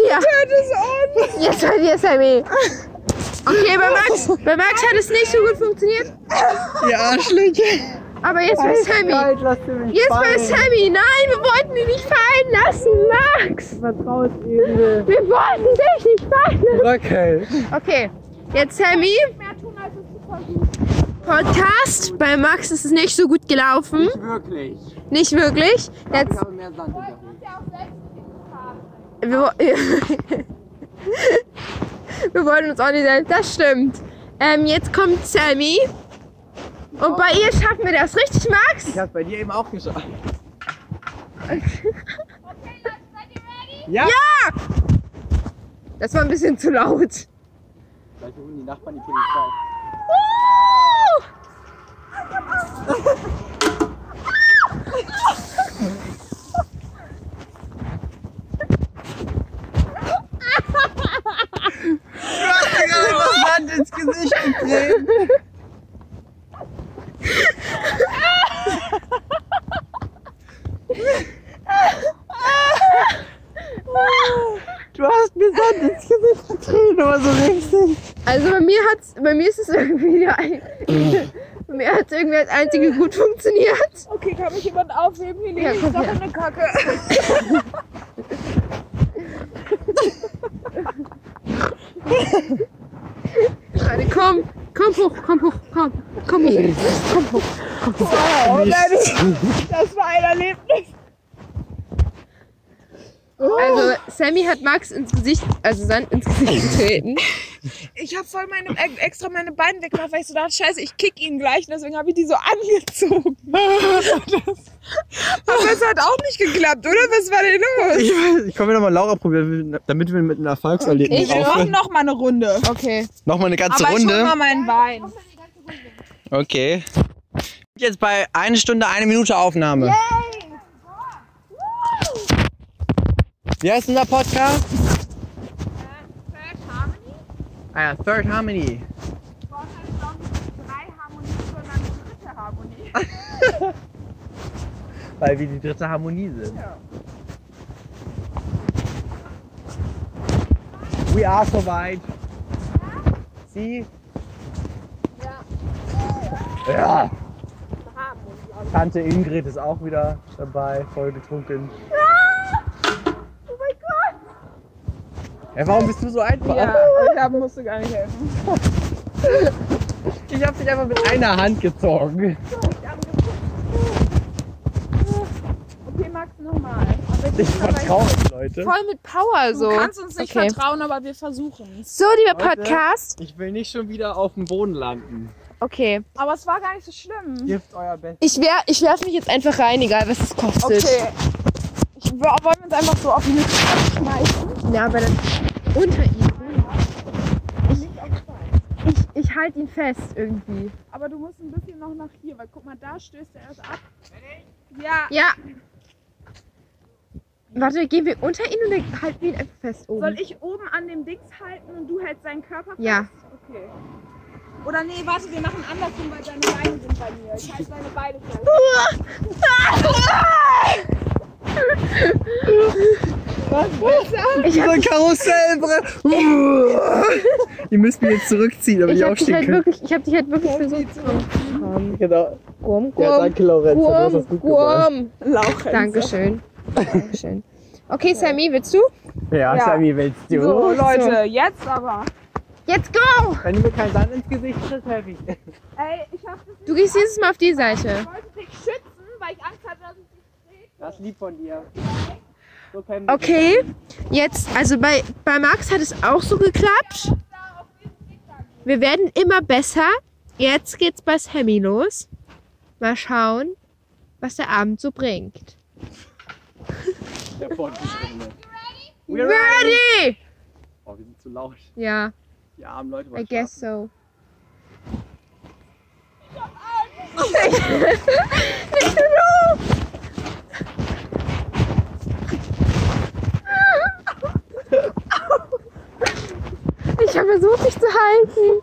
[SPEAKER 2] das an.
[SPEAKER 3] Jetzt bei dir, Sammy. Okay, bei Max, bei Max hat es nicht so gut funktioniert,
[SPEAKER 1] Ihr Arschlöcher.
[SPEAKER 3] aber jetzt bei Sammy.
[SPEAKER 6] Gott, lasst ihr mich
[SPEAKER 3] Jetzt bei
[SPEAKER 6] fallen.
[SPEAKER 3] Sammy. Nein, wir wollten ihn nicht fallen lassen, Max.
[SPEAKER 6] Vertraut Ebene.
[SPEAKER 3] Wir wollten dich nicht fallen lassen.
[SPEAKER 6] Okay.
[SPEAKER 3] Okay, jetzt Sammy. Podcast. Bei Max ist es nicht so gut gelaufen.
[SPEAKER 6] Wirklich.
[SPEAKER 3] Nicht wirklich. Jetzt
[SPEAKER 6] habe mehr Sand in der Hose.
[SPEAKER 3] Wir, wo- wir wollen uns auch nicht selbst. Das stimmt. Ähm, jetzt kommt Sammy. Und bei ihr schaffen wir das. Richtig, Max?
[SPEAKER 6] Ich hab's bei dir eben auch geschafft. Okay, Leute, seid ihr ready? Ja!
[SPEAKER 3] Das war ein bisschen zu laut.
[SPEAKER 6] Gleich rufen die Nachbarn die Polizei.
[SPEAKER 1] Das Hand ins Gesicht getreten.
[SPEAKER 6] Du hast mir Sand ins Gesicht getrieben, aber so richtig.
[SPEAKER 3] Also bei mir hat's, bei mir ist es irgendwie der ein, bei mir hat es irgendwie als einzige gut funktioniert.
[SPEAKER 2] Okay, kann mich jemand aufheben? Hier liegt
[SPEAKER 3] komm
[SPEAKER 2] doch eine Kacke.
[SPEAKER 3] Warte, komm, komm hoch, komm hoch, komm, komm hoch.
[SPEAKER 2] Oh, Leute, das war ein Erlebnis.
[SPEAKER 3] Also Sammy hat Max ins Gesicht, also Sand ins Gesicht getreten.
[SPEAKER 2] Ich habe voll meine, e- extra meine Beine weggemacht, weil ich so dachte, scheiße, ich kick ihn gleich. Und deswegen habe ich die so angezogen. Das, aber das hat auch nicht geklappt, oder? Was war denn los?
[SPEAKER 6] Ich, weiß, ich komme nochmal Laura probieren, damit wir mit einem Erfolgserlebnis
[SPEAKER 2] Ich mach
[SPEAKER 6] aufhören.
[SPEAKER 2] noch mal eine Runde.
[SPEAKER 3] Okay.
[SPEAKER 1] Nochmal eine ganze
[SPEAKER 2] aber ich hol
[SPEAKER 1] Runde.
[SPEAKER 2] mal meinen Wein.
[SPEAKER 6] Okay. Jetzt bei 1 Stunde, 1 Minute Aufnahme. Wie heißt unser Podcast?
[SPEAKER 2] Äh,
[SPEAKER 6] Ah ja, Third Harmony. Weil wir die dritte Harmonie sind. We are so weit. Sie? Ja. Ja. Tante Ingrid ist auch wieder dabei, voll betrunken. Oh mein Gott! Hey, warum bist du so einfach?
[SPEAKER 2] da musst du gar nicht helfen.
[SPEAKER 6] Ich hab dich einfach mit einer Hand gezogen.
[SPEAKER 2] Okay, Max, nochmal.
[SPEAKER 6] Ich vertraue euch, Leute.
[SPEAKER 3] Voll mit Power so.
[SPEAKER 2] Du kannst uns nicht
[SPEAKER 3] Okay.
[SPEAKER 2] vertrauen, aber wir versuchen es.
[SPEAKER 3] So, lieber
[SPEAKER 6] Leute.
[SPEAKER 3] Podcast.
[SPEAKER 6] Ich will nicht schon wieder auf dem Boden landen.
[SPEAKER 3] Okay.
[SPEAKER 2] Aber es war gar nicht so schlimm.
[SPEAKER 6] Gebt euer Bestes.
[SPEAKER 3] Ich, wer, ich werf mich jetzt einfach rein, egal was es kostet.
[SPEAKER 2] Okay. Ich, wir wollen uns einfach so auf die Mitte schmeißen.
[SPEAKER 3] Ja, aber dann unter ihm. Ich, ich, ich halte ihn fest irgendwie.
[SPEAKER 2] Aber du musst ein bisschen noch nach hier, weil guck mal, da stößt er erst ab. Ja.
[SPEAKER 3] Ja. Warte, gehen wir unter ihn und dann halten wir ihn einfach fest oben.
[SPEAKER 2] Soll ich oben an dem Dings halten und du hältst seinen Körper fest?
[SPEAKER 3] Ja.
[SPEAKER 2] Okay. Oder nee, warte, wir machen andersrum, weil seine Beine sind bei mir. Ich halte seine Beine fest.
[SPEAKER 3] Ich hab,
[SPEAKER 1] So ein Karussell. Ihr müsst mich jetzt zurückziehen, damit
[SPEAKER 3] ich
[SPEAKER 1] ich
[SPEAKER 3] hab, dich,
[SPEAKER 1] aufstehen
[SPEAKER 3] halt
[SPEAKER 1] kann.
[SPEAKER 3] wirklich, ich hab dich halt wirklich versucht.
[SPEAKER 6] Genau.
[SPEAKER 3] Gurm, gurm,
[SPEAKER 6] Ja, danke, Lorenz. Du hast das
[SPEAKER 3] gurm,
[SPEAKER 6] gut gemacht.
[SPEAKER 3] gurm.
[SPEAKER 2] Lauchen.
[SPEAKER 3] Dankeschön. Dankeschön. Okay, Sammy, willst du?
[SPEAKER 6] Ja,
[SPEAKER 2] Ja.
[SPEAKER 6] Sammy, willst du?
[SPEAKER 2] So, Oh, Leute, jetzt aber.
[SPEAKER 3] Jetzt go!
[SPEAKER 6] Wenn du mir keinen Sand ins Gesicht trittst, helfe ich.
[SPEAKER 2] Ey, ich hab das
[SPEAKER 3] Du gehst dieses Mal auf die Seite.
[SPEAKER 2] wollte dich schützen, weil ich Angst hatte, dass es dich dreht.
[SPEAKER 6] Das lieb von dir. So können wir-
[SPEAKER 3] Okay, jetzt, also bei, bei Max hat es auch so geklappt.
[SPEAKER 2] Da auf diesen Weg lang.
[SPEAKER 3] Wir werden immer besser. Jetzt geht's bei Sammy los. Mal schauen, was der Abend so bringt.
[SPEAKER 6] Der Fortgeschrittene. We're
[SPEAKER 3] Ready!
[SPEAKER 6] Oh, wir sind zu laut.
[SPEAKER 3] Ja,
[SPEAKER 6] Die armen Leute
[SPEAKER 3] I
[SPEAKER 6] wollen
[SPEAKER 3] guess so. Ich habe versucht, dich zu halten.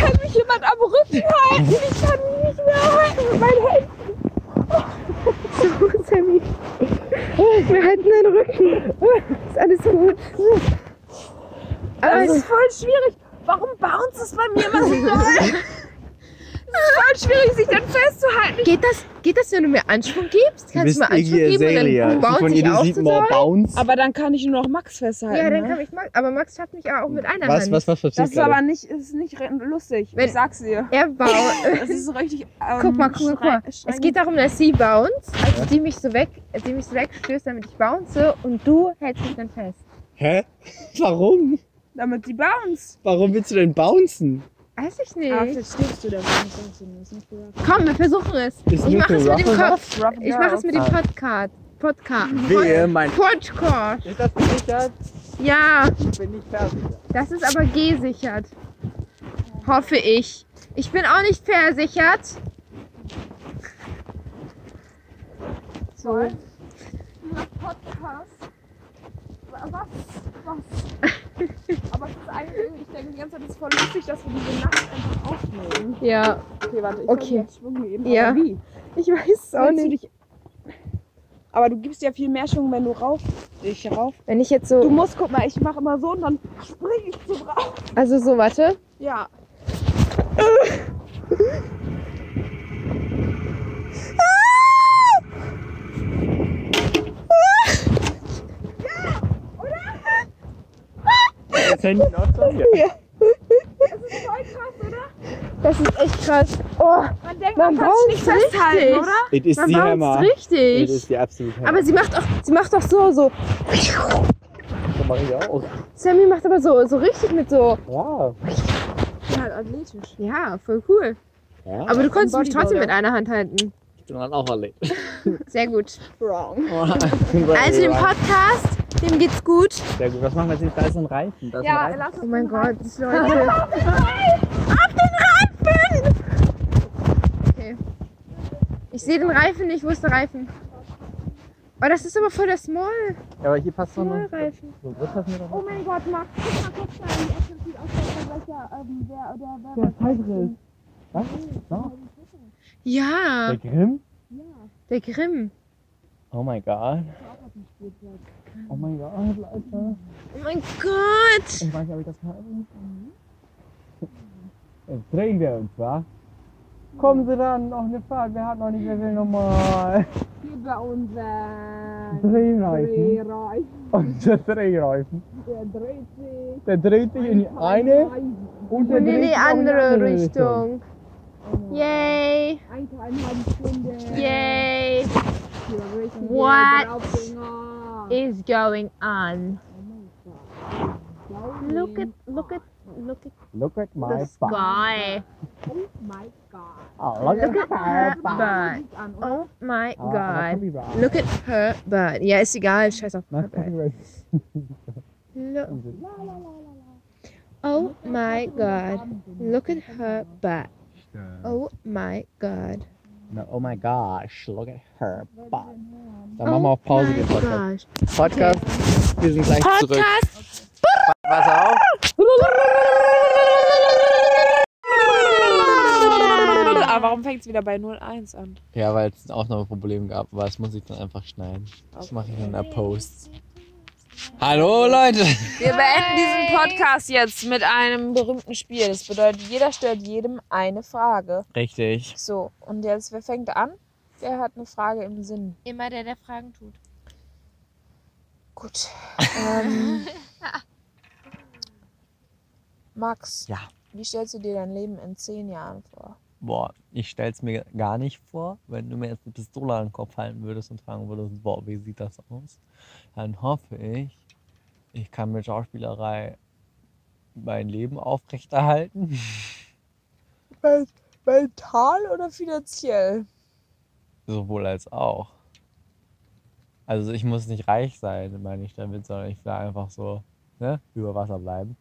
[SPEAKER 2] Kann mich jemand am Rücken halten? Ich kann mich nicht mehr halten. Mein Held.
[SPEAKER 3] So, Sammy. Wir halten deinen Rücken.
[SPEAKER 8] ist alles gut.
[SPEAKER 2] Das ist voll schwierig. Warum bounce es bei mir immer so doll? Es ist voll schwierig, sich dann festzuhalten.
[SPEAKER 3] Geht das, geht das, wenn du mir Anschwung gibst?
[SPEAKER 6] Du
[SPEAKER 3] Kannst du
[SPEAKER 6] bist
[SPEAKER 3] mir Anschwung
[SPEAKER 6] Iggy
[SPEAKER 3] geben
[SPEAKER 6] Azalea.
[SPEAKER 3] und dann
[SPEAKER 6] Sie
[SPEAKER 3] bounce
[SPEAKER 6] Von
[SPEAKER 3] ich
[SPEAKER 6] ihr
[SPEAKER 3] auch
[SPEAKER 6] sieht more
[SPEAKER 3] zusammen?
[SPEAKER 6] bounce.
[SPEAKER 2] Aber dann kann ich nur noch Max festhalten.
[SPEAKER 3] Ja, dann
[SPEAKER 2] ne?
[SPEAKER 3] kann ich Max, aber Max schafft mich ja auch mit einer
[SPEAKER 6] was,
[SPEAKER 3] Hand.
[SPEAKER 6] was, was passiert
[SPEAKER 2] Das ist
[SPEAKER 6] gerade?
[SPEAKER 2] aber nicht, ist nicht re- lustig.
[SPEAKER 3] Wenn-
[SPEAKER 2] ich sag's dir.
[SPEAKER 3] Er baut.
[SPEAKER 2] Das ist so richtig. Ähm,
[SPEAKER 3] Guck mal, guck mal, guck mal.
[SPEAKER 2] streng-
[SPEAKER 3] Es geht darum, dass sie bounce, also die mich so weg, die mich so wegstößt, damit ich bounce und du hältst mich dann fest.
[SPEAKER 6] Hä? Warum?
[SPEAKER 2] damit die bounce.
[SPEAKER 6] Warum willst du denn bouncen?
[SPEAKER 3] Weiß ich nicht.
[SPEAKER 2] Ah, vielleicht stirbst du da. Ich
[SPEAKER 3] Komm, wir versuchen es.
[SPEAKER 6] Ist
[SPEAKER 3] Ich mache
[SPEAKER 6] Nico
[SPEAKER 3] es mit dem
[SPEAKER 6] Ruffalo-
[SPEAKER 3] Kopf. Ich mache es mit dem Podcast. Podcast.
[SPEAKER 6] Wehe, mein.
[SPEAKER 3] Podcast.
[SPEAKER 6] Ist das gesichert?
[SPEAKER 3] Ja,
[SPEAKER 6] Ich bin nicht fertig.
[SPEAKER 3] das ist aber gesichert. Hoffe ich. Ich bin auch nicht versichert. So.
[SPEAKER 2] Podcast. Was? Was? Aber es ist eigentlich, ich denke die ganze Zeit, es ist voll lustig, dass wir diese Nacht einfach aufnehmen.
[SPEAKER 3] Ja.
[SPEAKER 2] Okay, warte, ich
[SPEAKER 3] Okay.
[SPEAKER 2] okay. jetzt Schwung geben.
[SPEAKER 3] Ja.
[SPEAKER 2] Aber wie?
[SPEAKER 8] weiß es
[SPEAKER 2] Willst du dich. Aber du gibst ja viel mehr Schwung, wenn du rauf dich rauf.
[SPEAKER 3] Wenn ich jetzt
[SPEAKER 2] Du
[SPEAKER 3] so.
[SPEAKER 2] musst, guck mal, ich mache immer so und dann springe ich so rauf.
[SPEAKER 3] Also so, warte.
[SPEAKER 2] Ja.
[SPEAKER 6] Das Handy noch so? Ja.
[SPEAKER 3] Das ist echt krass. Oh,
[SPEAKER 2] Man denkt,
[SPEAKER 3] man
[SPEAKER 2] man kann es
[SPEAKER 3] braucht
[SPEAKER 2] nicht festhalten,
[SPEAKER 3] richtig.
[SPEAKER 2] oder?
[SPEAKER 6] It is
[SPEAKER 3] Man
[SPEAKER 6] the Hammer.
[SPEAKER 3] braucht
[SPEAKER 6] It
[SPEAKER 3] richtig.
[SPEAKER 6] is die absolute Hammer.
[SPEAKER 3] Aber sie macht auch, sie macht auch so, so.
[SPEAKER 6] das mache ich auch.
[SPEAKER 3] Sammy macht aber so, so richtig mit so.
[SPEAKER 6] Ja.
[SPEAKER 2] Halt athletisch.
[SPEAKER 3] Ja, voll cool.
[SPEAKER 6] ja.
[SPEAKER 3] Aber du konntest
[SPEAKER 2] Ein
[SPEAKER 3] mich trotzdem
[SPEAKER 2] Bodybuilder.
[SPEAKER 3] mit einer Hand halten.
[SPEAKER 6] ich bin dann auch erlebt.
[SPEAKER 3] Sehr gut.
[SPEAKER 2] Wrong.
[SPEAKER 3] Also dem Podcast, dem geht's gut.
[SPEAKER 6] Sehr gut. Was machen wir jetzt? Da ist ein Reifen. Da ist
[SPEAKER 2] Ja,
[SPEAKER 6] ein Reifen.
[SPEAKER 2] lass uns
[SPEAKER 3] Oh mein Gott, Leute. Okay. Ich sehe den Reifen nicht. Wo ist der Reifen? Oh, das ist aber voll der Small.
[SPEAKER 6] Ja, aber hier passt noch ein
[SPEAKER 3] Small-Reifen.
[SPEAKER 6] So, wo passt mir
[SPEAKER 2] Oh
[SPEAKER 6] noch?
[SPEAKER 2] mein Gott, Max, guck mal, guck mal, wie Essen sieht aus, als welcher, ähm, wer, oder wer,
[SPEAKER 6] Der Teigrill. Was? No?
[SPEAKER 3] Ja,
[SPEAKER 6] Der Grimm?
[SPEAKER 3] der Grimm.
[SPEAKER 6] Oh mein Gott. Oh mein Gott, Leute.
[SPEAKER 3] Oh mein Gott.
[SPEAKER 6] Ich weiß nicht, ob ich das kann. Jetzt drehen wir uns, wa? Kommen Sie dann, noch eine Fahrt. Wer hat noch nicht, wer will nochmal?
[SPEAKER 2] hier bei unseren
[SPEAKER 6] Drehreifen.
[SPEAKER 2] Drehreifen,
[SPEAKER 6] Und der Drehreifen.
[SPEAKER 2] der dreht sich.
[SPEAKER 6] Der dreht sich in die eine und
[SPEAKER 3] Und
[SPEAKER 6] der
[SPEAKER 3] in die
[SPEAKER 6] dreht sich auch in
[SPEAKER 3] andere Richtung. Yay.
[SPEAKER 2] Eineinhalb Stunden.
[SPEAKER 3] Yay.
[SPEAKER 2] Richtige
[SPEAKER 3] What?
[SPEAKER 2] Draufgänger.
[SPEAKER 3] Is going on. Look at, look at, look at
[SPEAKER 6] Look at my
[SPEAKER 3] the
[SPEAKER 6] butt.
[SPEAKER 3] sky.
[SPEAKER 2] Oh my God.
[SPEAKER 6] Oh, look at my
[SPEAKER 3] Her
[SPEAKER 6] butt.
[SPEAKER 3] butt.
[SPEAKER 2] An uns.
[SPEAKER 3] Oh my
[SPEAKER 6] Ah, aber
[SPEAKER 3] god.
[SPEAKER 6] Copyright.
[SPEAKER 3] Look at her butt. Ja, ist egal. Scheiß auf her
[SPEAKER 6] Na,
[SPEAKER 3] butt.
[SPEAKER 6] Copyright.
[SPEAKER 3] Look. Oh my god. Look at her butt. Oh my god.
[SPEAKER 6] No, oh my gosh, look at her butt. Dann
[SPEAKER 3] Oh
[SPEAKER 6] machen wir auf Pause
[SPEAKER 3] my
[SPEAKER 6] den Podcast.
[SPEAKER 3] gosh.
[SPEAKER 6] Podcast, wir sind gleich zurück.
[SPEAKER 3] Podcast.
[SPEAKER 6] Wasser auf.
[SPEAKER 2] Aber Ah, warum fängt es wieder bei 01 an?
[SPEAKER 6] Ja, weil es ein Aufnahmeproblem gab, aber das muss ich dann einfach schneiden. Das mache ich in der Post. Hallo Leute!
[SPEAKER 2] Wir beenden diesen Podcast jetzt mit einem berühmten Spiel. Das bedeutet, jeder stellt jedem eine Frage.
[SPEAKER 6] Richtig.
[SPEAKER 2] So, und jetzt, wer fängt an? Der hat eine Frage im Sinn.
[SPEAKER 7] Immer der, der Fragen tut.
[SPEAKER 2] Gut. Ähm, Max,
[SPEAKER 6] Ja.
[SPEAKER 2] wie stellst du dir dein Leben in zehn Jahren vor?
[SPEAKER 6] Boah, ich stell's mir gar nicht vor, wenn du mir jetzt eine Pistole an den Kopf halten würdest und fragen würdest, boah, wie sieht das aus? Dann hoffe ich, ich kann mit Schauspielerei mein Leben aufrechterhalten.
[SPEAKER 2] Men- Mental oder finanziell?
[SPEAKER 6] Sowohl als auch. Also ich muss nicht reich sein, meine ich damit, sondern ich will einfach so ne, über Wasser bleiben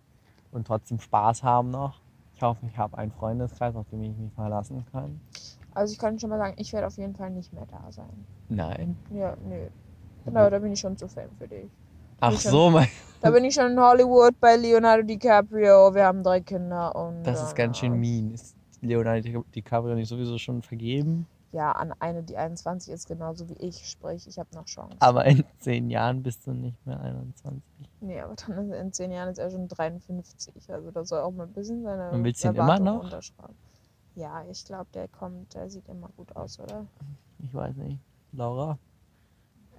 [SPEAKER 6] und trotzdem Spaß haben noch. Ich hoffe, ich habe einen Freundeskreis, auf den ich mich verlassen kann.
[SPEAKER 2] Also ich kann schon mal sagen, ich werde auf jeden Fall nicht mehr da sein.
[SPEAKER 6] Nein.
[SPEAKER 2] Ja, nö. Genau, da bin ich schon zu Fan für dich.
[SPEAKER 6] Ach
[SPEAKER 2] Ich hab-
[SPEAKER 6] so, mein,
[SPEAKER 2] Da bin ich schon in Hollywood bei Leonardo DiCaprio. Wir haben drei Kinder und.
[SPEAKER 6] das ist ganz schön
[SPEAKER 2] äh,
[SPEAKER 6] mean. Ist Leonardo Di- DiCaprio nicht sowieso schon vergeben?
[SPEAKER 2] ja an eine, die 21 ist, genauso wie ich. Sprich, ich habe noch Chancen.
[SPEAKER 1] Aber in zehn Jahren bist du nicht mehr 21.
[SPEAKER 2] Nee, aber dann ist, in zehn Jahren ist er schon 53. Also da soll auch mal ein bisschen seine
[SPEAKER 1] Und willst du ihn immer
[SPEAKER 2] Erwartungen
[SPEAKER 1] noch?
[SPEAKER 2] unterschreiben. Ja, ich glaube, der kommt, der sieht immer gut aus, oder?
[SPEAKER 1] Ich weiß nicht. Laura?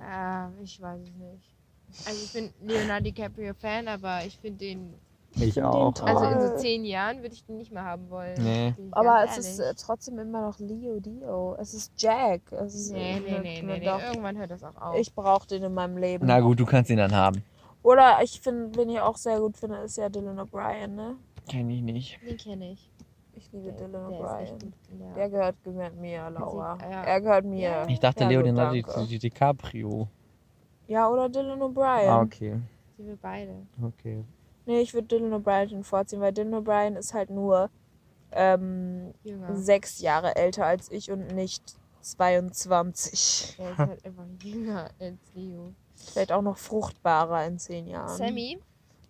[SPEAKER 3] Äh, ich weiß es nicht. Also ich bin Leonardo DiCaprio Fan, aber ich finde den,
[SPEAKER 1] Ich auch.
[SPEAKER 6] Oh.
[SPEAKER 3] also in so zehn Jahren würde ich den nicht mehr haben wollen.
[SPEAKER 1] Nee.
[SPEAKER 3] Bin ich
[SPEAKER 2] Aber
[SPEAKER 3] ganz
[SPEAKER 2] es ist äh,
[SPEAKER 3] ehrlich.
[SPEAKER 2] trotzdem immer noch Leo Dio. Es ist Jack. Es ist
[SPEAKER 3] Nee, nee,
[SPEAKER 2] ne-
[SPEAKER 3] nee,
[SPEAKER 2] ne-
[SPEAKER 3] nee, nee.
[SPEAKER 2] doch.
[SPEAKER 3] Irgendwann hört das auch auf.
[SPEAKER 2] Ich brauche den in meinem Leben.
[SPEAKER 1] Na gut, du kannst ihn dann haben.
[SPEAKER 2] Oder ich finde, wen ich auch sehr gut finde, ist ja Dylan O'Brien, ne?
[SPEAKER 1] Kenn ich nicht.
[SPEAKER 3] den kenne ich.
[SPEAKER 2] Ich liebe
[SPEAKER 3] Der,
[SPEAKER 2] Dylan
[SPEAKER 3] der ist echt
[SPEAKER 2] O'Brien.
[SPEAKER 3] gut. genau. Ja.
[SPEAKER 2] Der gehört, gehört mir, Laura.
[SPEAKER 3] sieht- ja.
[SPEAKER 2] Er gehört mir.
[SPEAKER 1] Ich dachte
[SPEAKER 2] Ja, gut,
[SPEAKER 1] Leonardo
[SPEAKER 2] danke.
[SPEAKER 1] Di- DiCaprio.
[SPEAKER 2] Ja, oder Dylan O'Brien.
[SPEAKER 1] Ah, okay.
[SPEAKER 3] Die wir beide.
[SPEAKER 1] Okay.
[SPEAKER 2] Nee, ich würde Dylan O'Brien schon vorziehen, weil Dylan O'Brien ist halt nur ähm,
[SPEAKER 3] Jünger.
[SPEAKER 2] sechs Jahre älter als ich und nicht 22.
[SPEAKER 3] Der ist halt einfach jünger als Leo.
[SPEAKER 2] Vielleicht auch noch fruchtbarer in zehn Jahren.
[SPEAKER 3] Sammy,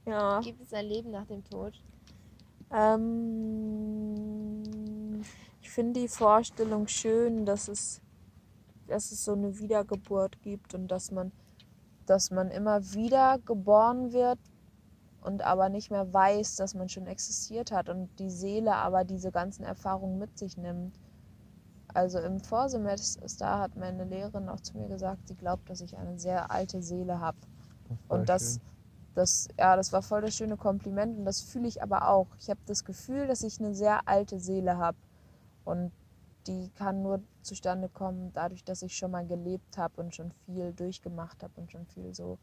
[SPEAKER 2] Ja.
[SPEAKER 3] gibt es ein Leben nach dem Tod?
[SPEAKER 2] Ähm, ich finde die Vorstellung schön, dass es, dass es so eine Wiedergeburt gibt und dass man, dass man immer wieder geboren wird und aber nicht mehr weiß, dass man schon existiert hat und die Seele aber diese ganzen Erfahrungen mit sich nimmt. Also im Vorsemester hat meine Lehrerin auch zu mir gesagt, sie glaubt, dass ich eine sehr alte Seele habe.
[SPEAKER 1] Voll
[SPEAKER 2] Und das,
[SPEAKER 1] schön.
[SPEAKER 2] das, ja, das war voll das schöne Kompliment und das fühle ich aber auch. Ich habe das Gefühl, dass ich eine sehr alte Seele habe und die kann nur zustande kommen, dadurch, dass ich schon mal gelebt habe und schon viel durchgemacht habe und schon viel so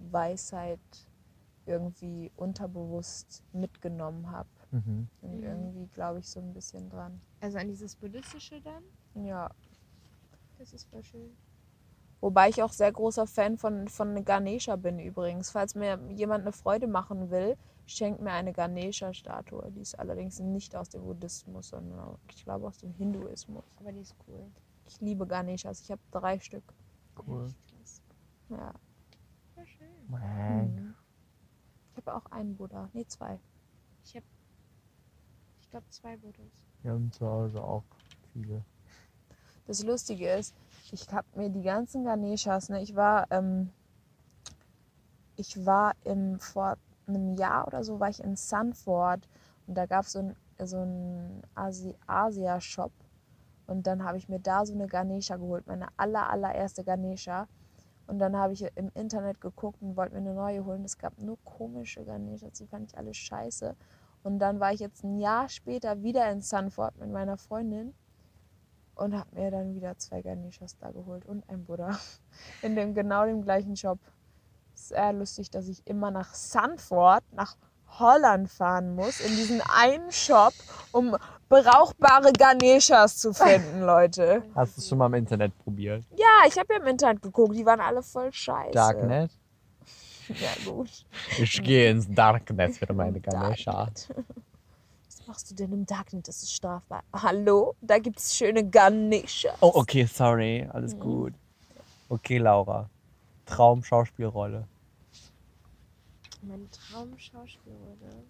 [SPEAKER 2] Weisheit irgendwie unterbewusst mitgenommen habe.
[SPEAKER 1] Mhm.
[SPEAKER 2] Und
[SPEAKER 3] Mhm.
[SPEAKER 2] irgendwie glaube ich so ein bisschen dran.
[SPEAKER 3] Also an dieses Buddhistische dann?
[SPEAKER 2] Ja.
[SPEAKER 3] Das ist voll schön.
[SPEAKER 2] Wobei ich auch sehr großer Fan von, von Ganesha bin übrigens. Falls mir jemand eine Freude machen will, schenkt mir eine Ganesha-Statue. Die ist allerdings nicht aus dem Buddhismus, sondern ich glaube aus dem Hinduismus.
[SPEAKER 3] Aber die ist cool.
[SPEAKER 2] Ich liebe Ganeshas. Ich habe drei Stück.
[SPEAKER 1] Cool.
[SPEAKER 2] Ja.
[SPEAKER 1] Man.
[SPEAKER 2] Ich habe auch einen Buddha. Nee, zwei.
[SPEAKER 3] Ich glaube zwei Buddhas.
[SPEAKER 1] Wir haben zu Hause auch viele.
[SPEAKER 2] Das Lustige ist, ich habe mir die ganzen Ganeshas, ne, ich war, ähm, ich war im, vor einem Jahr oder so, war ich in Sanford und da gab es so einen so ein Asi Asia-Shop und dann habe ich mir da so eine Ganesha geholt, meine aller, allererste Ganesha. Und dann habe ich im Internet geguckt und wollte mir eine neue holen. Es gab nur komische Ganeshas, die fand ich alle scheiße. Und dann war ich jetzt ein Jahr später wieder in Sanford mit meiner Freundin und habe mir dann wieder zwei Ganeshas da geholt und ein Buddha in dem genau dem gleichen Shop. Sehr lustig, dass ich immer nach Sanford, nach Holland fahren muss, in diesen einen Shop, um brauchbare Ganeshas zu finden, Leute.
[SPEAKER 1] Hast du es schon mal im Internet probiert?
[SPEAKER 2] Ja, ich habe ja im Internet geguckt, die waren alle voll
[SPEAKER 1] äh,
[SPEAKER 2] scheiße.
[SPEAKER 1] Darknet?
[SPEAKER 2] Ja, gut.
[SPEAKER 1] Ich gehe ins Darknet für meine Ganesha.
[SPEAKER 2] Was machst du denn im Darknet? Das ist strafbar. Hallo? Da gibt's schöne Ganeshas.
[SPEAKER 1] Oh, okay, sorry.
[SPEAKER 2] Mhm.
[SPEAKER 1] Alles gut. Okay, Laura. Traum-Schauspielrolle.
[SPEAKER 3] Meine Traumschauspielrolle.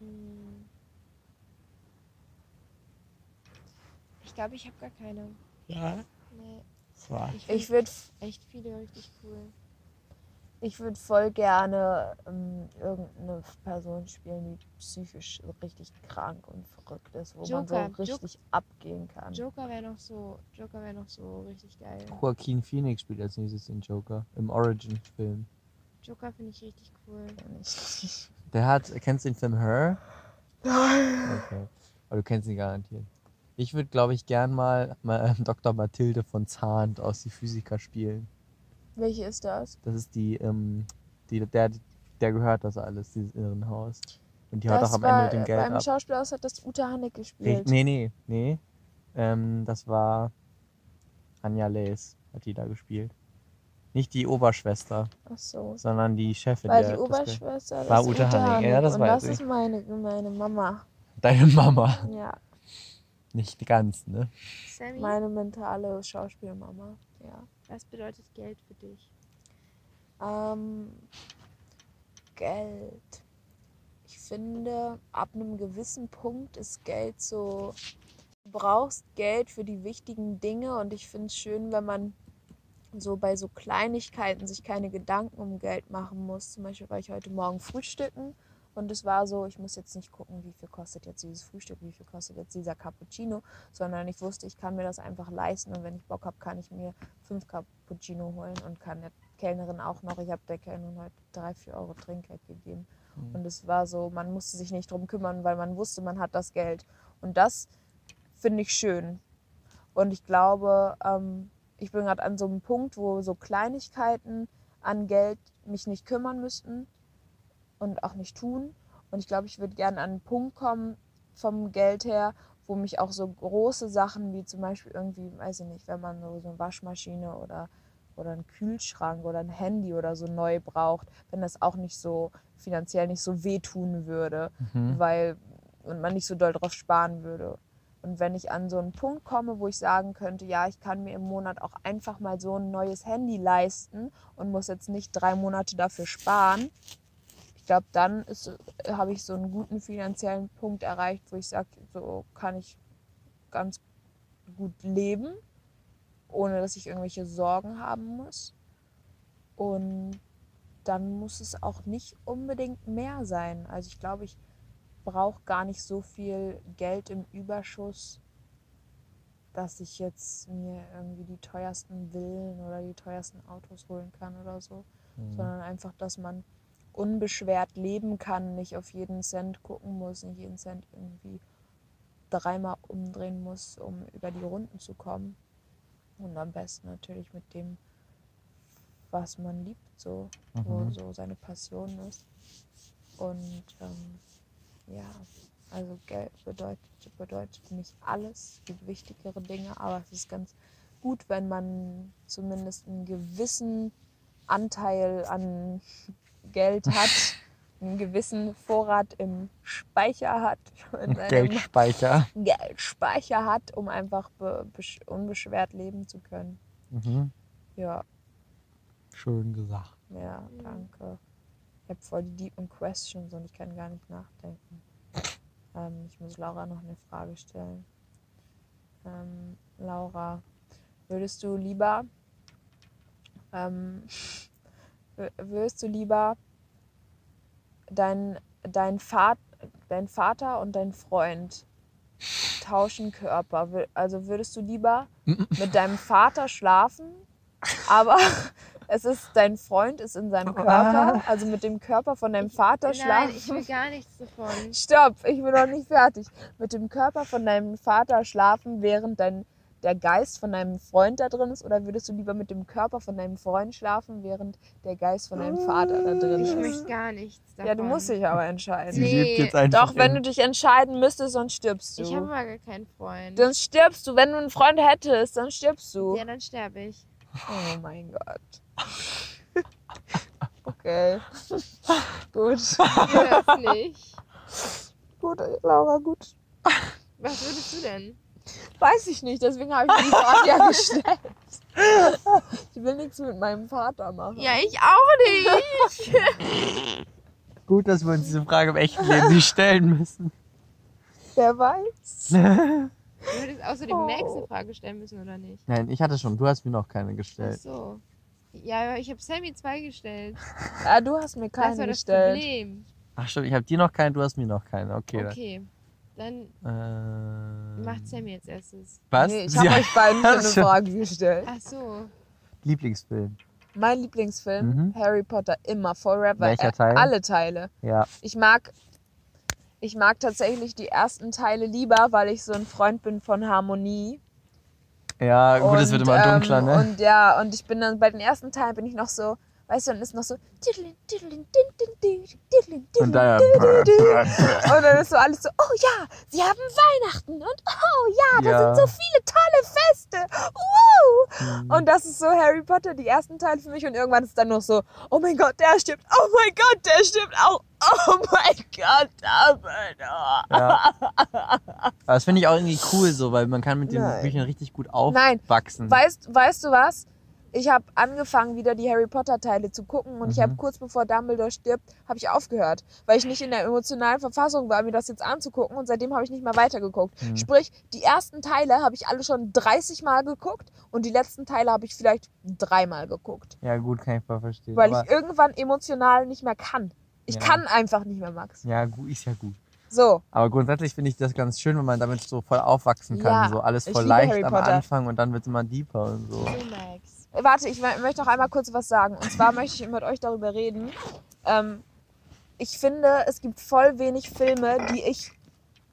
[SPEAKER 3] Hm. Ich glaube, ich habe gar keine.
[SPEAKER 1] Ja.
[SPEAKER 3] Nee.
[SPEAKER 1] Das war.
[SPEAKER 3] Ich
[SPEAKER 2] Ich
[SPEAKER 3] finde
[SPEAKER 2] würde
[SPEAKER 3] echt viele richtig cool.
[SPEAKER 2] Ich würde voll gerne ähm, irgendeine Person spielen, die psychisch richtig krank und verrückt ist, wo man
[SPEAKER 3] Joker,
[SPEAKER 2] so richtig abgehen kann.
[SPEAKER 3] Joker wäre noch so, Joker wäre noch so richtig geil.
[SPEAKER 1] Joaquin Phoenix spielt als nächstes den Joker im Origin-Film.
[SPEAKER 3] Joker finde ich richtig cool.
[SPEAKER 2] Ich-
[SPEAKER 1] Der hat, kennst du den Film Her? Nein. Okay. Aber du kennst ihn garantiert. Ich würde, glaube ich, gern mal, mal ähm, Dr. Mathilde von Zahnt aus Die Physiker spielen.
[SPEAKER 2] Welche ist das?
[SPEAKER 1] Das ist die, ähm, die der, der gehört das alles, dieses Irrenhaus. Und die haut
[SPEAKER 2] das
[SPEAKER 1] auch am
[SPEAKER 2] war,
[SPEAKER 1] Ende mit dem Geld
[SPEAKER 2] beim
[SPEAKER 1] ab.
[SPEAKER 2] Schauspieler aus hat das Ute Hannig
[SPEAKER 1] Richt-
[SPEAKER 2] gespielt.
[SPEAKER 1] Nee, nee, nee. Ähm, das war Anja Lees, hat die da gespielt. Nicht die Oberschwester,
[SPEAKER 2] Ach so.
[SPEAKER 1] sondern die Chefin.
[SPEAKER 2] War
[SPEAKER 1] der-
[SPEAKER 2] die
[SPEAKER 1] das-
[SPEAKER 2] Oberschwester das
[SPEAKER 1] war
[SPEAKER 2] ist
[SPEAKER 1] Ute Hannig. Ja, das
[SPEAKER 2] und
[SPEAKER 1] weiß
[SPEAKER 2] das
[SPEAKER 1] ich.
[SPEAKER 2] ist meine, meine Mama.
[SPEAKER 1] Deine Mama.
[SPEAKER 2] Ja,
[SPEAKER 1] Nicht ganz, ne?
[SPEAKER 3] Sammy,
[SPEAKER 2] meine mentale Schauspielmama. Ja.
[SPEAKER 3] was bedeutet Geld für dich?
[SPEAKER 2] Ähm, Geld. Ich finde, ab einem gewissen Punkt ist Geld so. Du brauchst Geld für die wichtigen Dinge und ich finde es schön, wenn man so bei so Kleinigkeiten sich keine Gedanken um Geld machen muss. Zum Beispiel war ich heute Morgen frühstücken und es war so, ich muss jetzt nicht gucken, wie viel kostet jetzt dieses Frühstück, wie viel kostet jetzt dieser Cappuccino, sondern ich wusste, ich kann mir das einfach leisten und wenn ich Bock habe, kann ich mir fünf Cappuccino holen und kann der Kellnerin auch noch, ich habe der Kellnerin heute drei, vier Euro Trinkgeld gegeben. Und es war so, man musste sich nicht drum kümmern, weil man wusste, man hat das Geld. Und das finde ich schön. Und ich glaube, ähm, ich bin gerade an so einem Punkt, wo so Kleinigkeiten an Geld mich nicht kümmern müssten und auch nicht tun. Und ich glaube, ich würde gerne an einen Punkt kommen vom Geld her, wo mich auch so große Sachen wie zum Beispiel irgendwie, weiß ich nicht, wenn man so so eine Waschmaschine oder, oder einen Kühlschrank oder ein Handy oder so neu braucht, wenn das auch nicht so finanziell nicht so wehtun würde, weil und man nicht so doll drauf sparen würde. Und wenn ich an so einen Punkt komme, wo ich sagen könnte, ja, ich kann mir im Monat auch einfach mal so ein neues Handy leisten und muss jetzt nicht drei Monate dafür sparen, ich glaube, dann ist- äh, habe ich so einen guten finanziellen Punkt erreicht, wo ich sage, so kann ich ganz gut leben, ohne dass ich irgendwelche Sorgen haben muss. Und dann muss es auch nicht unbedingt mehr sein. Also ich glaube, ich brauche gar nicht so viel Geld im Überschuss, dass ich jetzt mir irgendwie die teuersten Villen oder die teuersten Autos holen kann oder so, sondern einfach, dass man unbeschwert leben kann, nicht auf jeden Cent gucken muss, nicht jeden Cent irgendwie dreimal umdrehen muss, um über die Runden zu kommen. Und am besten natürlich mit dem, was man liebt, so, wo so seine Passion ist. Und ähm, ja, also Geld bedeutet, bedeutet nicht alles, es gibt wichtigere Dinge, aber es ist ganz gut, wenn man zumindest einen gewissen Anteil an Geld hat, einen gewissen Vorrat im Speicher hat, in seinem
[SPEAKER 6] Geldspeicher.
[SPEAKER 2] Geldspeicher hat, um einfach be besch- unbeschwert leben zu können.
[SPEAKER 6] Mhm.
[SPEAKER 2] Ja,
[SPEAKER 6] Schön gesagt.
[SPEAKER 2] ja, danke. Ich habe voll die deepen Questions und ich kann gar nicht nachdenken. Ähm, ich muss Laura noch eine Frage stellen. Ähm, Laura, würdest du lieber, ähm, wür- würdest du lieber dein, dein, Vat, dein Vater und dein Freund tauschen Körper? Wür- Also würdest du lieber mit deinem Vater schlafen, aber es ist dein Freund ist in seinem Körper, also mit dem Körper von deinem Vater
[SPEAKER 3] Nein,
[SPEAKER 2] schlafen?
[SPEAKER 3] ich will gar nichts davon.
[SPEAKER 2] Stopp, ich bin noch nicht fertig. Mit dem Körper von deinem Vater schlafen, während dein, der Geist von deinem Freund da drin ist? Oder würdest du lieber mit dem Körper von deinem Freund schlafen, während der Geist von deinem Vater da drin
[SPEAKER 3] Ich
[SPEAKER 2] ist?
[SPEAKER 3] möchte gar nichts davon.
[SPEAKER 2] Ja, du musst dich aber
[SPEAKER 6] Sie
[SPEAKER 2] entscheiden.
[SPEAKER 3] Nee.
[SPEAKER 6] lebt jetzt einfach.
[SPEAKER 2] Doch, wenn du
[SPEAKER 6] in-
[SPEAKER 2] dich entscheiden müsstest, sonst stirbst
[SPEAKER 3] Ich habe
[SPEAKER 2] du.
[SPEAKER 3] mal gar keinen Freund.
[SPEAKER 2] Dann stirbst du. Wenn du einen Freund hättest, dann stirbst du.
[SPEAKER 3] Ja, dann sterbe ich.
[SPEAKER 2] Oh mein Gott. Okay. gut.
[SPEAKER 3] Wirklich.
[SPEAKER 2] Gut, Laura, gut.
[SPEAKER 3] Was würdest du denn?
[SPEAKER 2] Weiß ich nicht, deswegen habe ich die Frage ja gestellt. Ich will nichts mit meinem Vater machen.
[SPEAKER 3] Ja, ich auch nicht.
[SPEAKER 6] Gut, dass wir uns diese Frage im echten Leben nicht stellen müssen.
[SPEAKER 2] Wer weiß.
[SPEAKER 3] Du würdest außerdem die nächste
[SPEAKER 2] Oh.
[SPEAKER 3] Frage stellen müssen, oder nicht?
[SPEAKER 6] Nein, ich hatte schon. Du hast mir noch keine
[SPEAKER 3] Ach
[SPEAKER 6] gestellt.
[SPEAKER 3] so. Ja, aber ich habe Sammy zwei gestellt.
[SPEAKER 2] Ja, Ah, du hast mir
[SPEAKER 3] Das
[SPEAKER 2] keine
[SPEAKER 3] war das
[SPEAKER 2] gestellt.
[SPEAKER 3] Problem.
[SPEAKER 6] Ach stimmt, ich habe dir noch keine, du hast mir noch keine. Okay.
[SPEAKER 3] Okay. Dann
[SPEAKER 6] Dann, äh,
[SPEAKER 3] macht Sammy jetzt erstes.
[SPEAKER 6] was?
[SPEAKER 2] Nee, ich
[SPEAKER 6] Sie
[SPEAKER 2] habe
[SPEAKER 6] hat
[SPEAKER 2] euch beiden schon eine
[SPEAKER 6] schon-
[SPEAKER 2] Frage gestellt.
[SPEAKER 3] Ach so.
[SPEAKER 6] Lieblingsfilm.
[SPEAKER 2] Mein Lieblingsfilm,
[SPEAKER 6] Mhm.
[SPEAKER 2] Harry Potter, immer forever.
[SPEAKER 6] Welcher
[SPEAKER 2] äh,
[SPEAKER 6] Teil?
[SPEAKER 2] Alle Teile.
[SPEAKER 6] Ja.
[SPEAKER 2] Ich mag, ich mag tatsächlich die ersten Teile lieber, weil ich so ein Freund bin von Harmonie.
[SPEAKER 6] Ja, gut, es wird immer
[SPEAKER 2] ähm,
[SPEAKER 6] dunkler, ne?
[SPEAKER 2] Und ja, und ich bin dann bei den ersten Teilen bin ich noch so, weißt du, dann ist noch so tiddlin, tiddlin, din, din, di, tiddlin, tiddlin,
[SPEAKER 6] Und dann-
[SPEAKER 2] di, di, di. Und dann ist so alles so, oh ja, sie haben Weihnachten und oh ja, da
[SPEAKER 6] Ja.
[SPEAKER 2] sind so viele tolle Feste. Wow!
[SPEAKER 6] Hm.
[SPEAKER 2] Und das ist so Harry Potter, die ersten Teile für mich und irgendwann ist dann noch so, oh mein Gott, der stirbt, oh mein Gott, der stirbt auch, oh mein Gott, Dumbledore.
[SPEAKER 6] Ja. Aber das finde ich auch irgendwie cool so, weil man kann mit den
[SPEAKER 2] Nein.
[SPEAKER 6] Büchern richtig gut
[SPEAKER 2] Nein,
[SPEAKER 6] aufwachsen.
[SPEAKER 2] Weißt, weißt du was? ich habe angefangen, wieder die Harry Potter-Teile zu gucken und ich
[SPEAKER 1] Mhm.
[SPEAKER 2] habe kurz bevor Dumbledore stirbt, habe ich aufgehört, weil ich nicht in der emotionalen Verfassung war, mir das jetzt anzugucken und seitdem habe ich nicht mehr weitergeguckt.
[SPEAKER 1] Mhm.
[SPEAKER 2] Sprich, die ersten Teile habe ich alle schon 30 Mal geguckt und die letzten Teile habe ich vielleicht dreimal geguckt,
[SPEAKER 1] Ja, gut, kann ich voll verstehen.
[SPEAKER 2] weil
[SPEAKER 1] aber,
[SPEAKER 2] ich irgendwann emotional nicht mehr kann. Ich
[SPEAKER 1] Ja.
[SPEAKER 2] kann einfach nicht mehr, Max.
[SPEAKER 1] ja, gut, ist ja gut.
[SPEAKER 2] So,
[SPEAKER 1] Aber grundsätzlich finde ich das ganz schön, wenn man damit so voll aufwachsen kann.
[SPEAKER 2] Ja,
[SPEAKER 1] so alles
[SPEAKER 2] ich
[SPEAKER 1] voll
[SPEAKER 2] liebe
[SPEAKER 1] leicht
[SPEAKER 2] Harry
[SPEAKER 1] am
[SPEAKER 2] Potter.
[SPEAKER 1] Anfang und dann wird es immer deeper und so.
[SPEAKER 2] Äh, Warte, ich mö- möchte noch einmal kurz was sagen. Und zwar möchte ich mit euch darüber reden. Ähm, ich finde, es gibt voll wenig Filme, die ich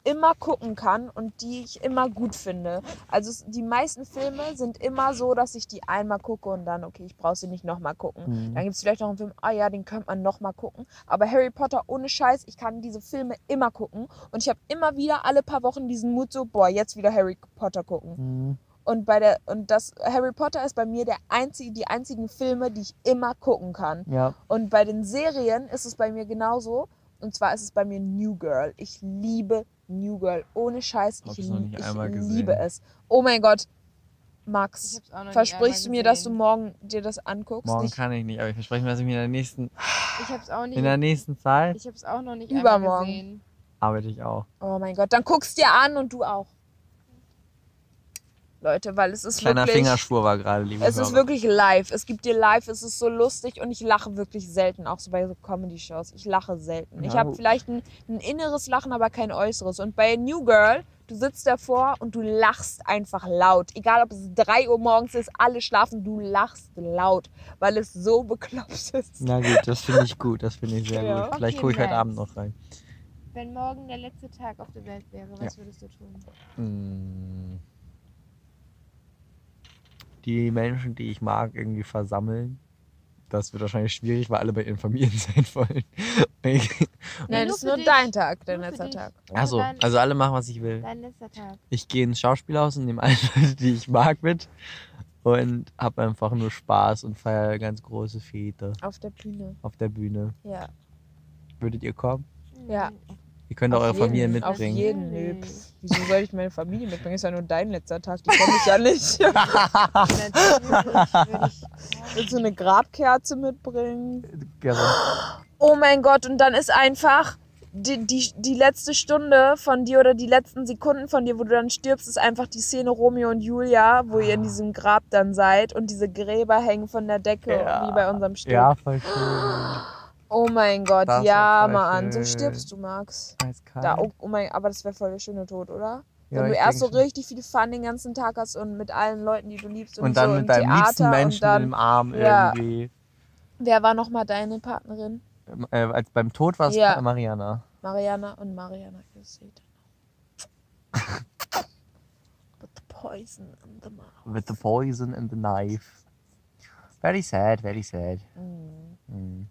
[SPEAKER 2] immer gucken kann und die ich immer gut finde. Also es- die meisten Filme sind immer so, dass ich die einmal gucke und dann, okay, ich brauche sie nicht nochmal gucken.
[SPEAKER 1] Mhm.
[SPEAKER 2] Dann gibt es vielleicht noch einen Film, ah ja, den könnte man nochmal gucken. Aber Harry Potter ohne Scheiß, ich kann diese Filme immer gucken. Und ich habe immer wieder alle paar Wochen diesen Mut so, boah, jetzt wieder Harry Potter gucken.
[SPEAKER 1] Mhm.
[SPEAKER 2] Und bei der und das Harry Potter ist bei mir der einzige, die einzigen Filme, die ich immer gucken kann.
[SPEAKER 1] Ja,
[SPEAKER 2] Und bei den Serien ist es bei mir genauso. Und zwar ist es bei mir New Girl. Ich liebe New Girl. Ohne Scheiß,
[SPEAKER 1] Hab
[SPEAKER 2] ich,
[SPEAKER 1] ich noch
[SPEAKER 2] lieb-
[SPEAKER 1] nicht
[SPEAKER 2] ich
[SPEAKER 1] einmal gesehen.
[SPEAKER 2] liebe es. Oh mein Gott,
[SPEAKER 3] Ich
[SPEAKER 2] Max,
[SPEAKER 3] hab's auch noch nie
[SPEAKER 2] versprichst du
[SPEAKER 3] einmal
[SPEAKER 2] mir, dass du
[SPEAKER 3] gesehen.
[SPEAKER 2] morgen dir das anguckst?
[SPEAKER 1] morgen
[SPEAKER 2] Nicht-
[SPEAKER 1] kann ich nicht, aber ich verspreche mir, dass ich mir in der nächsten,
[SPEAKER 3] Ich hab's auch nicht.
[SPEAKER 1] in der nächsten Zeit
[SPEAKER 3] Ich hab's auch noch nicht
[SPEAKER 2] Übermorgen.
[SPEAKER 3] einmal gesehen.
[SPEAKER 1] arbeite ich auch.
[SPEAKER 2] oh mein Gott, dann guckst dir an und du auch. Leute, weil es ist
[SPEAKER 1] Kleiner
[SPEAKER 2] wirklich
[SPEAKER 1] Fingerschwur war gerade, liebe
[SPEAKER 2] Es
[SPEAKER 1] Hörer.
[SPEAKER 2] ist wirklich live. Es gibt dir live, es ist so lustig und ich lache wirklich selten, auch so bei so Comedy-Shows. Ich lache selten. Ich
[SPEAKER 1] Ja.
[SPEAKER 2] habe vielleicht ein, ein inneres Lachen, aber kein äußeres. Und bei New Girl, du sitzt davor und du lachst einfach laut. Egal, ob es 3 Uhr morgens ist, alle schlafen, du lachst laut, weil es so bekloppt ist.
[SPEAKER 1] Na gut, das finde ich gut, das finde ich sehr
[SPEAKER 2] Ja.
[SPEAKER 1] gut. Vielleicht
[SPEAKER 3] Okay,
[SPEAKER 1] gucke ich heute
[SPEAKER 3] nice.
[SPEAKER 1] Abend noch rein.
[SPEAKER 3] Wenn morgen der letzte Tag auf der Welt wäre, was würdest du tun?
[SPEAKER 1] Mm. Die Menschen, die ich mag, irgendwie versammeln. Das wird wahrscheinlich schwierig, weil alle bei ihren Familien sein wollen.
[SPEAKER 2] Nein,
[SPEAKER 3] nur
[SPEAKER 2] das ist
[SPEAKER 3] für
[SPEAKER 2] nur
[SPEAKER 3] dich.
[SPEAKER 2] dein Tag, dein
[SPEAKER 3] Nur für
[SPEAKER 2] letzter
[SPEAKER 3] dich.
[SPEAKER 2] Tag.
[SPEAKER 1] Achso,
[SPEAKER 3] Dein-
[SPEAKER 1] also alle machen, was ich will.
[SPEAKER 3] Dein letzter Tag.
[SPEAKER 1] Ich gehe ins Schauspielhaus und nehme alle Leute, die ich mag, mit. Und habe einfach nur Spaß und feiere ganz große Fete
[SPEAKER 2] Auf der Bühne.
[SPEAKER 1] auf der Bühne.
[SPEAKER 2] Ja.
[SPEAKER 1] Würdet ihr kommen?
[SPEAKER 3] Hm.
[SPEAKER 2] Ja.
[SPEAKER 1] Ihr könnt auch eure
[SPEAKER 2] Auf jeden-
[SPEAKER 1] Familien
[SPEAKER 2] Auf
[SPEAKER 1] mitbringen.
[SPEAKER 2] jeden, nö. Pff, Wieso soll ich meine Familie mitbringen? Ist ja nur dein letzter Tag. Die kenne ich ja nicht.
[SPEAKER 3] Natürlich würde ich.
[SPEAKER 2] Willst du eine Grabkerze mitbringen?
[SPEAKER 1] Gerne.
[SPEAKER 2] oh mein Gott, und dann ist einfach die, die, die letzte Stunde von dir oder die letzten Sekunden von dir, wo du dann stirbst, ist einfach die Szene Romeo und Julia, wo ihr in diesem Grab dann seid und diese Gräber hängen von der Decke,
[SPEAKER 1] Ja.
[SPEAKER 2] wie bei unserem Sturm.
[SPEAKER 1] Ja, voll schön.
[SPEAKER 2] Oh mein Gott,
[SPEAKER 1] Das ist
[SPEAKER 2] ja,
[SPEAKER 1] voll
[SPEAKER 2] Mann, so
[SPEAKER 1] schön.
[SPEAKER 2] stirbst du, Max.
[SPEAKER 1] Eiskalt.
[SPEAKER 2] Da, oh, oh mein, aber das wäre voll der schöne Tod, oder?
[SPEAKER 1] Ja,
[SPEAKER 2] Wenn du
[SPEAKER 1] ich
[SPEAKER 2] erst so
[SPEAKER 1] denk schon.
[SPEAKER 2] richtig viel Fun den ganzen Tag hast und mit allen Leuten, die du liebst und,
[SPEAKER 1] Und dann
[SPEAKER 2] so im
[SPEAKER 1] mit deinem
[SPEAKER 2] Theater
[SPEAKER 1] liebsten Menschen
[SPEAKER 2] und dann,
[SPEAKER 1] im Arm
[SPEAKER 2] Ja.
[SPEAKER 1] irgendwie.
[SPEAKER 2] wer war nochmal deine Partnerin?
[SPEAKER 1] Äh, als beim Tod war es
[SPEAKER 2] Ja.
[SPEAKER 1] Pa- Mariana.
[SPEAKER 2] Mariana und Mariana Geseda. With the poison in the mouth.
[SPEAKER 1] With the poison and the knife. Very sad, very sad. Mhm.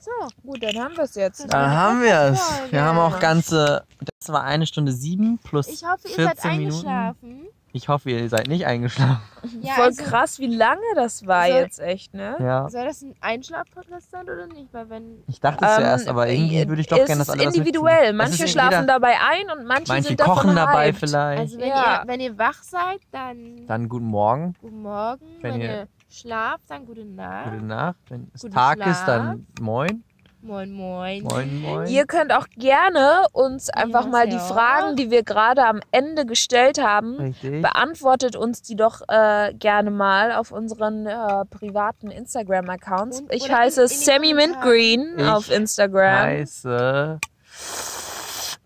[SPEAKER 2] So, Hm. gut, dann haben wir es jetzt. ne?
[SPEAKER 1] Dann haben wir es. Wir haben auch ganze. Das war eine Stunde sieben plus
[SPEAKER 3] Ich hoffe, ihr
[SPEAKER 1] 14
[SPEAKER 3] seid
[SPEAKER 1] Minuten.
[SPEAKER 3] eingeschlafen.
[SPEAKER 1] Ich hoffe, ihr seid nicht eingeschlafen.
[SPEAKER 3] Ja,
[SPEAKER 2] Voll
[SPEAKER 3] also,
[SPEAKER 2] krass, wie lange das war
[SPEAKER 3] Also-
[SPEAKER 2] jetzt echt, ne?
[SPEAKER 1] Ja.
[SPEAKER 3] soll das ein Einschlaf-Podcast sein oder nicht? Weil wenn
[SPEAKER 1] Ich dachte es
[SPEAKER 2] Ähm,
[SPEAKER 1] zuerst, aber irgendwie würde ich doch
[SPEAKER 2] es
[SPEAKER 1] gerne, dass
[SPEAKER 2] ist
[SPEAKER 1] alle das
[SPEAKER 2] individuell.
[SPEAKER 1] mitkriegen. Es
[SPEAKER 2] Manche
[SPEAKER 1] ist
[SPEAKER 2] schlafen
[SPEAKER 1] jeder-
[SPEAKER 2] dabei ein und manche,
[SPEAKER 1] Manche
[SPEAKER 2] sind davon
[SPEAKER 1] kochen dabei
[SPEAKER 2] hyped.
[SPEAKER 1] vielleicht.
[SPEAKER 3] Also wenn,
[SPEAKER 2] Ja.
[SPEAKER 3] ihr, wenn ihr wach seid, dann,
[SPEAKER 1] dann guten Morgen,
[SPEAKER 3] guten Morgen.
[SPEAKER 1] wenn
[SPEAKER 3] Wenn,
[SPEAKER 1] ihr-
[SPEAKER 3] ihr, schlaft, dann gute Nacht.
[SPEAKER 1] gute Nacht. Wenn es
[SPEAKER 3] Guten
[SPEAKER 1] Tag ist,
[SPEAKER 3] Schlaf.
[SPEAKER 1] dann moin.
[SPEAKER 3] Moin, moin.
[SPEAKER 1] Moin, moin.
[SPEAKER 2] Ihr könnt auch gerne uns einfach
[SPEAKER 3] Ja,
[SPEAKER 2] mal die
[SPEAKER 3] sehr.
[SPEAKER 2] Fragen, die wir gerade am Ende gestellt haben,
[SPEAKER 1] Richtig.
[SPEAKER 2] Beantwortet uns die doch äh, gerne mal auf unseren äh, privaten Instagram-Accounts.
[SPEAKER 3] Und-
[SPEAKER 2] Ich
[SPEAKER 3] oder
[SPEAKER 2] heiße
[SPEAKER 3] in- in den
[SPEAKER 2] Sammy Mint Green
[SPEAKER 1] Ich
[SPEAKER 2] auf Instagram.
[SPEAKER 1] heiße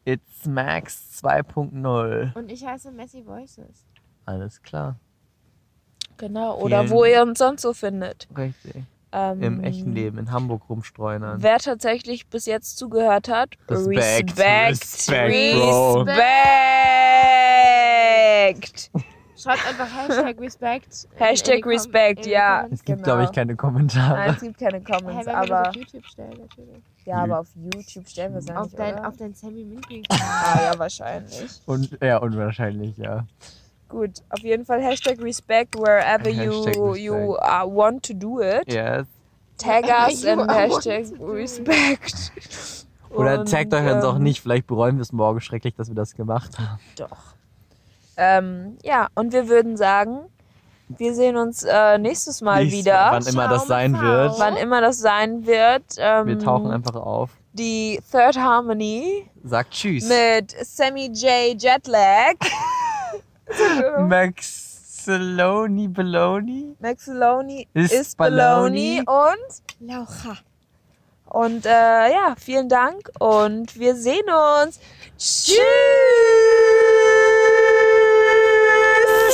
[SPEAKER 1] It's Max 2.0.
[SPEAKER 3] Und ich heiße Messi Voices.
[SPEAKER 1] Alles klar.
[SPEAKER 2] Genau, oder
[SPEAKER 1] Vielen-
[SPEAKER 2] wo ihr uns sonst so findet.
[SPEAKER 1] Richtig.
[SPEAKER 2] Ähm,
[SPEAKER 1] Im echten Leben, in Hamburg rumstreunern.
[SPEAKER 2] Wer tatsächlich bis jetzt zugehört hat,
[SPEAKER 1] Respekt,
[SPEAKER 2] Respekt,
[SPEAKER 1] Respekt, Bro.
[SPEAKER 2] Respekt.
[SPEAKER 3] Schreibt einfach Hashtag Respect. in- in
[SPEAKER 2] Hashtag
[SPEAKER 3] die Kom-
[SPEAKER 2] Respect,
[SPEAKER 3] in die
[SPEAKER 2] ja.
[SPEAKER 3] Comments.
[SPEAKER 1] Es gibt,
[SPEAKER 2] Genau.
[SPEAKER 1] glaube ich, keine Kommentare.
[SPEAKER 2] Nein, es gibt keine
[SPEAKER 3] Hey,
[SPEAKER 2] Comments,
[SPEAKER 3] wenn wir das
[SPEAKER 2] aber,
[SPEAKER 3] auf YouTube stellen, natürlich.
[SPEAKER 2] ja, aber auf YouTube stellen wir es ja
[SPEAKER 3] Auf
[SPEAKER 2] nicht,
[SPEAKER 3] dein,
[SPEAKER 2] oder?
[SPEAKER 3] auf dein Sammy München.
[SPEAKER 2] ah, ja, wahrscheinlich.
[SPEAKER 1] Und, ja, unwahrscheinlich, ja.
[SPEAKER 2] Gut, auf jeden Fall Hashtag Respect wherever
[SPEAKER 1] Hashtag
[SPEAKER 2] you,
[SPEAKER 1] Respect.
[SPEAKER 2] you uh, want to do it.
[SPEAKER 1] Yes.
[SPEAKER 2] Tag us
[SPEAKER 3] You
[SPEAKER 2] and
[SPEAKER 3] are
[SPEAKER 2] Hashtag Respect.
[SPEAKER 1] Oder
[SPEAKER 2] Und,
[SPEAKER 1] taggt euch uns auch
[SPEAKER 2] ähm,
[SPEAKER 1] nicht. Vielleicht bereuen wir es morgen schrecklich, dass wir das gemacht haben.
[SPEAKER 2] Doch. Ähm, ja, und wir würden sagen, Wir sehen uns äh, nächstes Mal
[SPEAKER 6] Lies,
[SPEAKER 2] wieder.
[SPEAKER 6] Wann immer das sein wird.
[SPEAKER 2] Wann immer das sein wird. Ähm,
[SPEAKER 6] Wir tauchen einfach auf.
[SPEAKER 2] Die Third Harmony
[SPEAKER 6] Sagt Tschüss.
[SPEAKER 2] mit Sammy J. Jetlag,
[SPEAKER 6] Maxeloni Baloney.
[SPEAKER 2] Maxiloni
[SPEAKER 6] Ist
[SPEAKER 2] ist Baloney und
[SPEAKER 11] Laucha.
[SPEAKER 2] Und äh, ja, vielen Dank und wir sehen uns. Tschüss!